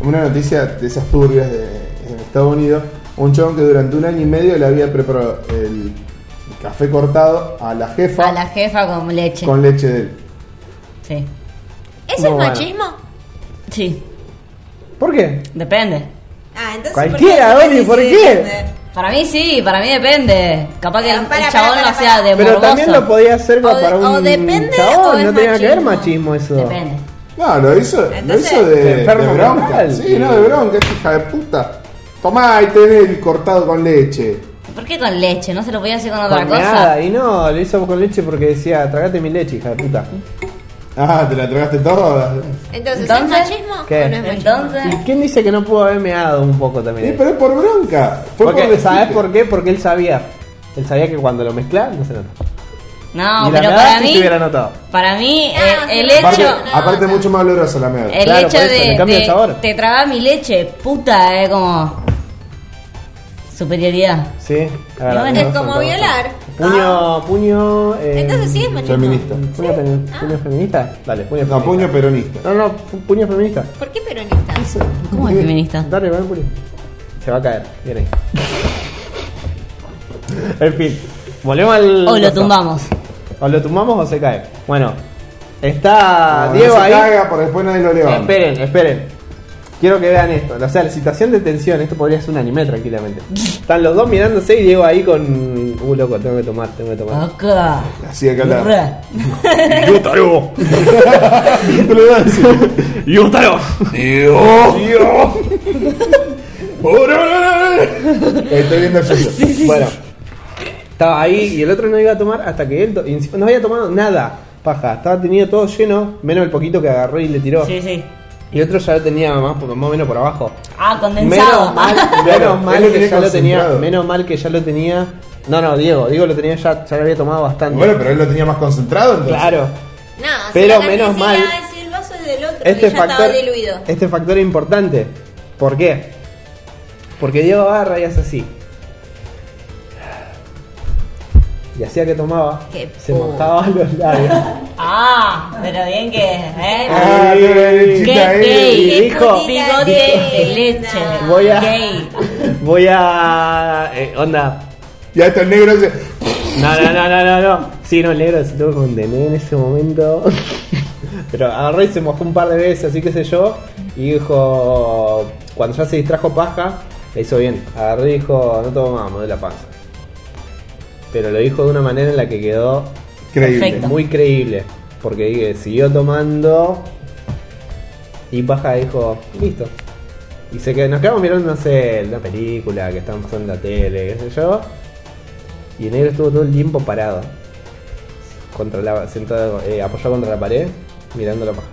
Speaker 5: una noticia de esas turbias de, en Estados Unidos. Un chabón que durante un año y medio le había preparado el café cortado a la jefa
Speaker 3: A la jefa con leche.
Speaker 5: con leche de él.
Speaker 3: Sí.
Speaker 4: ¿Eso
Speaker 2: Bueno.
Speaker 4: es machismo?
Speaker 3: Sí,
Speaker 2: ¿Por qué?
Speaker 3: depende.
Speaker 4: Ah, entonces.
Speaker 2: Cualquiera,
Speaker 4: ¿por qué
Speaker 2: Oli,
Speaker 4: se
Speaker 2: ¿por
Speaker 4: decide
Speaker 2: qué?
Speaker 4: defender?
Speaker 3: Para mí sí, para mí depende. Capaz que el,
Speaker 4: Pero para,
Speaker 3: el chabón
Speaker 4: para,
Speaker 3: lo
Speaker 4: para,
Speaker 3: hacía de
Speaker 2: Pero
Speaker 3: morboso.
Speaker 2: también lo podía hacer
Speaker 4: O de-
Speaker 2: para un
Speaker 4: o depende
Speaker 2: chabón,
Speaker 4: o es
Speaker 2: no tenía que ver
Speaker 4: machismo.
Speaker 2: machismo eso.
Speaker 3: Depende.
Speaker 5: No, lo hizo, lo
Speaker 4: Entonces-
Speaker 5: hizo de,
Speaker 2: De
Speaker 5: de
Speaker 2: enfermo
Speaker 5: bronca.
Speaker 2: mental.
Speaker 5: Sí, no, de bronca, esta hija de puta. Tomá y tenés el cortado con leche.
Speaker 3: ¿Por qué con leche? ¿No se lo podía hacer con otra
Speaker 2: Con
Speaker 3: cosa?
Speaker 2: nada, y no, lo hizo con leche porque decía, tragate mi leche, hija de puta.
Speaker 5: Ah, te la tragaste toda.
Speaker 4: Entonces,
Speaker 3: Entonces,
Speaker 4: ¿es machismo
Speaker 2: ¿qué?
Speaker 4: o no es machismo?
Speaker 3: Entonces,
Speaker 2: ¿Y quién dice que no pudo haber meado un poco también?
Speaker 5: Sí,
Speaker 2: ahí?
Speaker 5: pero es por bronca. Fue
Speaker 2: Porque,
Speaker 5: por desquite.
Speaker 2: ¿Sabes por qué? Porque él sabía. Él sabía que cuando lo mezclas no se nota.
Speaker 3: no,
Speaker 2: y la
Speaker 3: pero
Speaker 2: meada
Speaker 3: para
Speaker 2: sí
Speaker 3: mí,
Speaker 2: se hubiera notado.
Speaker 3: para mí,
Speaker 4: Ah,
Speaker 3: eh, el,
Speaker 4: sí.
Speaker 5: Aparte,
Speaker 3: hecho,
Speaker 5: aparte mucho más olorosa la mierda.
Speaker 3: el
Speaker 2: Claro, por
Speaker 3: hecho
Speaker 2: eso, le
Speaker 3: de,
Speaker 2: cambia el
Speaker 3: de-
Speaker 2: sabor.
Speaker 3: te tragaba mi leche, puta, es como superioridad.
Speaker 2: Sí, la
Speaker 3: Y
Speaker 2: verdad,
Speaker 3: bueno,
Speaker 2: no
Speaker 4: Es
Speaker 2: se
Speaker 4: como
Speaker 2: notó.
Speaker 4: violar. Ah.
Speaker 2: Puño, puño. eh,
Speaker 4: Entonces, sí Ah. es machismo.
Speaker 5: Feminista.
Speaker 2: ¿Puño, fe- puño feminista? Dale, puño
Speaker 5: No,
Speaker 2: feminista.
Speaker 5: puño peronista.
Speaker 2: No, no, pu- puño feminista.
Speaker 4: ¿Por qué peronista?
Speaker 3: ¿Cómo es feminista?
Speaker 2: Dale, pon el puño. Se va a caer, viene ahí. En fin, volvemos al.
Speaker 3: O Oh, lo tumbamos.
Speaker 2: O lo tumbamos o se cae. Bueno, está Ah,
Speaker 5: No,
Speaker 2: Diego
Speaker 5: no se
Speaker 2: ahí.
Speaker 5: caga porque después nadie lo levanta.
Speaker 2: Esperen, esperen. Quiero que vean esto. O sea, la situación de tensión, esto podría ser un anime tranquilamente. Están los dos mirándose y Diego ahí con. Uh, loco, tengo que tomar, tengo que
Speaker 3: Ah.
Speaker 2: tomar.
Speaker 3: Acá.
Speaker 5: Así de calado.
Speaker 3: Re.
Speaker 2: ¡Yutaro! ¡Yutaro!
Speaker 5: Estoy viendo el suyo.
Speaker 2: Bueno, estaba ahí y el otro no iba a tomar hasta que él. to- y encima no había tomado nada, paja. Estaba tenido todo lleno, menos el poquito que agarró y le tiró.
Speaker 3: Sí, sí.
Speaker 2: Y otro ya lo tenía más, por- más o menos por abajo.
Speaker 3: Ah, condensado.
Speaker 2: Menos mal,
Speaker 5: Claro,
Speaker 2: menos
Speaker 5: él
Speaker 2: mal
Speaker 5: lo
Speaker 2: que
Speaker 5: tenía
Speaker 2: ya lo tenía.
Speaker 5: concentrado.
Speaker 2: Menos mal que ya lo tenía. No, no, Diego, Diego lo tenía ya, ya lo había tomado bastante.
Speaker 5: Bueno, pero él lo tenía más concentrado entonces.
Speaker 2: claro.
Speaker 4: No, si
Speaker 2: Pero
Speaker 4: la
Speaker 2: menos mal.
Speaker 4: carnicería es el vaso es del otro
Speaker 2: Este
Speaker 4: y ya estaba
Speaker 2: factor,
Speaker 4: diluido.
Speaker 2: este factor es importante. ¿Por qué? Porque Diego agarra y hace así. Y hacía que tomaba,
Speaker 4: Qué
Speaker 2: se
Speaker 4: puto.
Speaker 2: mojaba los labios.
Speaker 3: Ah, pero bien que. ¿eh?
Speaker 5: Ah,
Speaker 2: Ay,
Speaker 5: qué
Speaker 3: Qué
Speaker 5: chica
Speaker 3: gay.
Speaker 5: es.
Speaker 2: y dijo-
Speaker 3: Bigote de leche.
Speaker 2: Voy a.
Speaker 3: Gay.
Speaker 2: Voy a. eh, onda.
Speaker 5: Y hasta el negro se.
Speaker 2: No, no, no, no, no, no. Sí, no, el negro se tuvo que contener en ese momento. Pero agarró y se mojó un par de veces, así que sé yo. Y dijo. Cuando ya se distrajo paja, le hizo bien. Agarró y dijo, no tomo más, me duele la panza. Pero lo dijo de una manera en la que quedó
Speaker 5: Increíble.
Speaker 3: Perfecto.
Speaker 2: muy creíble. Porque dije, siguió tomando. Y Paja dijo, listo. Y se quedó, nos quedamos mirando, no sé, una película que estaban pasando en la tele, qué sé yo. Y el negro estuvo todo el tiempo parado. Contra la, sentado, eh, apoyado contra la pared, mirando la paja.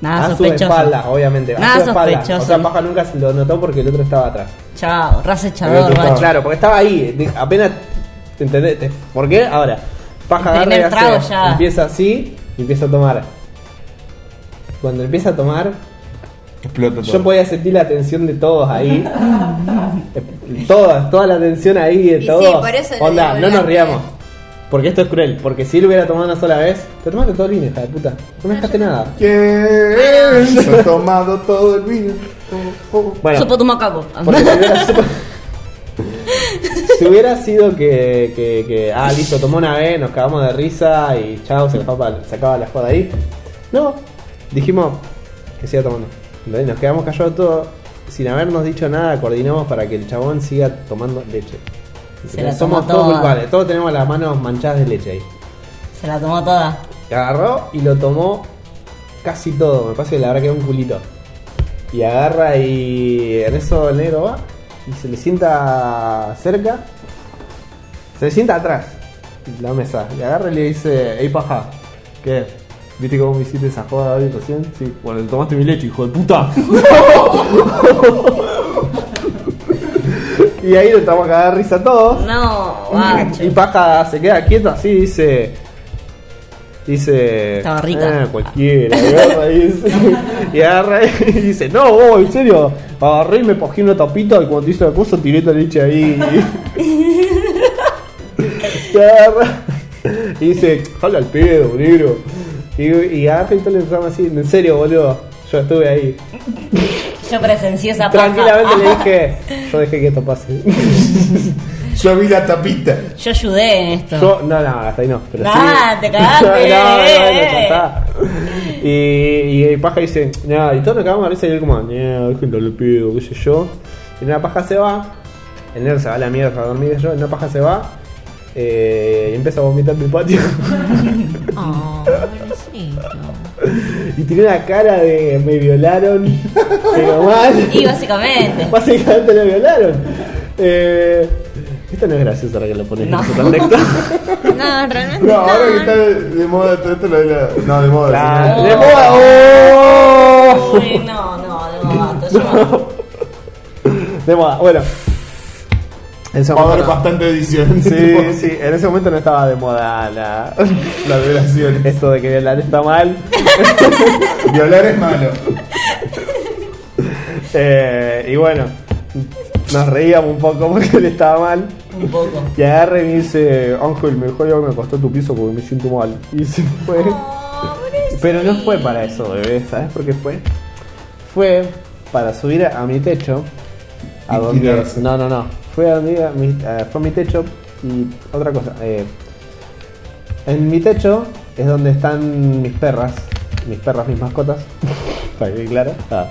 Speaker 3: Nada
Speaker 2: a su espalda,
Speaker 3: Ah, sospechoso.
Speaker 2: obviamente. a
Speaker 3: Nada
Speaker 2: su espalda.
Speaker 3: sospechoso.
Speaker 2: O sea, Paja nunca se lo notó porque el otro estaba atrás.
Speaker 3: Chao,
Speaker 4: Ah,
Speaker 5: El
Speaker 3: rasechador,
Speaker 5: otro
Speaker 3: macho.
Speaker 2: Claro, porque estaba ahí, de- apenas. ¿Entendés? Te- ¿Por qué? Ahora, paja
Speaker 3: El
Speaker 2: agarra y
Speaker 3: primer trago
Speaker 2: hace-
Speaker 3: ya.
Speaker 2: empieza así y empieza a tomar. Cuando empieza a tomar,
Speaker 5: Explota todo.
Speaker 2: yo podía sentir la tensión de todos ahí. Todas, toda la tensión ahí de
Speaker 4: Y sí,
Speaker 2: todos.
Speaker 4: por eso le
Speaker 2: Onda,
Speaker 4: digo
Speaker 2: no
Speaker 4: la
Speaker 2: nos
Speaker 4: que-
Speaker 2: riamos. Porque esto es cruel, porque si lo hubiera tomado una sola vez, te tomaste todo el vino, hija de puta. No me dejaste nada.
Speaker 5: ¿Quién se ha tomado todo el vino? Oh,
Speaker 2: Bueno,
Speaker 3: Sopo tu macaco.
Speaker 2: Porque si hubiera, supo- si hubiera sido que, que, que, Ah, listo, tomó una vez, nos cagamos de risa y chao, se, acaba- se acaba la joda ahí. No, dijimos que siga tomando. ¿Entendés? Nos quedamos callados todos. Sin habernos dicho nada, coordinamos para que el chabón siga tomando leche.
Speaker 3: Se la
Speaker 2: Somos
Speaker 3: toma
Speaker 2: todos
Speaker 3: toda.
Speaker 2: culpables, todos tenemos las manos manchadas de leche ahí.
Speaker 3: Se la tomó toda.
Speaker 2: Agarró y lo tomó casi todo. Me parece que le habrá quedado un culito. Y agarra y en eso el negro va y se le sienta cerca. Se le sienta atrás de la mesa. Y agarra y le dice, ey paja, ¿qué? ¿Viste cómo me hiciste esa joda hoy recién? Sí. Bueno, le tomaste mi leche, hijo de puta. y ahí lo estamos a cagar de risa todos.
Speaker 3: No, macho.
Speaker 2: Y Paja se queda quieto así y dice. Dice.
Speaker 3: Estaba rica.
Speaker 2: "Ah, cualquiera. Y agarra y, dice, y agarra y dice: No, vos, en serio. Agarré y me cogí una tapita y cuando te hice la cosa tiré la leche ahí. y agarra y dice: Jala al pedo, negro. Y, y agarra y todo le empezamos así: En serio, boludo. Yo estuve ahí.
Speaker 3: Yo presencié esa paja.
Speaker 2: Tranquilamente le dije: Yo dejé que esto pase.
Speaker 5: Yo vi la tapita.
Speaker 3: Yo ayudé en esto.
Speaker 2: Yo, no, no, hasta ahí no. Pero
Speaker 3: Ah,
Speaker 2: sí.
Speaker 3: te cagaste. Eh,
Speaker 2: no, no, no, ya está. Y, y el paja dice, no, y todos nos cagamos a risa y él como, no, déjenlo, le pido, qué sé yo. Y una paja se va, el negro se va a la mierda a dormir yo, una paja se va, eh, y empieza a vomitar en el patio.
Speaker 4: Oh, pobrecito.
Speaker 2: y tiene una cara de, me violaron, pero mal.
Speaker 3: Y básicamente.
Speaker 2: Básicamente lo violaron. Eh, esto no es gracioso ahora que lo pones
Speaker 3: No.
Speaker 2: en su contexto.
Speaker 4: No, realmente
Speaker 5: No,
Speaker 4: no.
Speaker 5: ahora que está de, de moda todo esto, lo de la- No, de moda.
Speaker 2: Claro.
Speaker 5: sí.
Speaker 2: ¡De moda! ¡Oh!
Speaker 3: Uy, no, no, de momento. Yo no.
Speaker 2: De moda, bueno. En ese
Speaker 5: Va a
Speaker 2: momento no.
Speaker 5: haber bastante edición.
Speaker 2: Sí, sí, en ese momento no estaba de moda la...
Speaker 5: La violación.
Speaker 2: esto de que violar está mal.
Speaker 5: Violar es malo.
Speaker 2: Eh, y bueno, nos reíamos un poco porque él estaba mal.
Speaker 3: Un poco.
Speaker 2: Y agarra y me dice, Ángel, mejor ya me acosté a tu piso porque me siento mal. Y se fue.
Speaker 4: Oh, pobrecito.
Speaker 2: Pero no fue
Speaker 3: Ah,
Speaker 2: para eso, bebé. ¿Sabes por qué fue? Fue para subir a, a mi techo. A
Speaker 5: Y
Speaker 2: donde...
Speaker 5: tirarse.
Speaker 2: No, no, no. fue a donde iba, mi, ah, fue a mi techo y otra cosa. eh, en mi techo es donde están mis perras, mis perras, mis mascotas. Para que quede claro. Ah.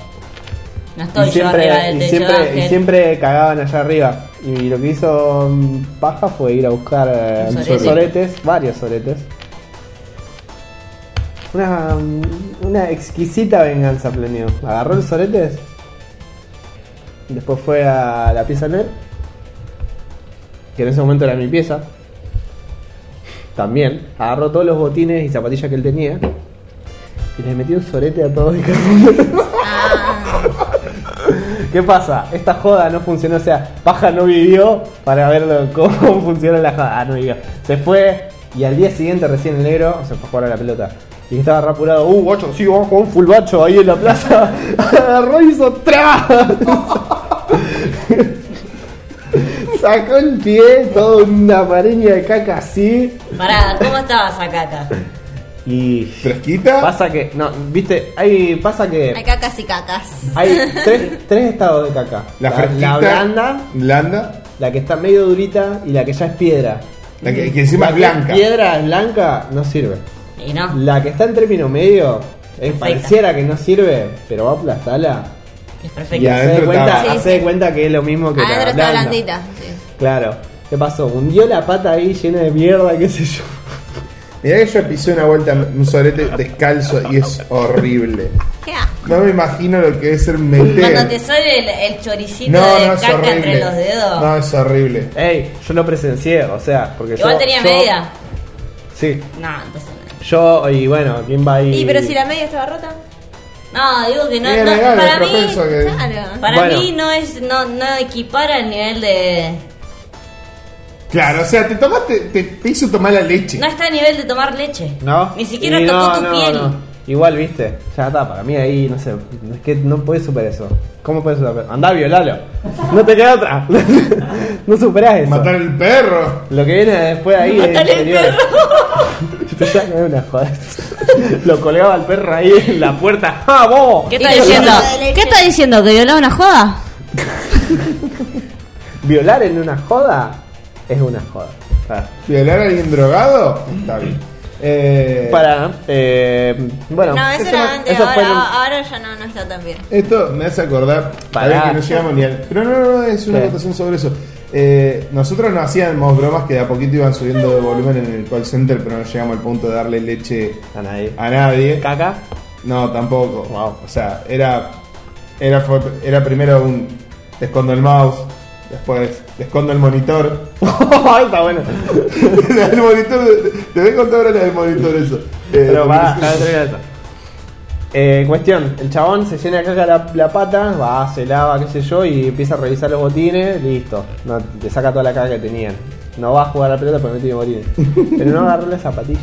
Speaker 3: No estoy
Speaker 2: y siempre,
Speaker 3: yo arriba del
Speaker 2: y
Speaker 3: techo,
Speaker 2: siempre, y
Speaker 3: Ángel.
Speaker 2: siempre cagaban allá arriba. Y lo que hizo mm, Paja fue ir a buscar eh,
Speaker 3: Un
Speaker 2: sus
Speaker 3: sorete.
Speaker 2: soretes, varios soretes. Una, mm, una exquisita venganza planeó. Agarró el soretes. Después fue a la pieza NER. Que en ese momento era mi pieza. También. Agarró todos los botines y zapatillas que él tenía. Y les metió un sorete a todos y cada uno.
Speaker 4: Ah,
Speaker 2: ¿Qué pasa? Esta joda no funcionó, o sea, Paja no vivió para ver lo- cómo funciona la joda. Ah, no vivió. Se fue y al día siguiente recién el negro se fue a jugar a la pelota. Y estaba rapurado, uh, guacho, sí, vamos a jugar un full bacho ahí en la plaza. Agarró y hizo tra. Sacó el pie, toda una mareña de caca así.
Speaker 3: Pará, ¿cómo estabas acá acá?
Speaker 2: Y
Speaker 1: ¿Fresquita?
Speaker 2: pasa que, no, viste, ahí pasa que
Speaker 4: hay cacas y cacas.
Speaker 2: hay tres, tres estados de caca.
Speaker 1: La fresquita.
Speaker 2: la blanda,
Speaker 1: Blanda.
Speaker 2: La que está medio durita y la que ya es piedra.
Speaker 1: La que, que encima
Speaker 2: la
Speaker 1: es
Speaker 2: que
Speaker 1: blanca.
Speaker 2: piedra es blanca, no sirve.
Speaker 3: Y no,
Speaker 2: La que está en término medio, es
Speaker 3: Perfecta.
Speaker 2: pareciera que no sirve, pero va a aplastarla.
Speaker 3: es
Speaker 1: Y
Speaker 3: perfecto.
Speaker 1: Ya.
Speaker 2: Hacé de
Speaker 1: adentro
Speaker 2: cuenta,
Speaker 1: está-
Speaker 4: Sí,
Speaker 2: hacé de
Speaker 4: sí.
Speaker 2: cuenta que es lo mismo que la
Speaker 4: Adentro está
Speaker 2: blanda.
Speaker 4: blandita. sí.
Speaker 2: Claro. ¿Qué pasó? Hundió la pata ahí llena de mierda, qué sé yo.
Speaker 1: Mirá que yo pisé una vuelta un sorete descalzo y es horrible.
Speaker 4: ¿Qué asco.
Speaker 1: No me imagino lo que es ser
Speaker 3: Cuando te
Speaker 1: meter.
Speaker 3: sale el, el choricito
Speaker 1: No,
Speaker 3: de
Speaker 1: no es
Speaker 3: caca entre
Speaker 1: horrible.
Speaker 3: los dedos.
Speaker 1: No, es horrible.
Speaker 2: Ey, yo lo presencié, o sea, porque yo.
Speaker 3: Igual tenía
Speaker 2: yo-
Speaker 3: media.
Speaker 2: Sí.
Speaker 3: No, entonces no.
Speaker 2: Yo, y bueno, ¿quién va ahí?
Speaker 4: Y pero si la media estaba rota.
Speaker 3: No, digo que no,
Speaker 1: Tiene
Speaker 3: no,
Speaker 1: regalo,
Speaker 3: para mí,
Speaker 1: propenso que-
Speaker 4: Claro.
Speaker 3: para
Speaker 2: Bueno.
Speaker 3: mí no es, no, no equipara el nivel de,
Speaker 1: Claro, o sea, te tomaste, te, te hizo tomar la leche.
Speaker 3: no está a nivel de tomar leche.
Speaker 2: ¿No?
Speaker 3: Ni siquiera
Speaker 2: Y
Speaker 3: tocó
Speaker 2: no,
Speaker 3: tu
Speaker 2: no,
Speaker 3: piel.
Speaker 2: no. Igual, viste, ya está, para mí ahí, no sé, es que no puedes superar eso. ¿Cómo puedes superar? Andá, violalo. No te queda otra. no superás eso.
Speaker 1: Matar el perro.
Speaker 2: Lo que viene después ahí es
Speaker 3: Matale el
Speaker 2: interior.
Speaker 3: perro.
Speaker 2: Te ya no es una joda. Lo colgaba el perro ahí en la puerta. ¡Ah, vos!
Speaker 3: ¿Qué
Speaker 4: Y
Speaker 3: está
Speaker 4: la
Speaker 3: diciendo?
Speaker 4: lata de leche.
Speaker 3: ¿Qué está diciendo? ¿Que violó una joda?
Speaker 2: Violar en una joda es una joda. Ah.
Speaker 1: ¿Violar a alguien drogado? Está bien. Eh,
Speaker 2: Para, eh, bueno,
Speaker 4: No, eso
Speaker 2: ese
Speaker 4: era
Speaker 2: ma-
Speaker 4: antes.
Speaker 2: eso
Speaker 4: Ahora,
Speaker 2: fue en un-
Speaker 4: ahora ya no, no está tan bien.
Speaker 1: Esto me hace acordar. A
Speaker 2: Pará.
Speaker 1: ver que no llegamos ni al. Pero no, no, no, es una
Speaker 2: Sí.
Speaker 1: acotación sobre eso. Eh, nosotros no hacíamos bromas que de a poquito iban subiendo de volumen en el call center, pero no llegamos al punto de darle leche
Speaker 2: A nadie.
Speaker 1: a nadie.
Speaker 2: Caca.
Speaker 1: No, tampoco.
Speaker 2: Wow.
Speaker 1: O sea, era. Era, fue- era primero un. Te escondo el mouse. Después, te escondo el monitor.
Speaker 2: Oh, está bueno.
Speaker 1: La del monitor. Te voy a contar ahora la del monitor, eso. Eh,
Speaker 2: Pero
Speaker 1: porque
Speaker 2: pará,
Speaker 1: es-
Speaker 2: pará, termina eso. Eh, cuestión, el chabón se llena de caca la, la pata, va, se lava, qué sé yo, y empieza a revisar los botines, listo. No, te saca toda la caca que tenían. No va a jugar a la pelota porque no tiene botines. Pero no agarró la zapatilla.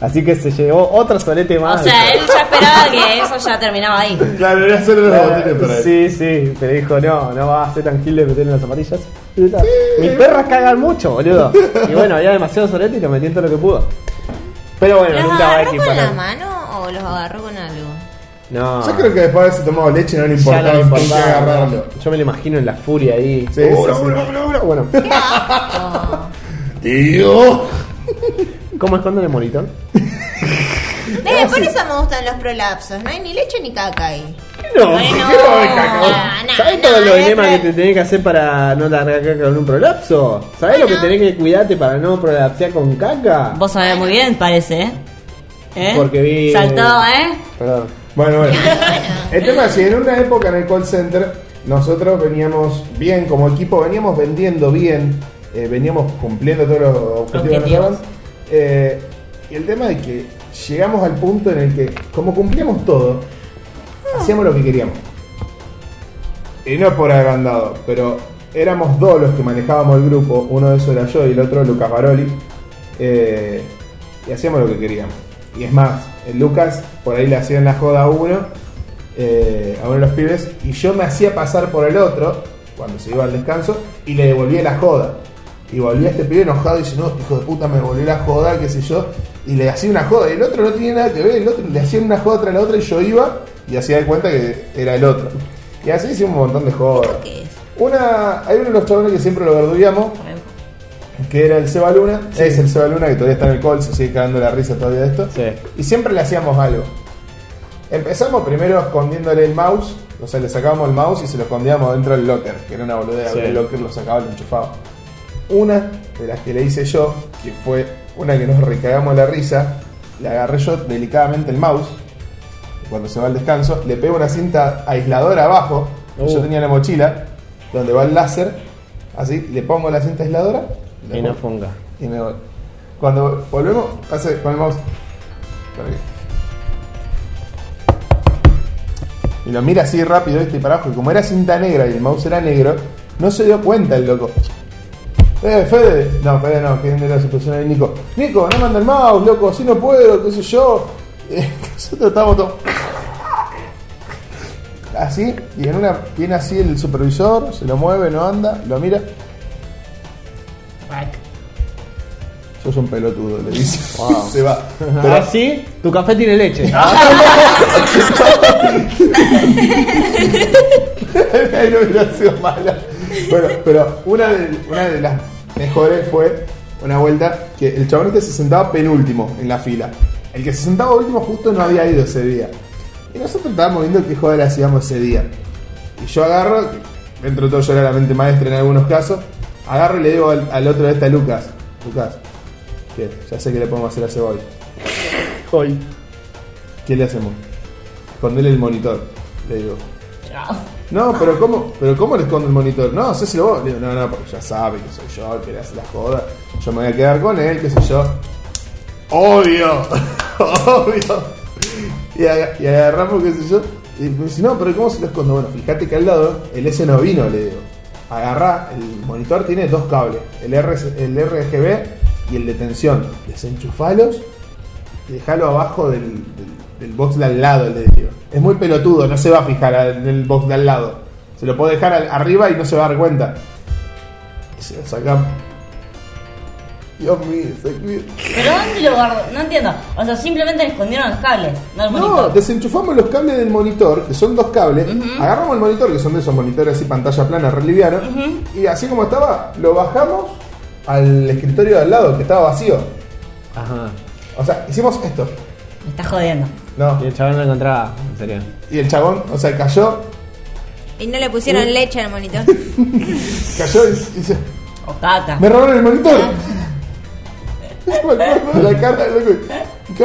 Speaker 2: Así que se llevó otro solete
Speaker 3: O
Speaker 2: más.
Speaker 3: sea, él ya esperaba que eso ya terminaba ahí.
Speaker 1: Claro, era solo los botines para él.
Speaker 2: Ah, Sí, sí, pero dijo, no, no va a ser tan gil de meterle las zapatillas. Y tal. Mis perras cagan mucho, boludo. Y bueno, había demasiado solete y lo metió en todo lo que pudo. Pero bueno,
Speaker 4: ¿Los
Speaker 2: nunca va a
Speaker 4: agarró
Speaker 2: equipar.
Speaker 4: con la mano o los agarró con algo?
Speaker 2: No.
Speaker 1: Yo creo que después de haberse tomado leche no le
Speaker 2: Ya
Speaker 1: importaba,
Speaker 2: no le
Speaker 1: por qué
Speaker 2: importaba,
Speaker 1: agarrarlo.
Speaker 2: ¿no? Yo me lo imagino en la furia ahí.
Speaker 1: Sí,
Speaker 2: Uh,
Speaker 1: sí,
Speaker 2: no,
Speaker 1: sí.
Speaker 2: no, no, no. Bueno,
Speaker 4: ¡Qué asco!
Speaker 1: Tío.
Speaker 2: ¿cómo esconden el monitor?
Speaker 4: Eh, por eso me gustan los prolapsos. No hay ni leche ni caca ahí.
Speaker 2: No.
Speaker 3: Bueno, nah, nah,
Speaker 2: ¿Sabés
Speaker 4: no,
Speaker 2: todos los
Speaker 4: eh,
Speaker 2: enemas que
Speaker 4: pero-
Speaker 2: te tenés que hacer para no largar caca con un prolapso? ¿Sabés lo que
Speaker 4: No.
Speaker 2: tenés que cuidarte para no prolapsear con caca?
Speaker 3: Vos sabés muy bien, parece, ¿eh? ¿Eh?
Speaker 2: Porque vi-
Speaker 3: Saltó, ¿eh?
Speaker 2: Perdón.
Speaker 1: Bueno, bueno. El tema es si en una época en el call center nosotros veníamos bien como equipo, veníamos vendiendo bien, eh, veníamos cumpliendo todos los objetivos que nos
Speaker 3: Objetivos.
Speaker 1: daban. Eh, y el tema es que llegamos al punto en el que, como cumplíamos todo, hacíamos lo que queríamos. Y no por agrandado, pero éramos dos los que manejábamos el grupo, uno de esos era yo y el otro Lucas Baroli, eh, y hacíamos lo que queríamos. Y es más, el Lucas por ahí le hacían la joda a uno, eh, a uno de los pibes, y yo me hacía pasar por el otro, cuando se iba al descanso, y le devolvía la joda. Y volvía este pibe enojado y dice, no, este hijo de puta me devolvió la joda, qué sé yo, y le hacía una joda, y el otro no tenía nada que ver, el otro le hacía una joda tras la otra y yo iba y hacía de cuenta que era el otro. Y así hice un montón de jodas.
Speaker 4: ¿Esto qué es?
Speaker 1: Una, hay uno de los chabones que siempre lo verdugueamos, que era el Seba Luna. Es el Seba Luna que todavía está en el col, se sigue cagando la risa todavía de esto.
Speaker 2: Sí.
Speaker 1: Y siempre le hacíamos algo. Empezamos primero escondiéndole el mouse, o sea, le sacábamos el mouse y se lo escondíamos dentro del locker, que era una boludea,
Speaker 2: Sí.
Speaker 1: abría el locker lo sacaba, lo enchufaba. Una de las que le hice yo, que fue una que nos recagamos la risa, le agarré yo delicadamente el mouse, y cuando se va al descanso, le pego una cinta aisladora abajo, que yo
Speaker 2: Uh.
Speaker 1: tenía en la mochila, donde va el láser, así, le pongo la cinta aisladora le
Speaker 2: Y no
Speaker 1: pongo-
Speaker 2: funga.
Speaker 1: y me voy. Cuando volvemos, hace con el mouse. Para que- Y lo mira así rápido, este para abajo. Y como era cinta negra y el mouse era negro, no se dio cuenta el loco. Eh, Fede. No, Fede no, que era la situación de Nico. Nico, no manda el mouse, loco, si no puedo, qué sé yo. Eh, Nosotros estábamos todos. Así, y en una viene así el supervisor, se lo mueve, no anda, lo mira. Sos un pelotudo, le dice. Se va.
Speaker 2: Ah.
Speaker 1: Pero-
Speaker 2: Así, tu café tiene leche.
Speaker 1: Ahí no hubiera sido mala. Bueno, pero una de, una de las mejores fue una vuelta que el chabón este se sentaba penúltimo en la fila. El que se sentaba último justo no había ido ese día. Y nosotros estábamos viendo qué joder hacíamos ese día. Y yo agarro, dentro de todo yo era la mente maestra en algunos casos, agarro y le digo al, al otro de esta Lucas, Lucas, que ya sé que le podemos hacer a Ceboy.
Speaker 2: Hoy.
Speaker 1: ¿Qué le hacemos? Escondele el monitor, le digo.
Speaker 3: Chao.
Speaker 1: No, pero ¿cómo, pero ¿cómo le escondo el monitor? No, hacéselo vos. Le digo, no, no, porque ya sabe que soy yo el que le hace la joda. Yo me voy a quedar con él, qué sé yo. Obvio, obvio. Y, aga- y agarramos, qué sé yo. Y me dice, no, pero ¿cómo se lo escondo? Bueno, fíjate que al lado el S no vino, le digo. Agarrá, el monitor tiene dos cables, el, RS el RGB y el de tensión. Desenchufalos y dejalo abajo del, del- del box de al lado, le digo. Es muy pelotudo, no se va a fijar al- en el box de al lado. Se lo puede dejar al- arriba y no se va a dar cuenta. Y se lo sacamos. Dios mío, se cuida.
Speaker 3: Pero ¿dónde lo guardo? No entiendo. O sea, simplemente le escondieron los cables, no el
Speaker 1: No,
Speaker 3: monitor.
Speaker 1: desenchufamos los cables del monitor, que son dos cables, agarramos el monitor, que son de esos monitores así pantalla plana, re liviano, y así como estaba, lo bajamos al escritorio de al lado, que estaba vacío.
Speaker 2: Ajá.
Speaker 1: O sea, hicimos esto.
Speaker 3: Me está jodiendo.
Speaker 1: No.
Speaker 2: Y el chaval no lo encontraba, en serio.
Speaker 1: Y el chabón, o sea, cayó,
Speaker 4: Y no le pusieron leche al monitor.
Speaker 1: cayó y y dice,
Speaker 3: O caca.
Speaker 1: me robaron el monitor. Yo me acuerdo de la cara del loco. y ca-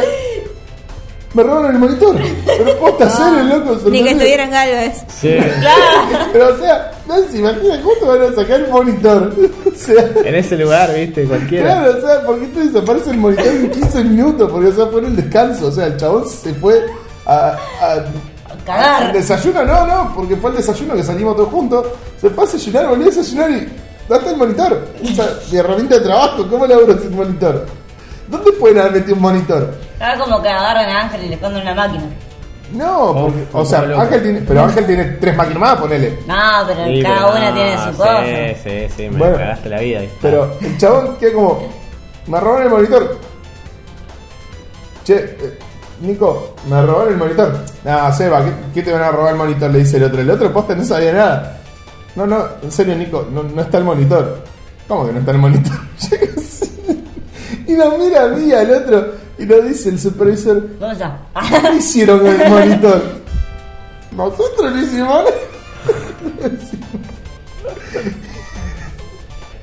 Speaker 1: Me robaron el monitor. Pero posta hacer el loco. se
Speaker 4: Ah. Ni
Speaker 1: lo
Speaker 4: que
Speaker 1: digo.
Speaker 4: estuvieran galvez.
Speaker 2: Sí.
Speaker 1: Pero o sea, no se imagina cómo te van a sacar el monitor. O sea.
Speaker 2: En ese lugar, viste, cualquiera.
Speaker 1: Claro, o sea, ¿por qué te desaparece el monitor en 15 minutos? Porque, o sea, fue en el descanso. O sea, el chabón se fue a. a-
Speaker 3: cagar.
Speaker 1: al desayuno, no, no, porque fue el desayuno que salimos todos juntos. Se fue a desayunar, volvió a desayunar y. ¿Dónde el monitor? O sea, mi herramienta de trabajo, ¿cómo le abro sin monitor? ¿Dónde pueden haber metido un monitor?
Speaker 3: Estaba como que agarran a Ángel y le esconden una máquina.
Speaker 1: No, porque,
Speaker 2: Oh,
Speaker 1: o sea,
Speaker 2: loco.
Speaker 1: Ángel tiene, pero Ángel tiene tres máquinas más, ponele.
Speaker 3: No, pero
Speaker 2: Sí,
Speaker 3: cada
Speaker 2: pero
Speaker 3: una
Speaker 2: no,
Speaker 3: tiene su
Speaker 2: sí,
Speaker 3: cosa.
Speaker 2: Sí, sí, me
Speaker 1: Bueno.
Speaker 2: cagaste la vida. ahí.
Speaker 1: Pero el chabón queda como. Me robaron el monitor. Che, eh, Nico, me robaron el monitor. Nah, Seba, ¿qué, qué te van a robar el monitor? Le dice el otro. El otro posta no sabía nada. No, no, en serio, Nico, no, no está el monitor. ¿Cómo que no está el monitor? Llega así, y nos mira a mí y al otro. Y nos dice el supervisor:
Speaker 3: ¿Dónde está?
Speaker 1: ¿Qué hicieron con el monitor? Nosotros lo hicimos. nada.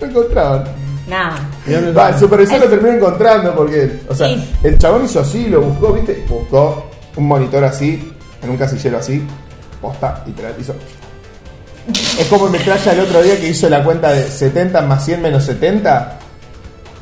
Speaker 1: Lo encontraban.
Speaker 3: Nada.
Speaker 2: ¿Y dónde
Speaker 1: Va,
Speaker 2: está?
Speaker 1: el supervisor lo terminó encontrando porque, o sea,
Speaker 3: Sí.
Speaker 1: el chabón hizo así, lo buscó, ¿viste? Buscó un monitor así, en un casillero así, posta, y tra- hizo. Es como Metralla el otro día que hizo la cuenta de 70 más 100 menos 70.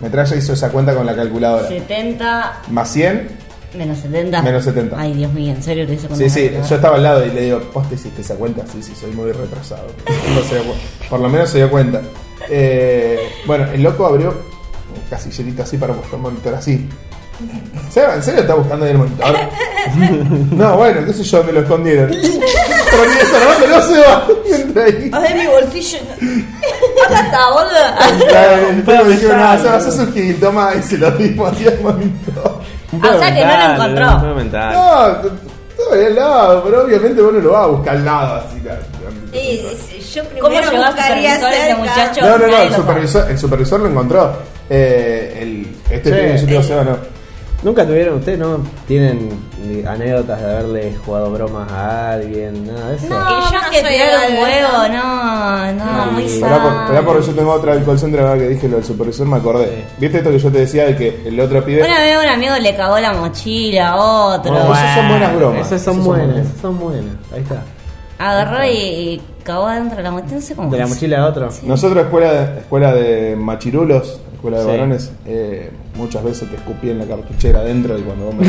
Speaker 1: Metralla hizo esa cuenta con la calculadora.
Speaker 3: 70
Speaker 1: Más 100.
Speaker 3: menos 70.
Speaker 1: Menos 70.
Speaker 3: Ay, Dios mío, ¿en serio te hice con
Speaker 1: Sí,
Speaker 3: una
Speaker 1: sí,
Speaker 3: máquina?
Speaker 1: yo estaba al lado y le digo, ¿vos te hiciste esa cuenta? Sí, sí, soy muy retrasado. No se dio cu- por lo menos se dio cuenta. Eh, bueno, el loco abrió un casillerito así para buscar un monitor así. Seba, ¿en serio está buscando ahí el monitor? No, bueno, qué sé yo, me lo escondieron. Pero ni desarmándolo, Seba. Entra ahí.
Speaker 3: A ver mi bolsillo. ¿Dónde está, boludo?
Speaker 1: Pero Eh, me dijeron, no, Seba, sos un gil, toma, y se lo dimos así al monitor.
Speaker 2: Un pedo
Speaker 3: Ah, o sea que no lo
Speaker 2: mental,
Speaker 3: encontró.
Speaker 2: un pedo mental.
Speaker 1: No, Estaba ahí al lado, pero obviamente vos no lo vas a buscar al lado así. la-
Speaker 4: Y, y- yo primero
Speaker 3: ¿Cómo llegó a
Speaker 4: buscaría
Speaker 3: supervisor ese
Speaker 4: cerca-
Speaker 3: muchacho?
Speaker 1: No, no, no,
Speaker 3: Nadie
Speaker 1: el
Speaker 3: lo
Speaker 1: supervisor, el supervisor lo encontró. Eh, el, este
Speaker 2: Sí.
Speaker 1: pibe que subió, Seba, no.
Speaker 2: Nunca tuvieron, ustedes no tienen ni anécdotas de haberle jugado bromas a alguien, nada de eso.
Speaker 4: No.
Speaker 3: Y yo
Speaker 4: no
Speaker 3: que
Speaker 4: soy
Speaker 3: tirar un
Speaker 4: igual,
Speaker 3: huevo,
Speaker 4: ¿verdad?
Speaker 3: no, no,
Speaker 2: No,
Speaker 3: muy
Speaker 2: y-
Speaker 1: Esperá, por- esperá
Speaker 3: sano.
Speaker 1: porque yo tengo otra del call center, ahora que dije lo del supervisor, me acordé.
Speaker 2: Sí.
Speaker 1: ¿Viste esto que yo te decía de que el otro pibe.
Speaker 3: Una vez un amigo le cagó la mochila a otro.
Speaker 1: No, esas son buenas bromas.
Speaker 2: Esas son
Speaker 1: Esas son
Speaker 2: buenas,
Speaker 1: buenas.
Speaker 2: esas son buenas. Ahí está.
Speaker 3: Agarró y, y cagó adentro de la mochila. No sé cómo
Speaker 2: De la
Speaker 3: es.
Speaker 2: mochila a otro.
Speaker 1: Nosotros, escuela de, escuela de machirulos, escuela de
Speaker 2: Sí.
Speaker 1: varones, eh, muchas veces te escupí en la cartuchera adentro y cuando vos me.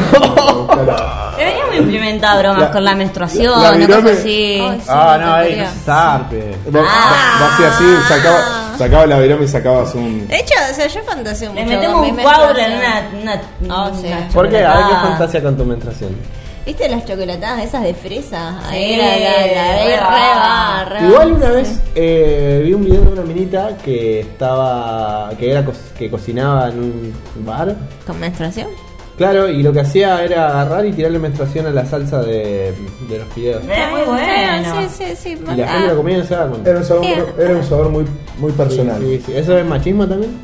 Speaker 1: No.
Speaker 3: Deberíamos implementar bromas
Speaker 1: La-
Speaker 3: con la menstruación,
Speaker 1: la
Speaker 3: una
Speaker 1: virome-
Speaker 3: cosa así.
Speaker 4: Ay, sí,
Speaker 2: Ah,
Speaker 4: me
Speaker 2: no, ahí no
Speaker 4: encantaría.
Speaker 2: se zarpe.
Speaker 3: Ah.
Speaker 1: Vacía así, sacaba, sacaba la viroma y sacabas un.
Speaker 4: De hecho, o sea, yo fantaseo mucho.
Speaker 3: Le metemos
Speaker 4: con mi
Speaker 3: un cuadro en
Speaker 4: menstruación.
Speaker 3: una. una,
Speaker 4: Ah, sí.
Speaker 3: una
Speaker 2: ¿Por qué? A ver qué
Speaker 4: Ah.
Speaker 3: chocolatada.
Speaker 2: fantasía con tu menstruación.
Speaker 4: ¿Viste las chocolatadas esas de fresa?
Speaker 3: Sí,
Speaker 4: Ahí era la, la,
Speaker 3: re
Speaker 4: re
Speaker 3: va.
Speaker 4: va, re va.
Speaker 2: Igual una vez eh, vi un video de una minita que estaba. que era co- que cocinaba en un bar.
Speaker 4: ¿Con menstruación?
Speaker 2: Claro, y lo que hacía era agarrar y tirarle menstruación a la salsa de, de los fideos. Y
Speaker 3: Eh, muy bueno.
Speaker 4: Sí, sí, ah, sí.
Speaker 2: la gente lo comía y no se daba cuenta.
Speaker 1: Era un sabor,
Speaker 4: Bien.
Speaker 1: era un sabor muy, muy personal.
Speaker 2: Sí, sí, sí. ¿Eso es machismo también?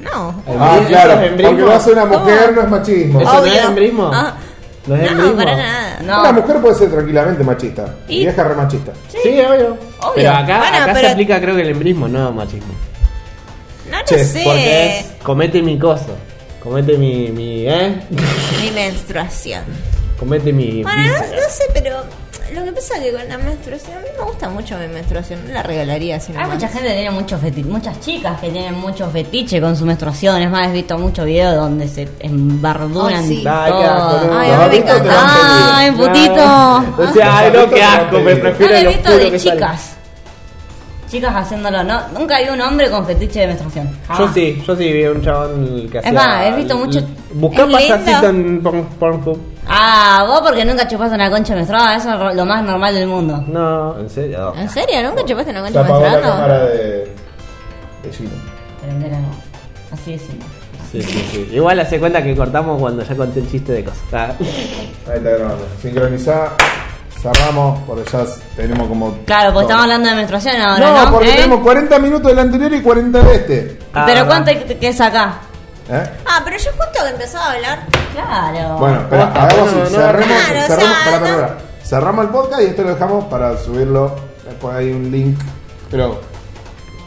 Speaker 4: No.
Speaker 1: Ah,
Speaker 2: ¿Eso
Speaker 1: claro,
Speaker 2: es embrismo?
Speaker 1: porque vas a una
Speaker 4: ¿Cómo?
Speaker 1: mujer, no es machismo.
Speaker 2: ¿Eso no
Speaker 4: Obvio.
Speaker 2: es embrismo?
Speaker 4: Ah.
Speaker 2: ¿No es
Speaker 4: No,
Speaker 2: embrismo?
Speaker 4: para nada.
Speaker 3: No.
Speaker 1: Una mujer puede ser tranquilamente machista.
Speaker 4: ¿Y?
Speaker 1: Y vieja re machista.
Speaker 2: Sí, obvio. Pero acá,
Speaker 4: Bueno,
Speaker 2: acá se
Speaker 4: pero-
Speaker 2: aplica creo que el embrismo, no machismo.
Speaker 4: No lo
Speaker 1: Che,
Speaker 4: sé.
Speaker 2: Porque es comete mi coso. Comete mi, mi ¿eh?
Speaker 4: Mi menstruación.
Speaker 2: comete mi
Speaker 4: Bueno, no,
Speaker 2: víscera.
Speaker 4: no sé, pero lo que pasa es que con la menstruación, a mí me gusta mucho mi menstruación, no la regalaría así
Speaker 3: Hay
Speaker 4: nomás.
Speaker 3: mucha gente que tiene muchos fetiches, muchas chicas que tienen muchos fetiches con su menstruación. Es más, he visto muchos videos donde se embardunan
Speaker 4: Ay, sí.
Speaker 2: Ay, qué asco,
Speaker 3: todo.
Speaker 2: no.
Speaker 4: Ay, a mí me
Speaker 1: Ahorita te
Speaker 4: encanta. Ah,
Speaker 1: van a
Speaker 3: Ay, putito.
Speaker 2: O sea, ay, no, qué asco, me
Speaker 3: No
Speaker 2: prefiero
Speaker 3: lo he
Speaker 2: lo
Speaker 3: visto
Speaker 2: oscuro
Speaker 3: de
Speaker 2: que sale.
Speaker 3: chicas. Chicas haciéndolo, ¿no? Nunca vi un hombre con fetiche de menstruación.
Speaker 2: Yo
Speaker 3: jamás.
Speaker 2: sí, yo sí vi a un chabón que hacía...
Speaker 3: Ah. más, he visto mucho-
Speaker 2: Buscá
Speaker 4: Es lindo.
Speaker 2: pasacito en Porn- Pornhub.
Speaker 3: Ah, vos porque nunca chupaste una concha menstruada, eso es ro- lo más normal del mundo.
Speaker 2: No, en
Speaker 3: Ah.
Speaker 2: serio.
Speaker 4: ¿En serio? ¿Nunca chupaste una
Speaker 1: Se
Speaker 4: concha
Speaker 1: apagó la cámara
Speaker 4: menstruando?
Speaker 1: de. de Gino.
Speaker 3: Pero mira, no. Así es.
Speaker 2: Sí, sí, sí. Igual hace cuenta que cortamos cuando ya conté el chiste de cosas. Ah.
Speaker 1: Ahí está grabando. Sincronizá, cerramos, porque ya tenemos como.
Speaker 3: Claro, pues
Speaker 1: todo.
Speaker 3: estamos hablando de menstruación ahora, ¿no?
Speaker 1: No, porque
Speaker 3: ¿Eh?
Speaker 1: tenemos 40 minutos del anterior y 40 de este.
Speaker 2: Ah.
Speaker 3: Pero ¿cuánto hay que, que sacar?
Speaker 1: ¿Eh?
Speaker 4: Ah, pero yo justo que empezaba a hablar.
Speaker 3: Claro.
Speaker 1: Bueno, espera,
Speaker 2: está,
Speaker 1: hagamos
Speaker 2: no,
Speaker 1: así,
Speaker 2: no,
Speaker 1: cerremos,
Speaker 4: claro, o
Speaker 1: cerramos,
Speaker 4: sea,
Speaker 1: pará, pará,
Speaker 4: no.
Speaker 1: pará. cerramos el podcast y esto lo dejamos para subirlo. Después hay un link. Pero.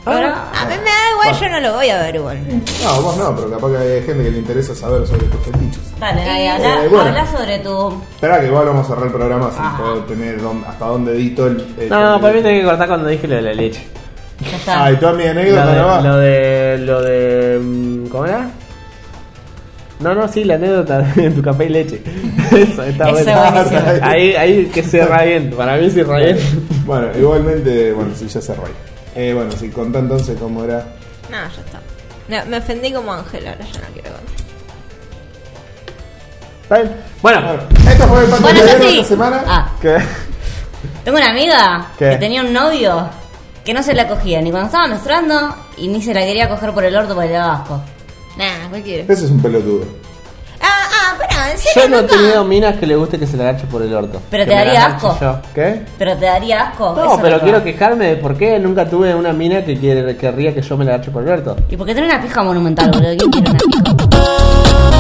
Speaker 3: Ahora-
Speaker 4: A mí me da igual, yo no lo voy a ver igual.
Speaker 1: No, vos no, pero capaz que hay gente que le interesa saber sobre tus fetiches.
Speaker 3: Dale, dale,
Speaker 4: Eh,
Speaker 3: habla,
Speaker 1: bueno.
Speaker 3: habla sobre tu.
Speaker 1: Espera que igual vamos a cerrar el programa sin
Speaker 3: Ajá.
Speaker 1: poder tener dónde- hasta dónde edito el. el-
Speaker 2: No, no,
Speaker 1: el-
Speaker 2: para mí tenía que cortar cuando dije lo de la leche.
Speaker 3: Ya está.
Speaker 1: Ah, y toda mi
Speaker 2: Lo
Speaker 1: anécdota no va.
Speaker 2: de, lo de. Lo de. mm, ¿Cómo era? No, no, sí, la anécdota de tu café y leche. Eso, está
Speaker 3: Eso
Speaker 2: bueno.
Speaker 3: es buenísimo.
Speaker 2: Ahí, ahí que cierra bien. Para mí cierra bien.
Speaker 1: Bueno, igualmente, bueno, sí, ya cerré. Eh, bueno, sí, contá entonces cómo era.
Speaker 4: No, ya está. No, me ofendí como Ángel, ahora yo no quiero contar.
Speaker 2: ¿Está bien? Bueno,
Speaker 1: Bueno, esto fue el Pato
Speaker 3: Bueno,
Speaker 1: de
Speaker 3: yo
Speaker 1: Negro
Speaker 3: sí.
Speaker 1: esta semana.
Speaker 3: Ah.
Speaker 1: Que,
Speaker 3: Tengo una amiga
Speaker 1: ¿Qué?
Speaker 3: que tenía un novio que no se la cogía ni cuando estaba menstruando y ni se la quería coger por el orto por el asco.
Speaker 4: Nah, cualquiera.
Speaker 1: ese es un pelotudo.
Speaker 4: Ah, ah, pará, en serio.
Speaker 2: yo no he
Speaker 4: nunca?
Speaker 2: tenido minas que le guste que se la agache por el orto.
Speaker 3: Pero
Speaker 2: Que
Speaker 3: te
Speaker 2: me
Speaker 3: daría
Speaker 2: la agache
Speaker 3: asco.
Speaker 2: yo. ¿Qué?
Speaker 3: Pero te daría asco. eso
Speaker 2: No,
Speaker 3: es
Speaker 2: pero
Speaker 3: lo que
Speaker 2: quiero
Speaker 3: va.
Speaker 2: quejarme de por qué nunca tuve una mina que quiere, querría que yo me la agache por el orto.
Speaker 3: ¿Y por qué tiene una pija monumental, boludo? ¿Quién quiere una pija?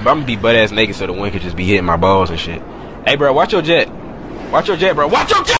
Speaker 6: But I'm gonna be butt ass naked so the wind could just be hitting my balls and shit. Hey, bro, watch your jet. Watch your jet, bro. Watch your jet.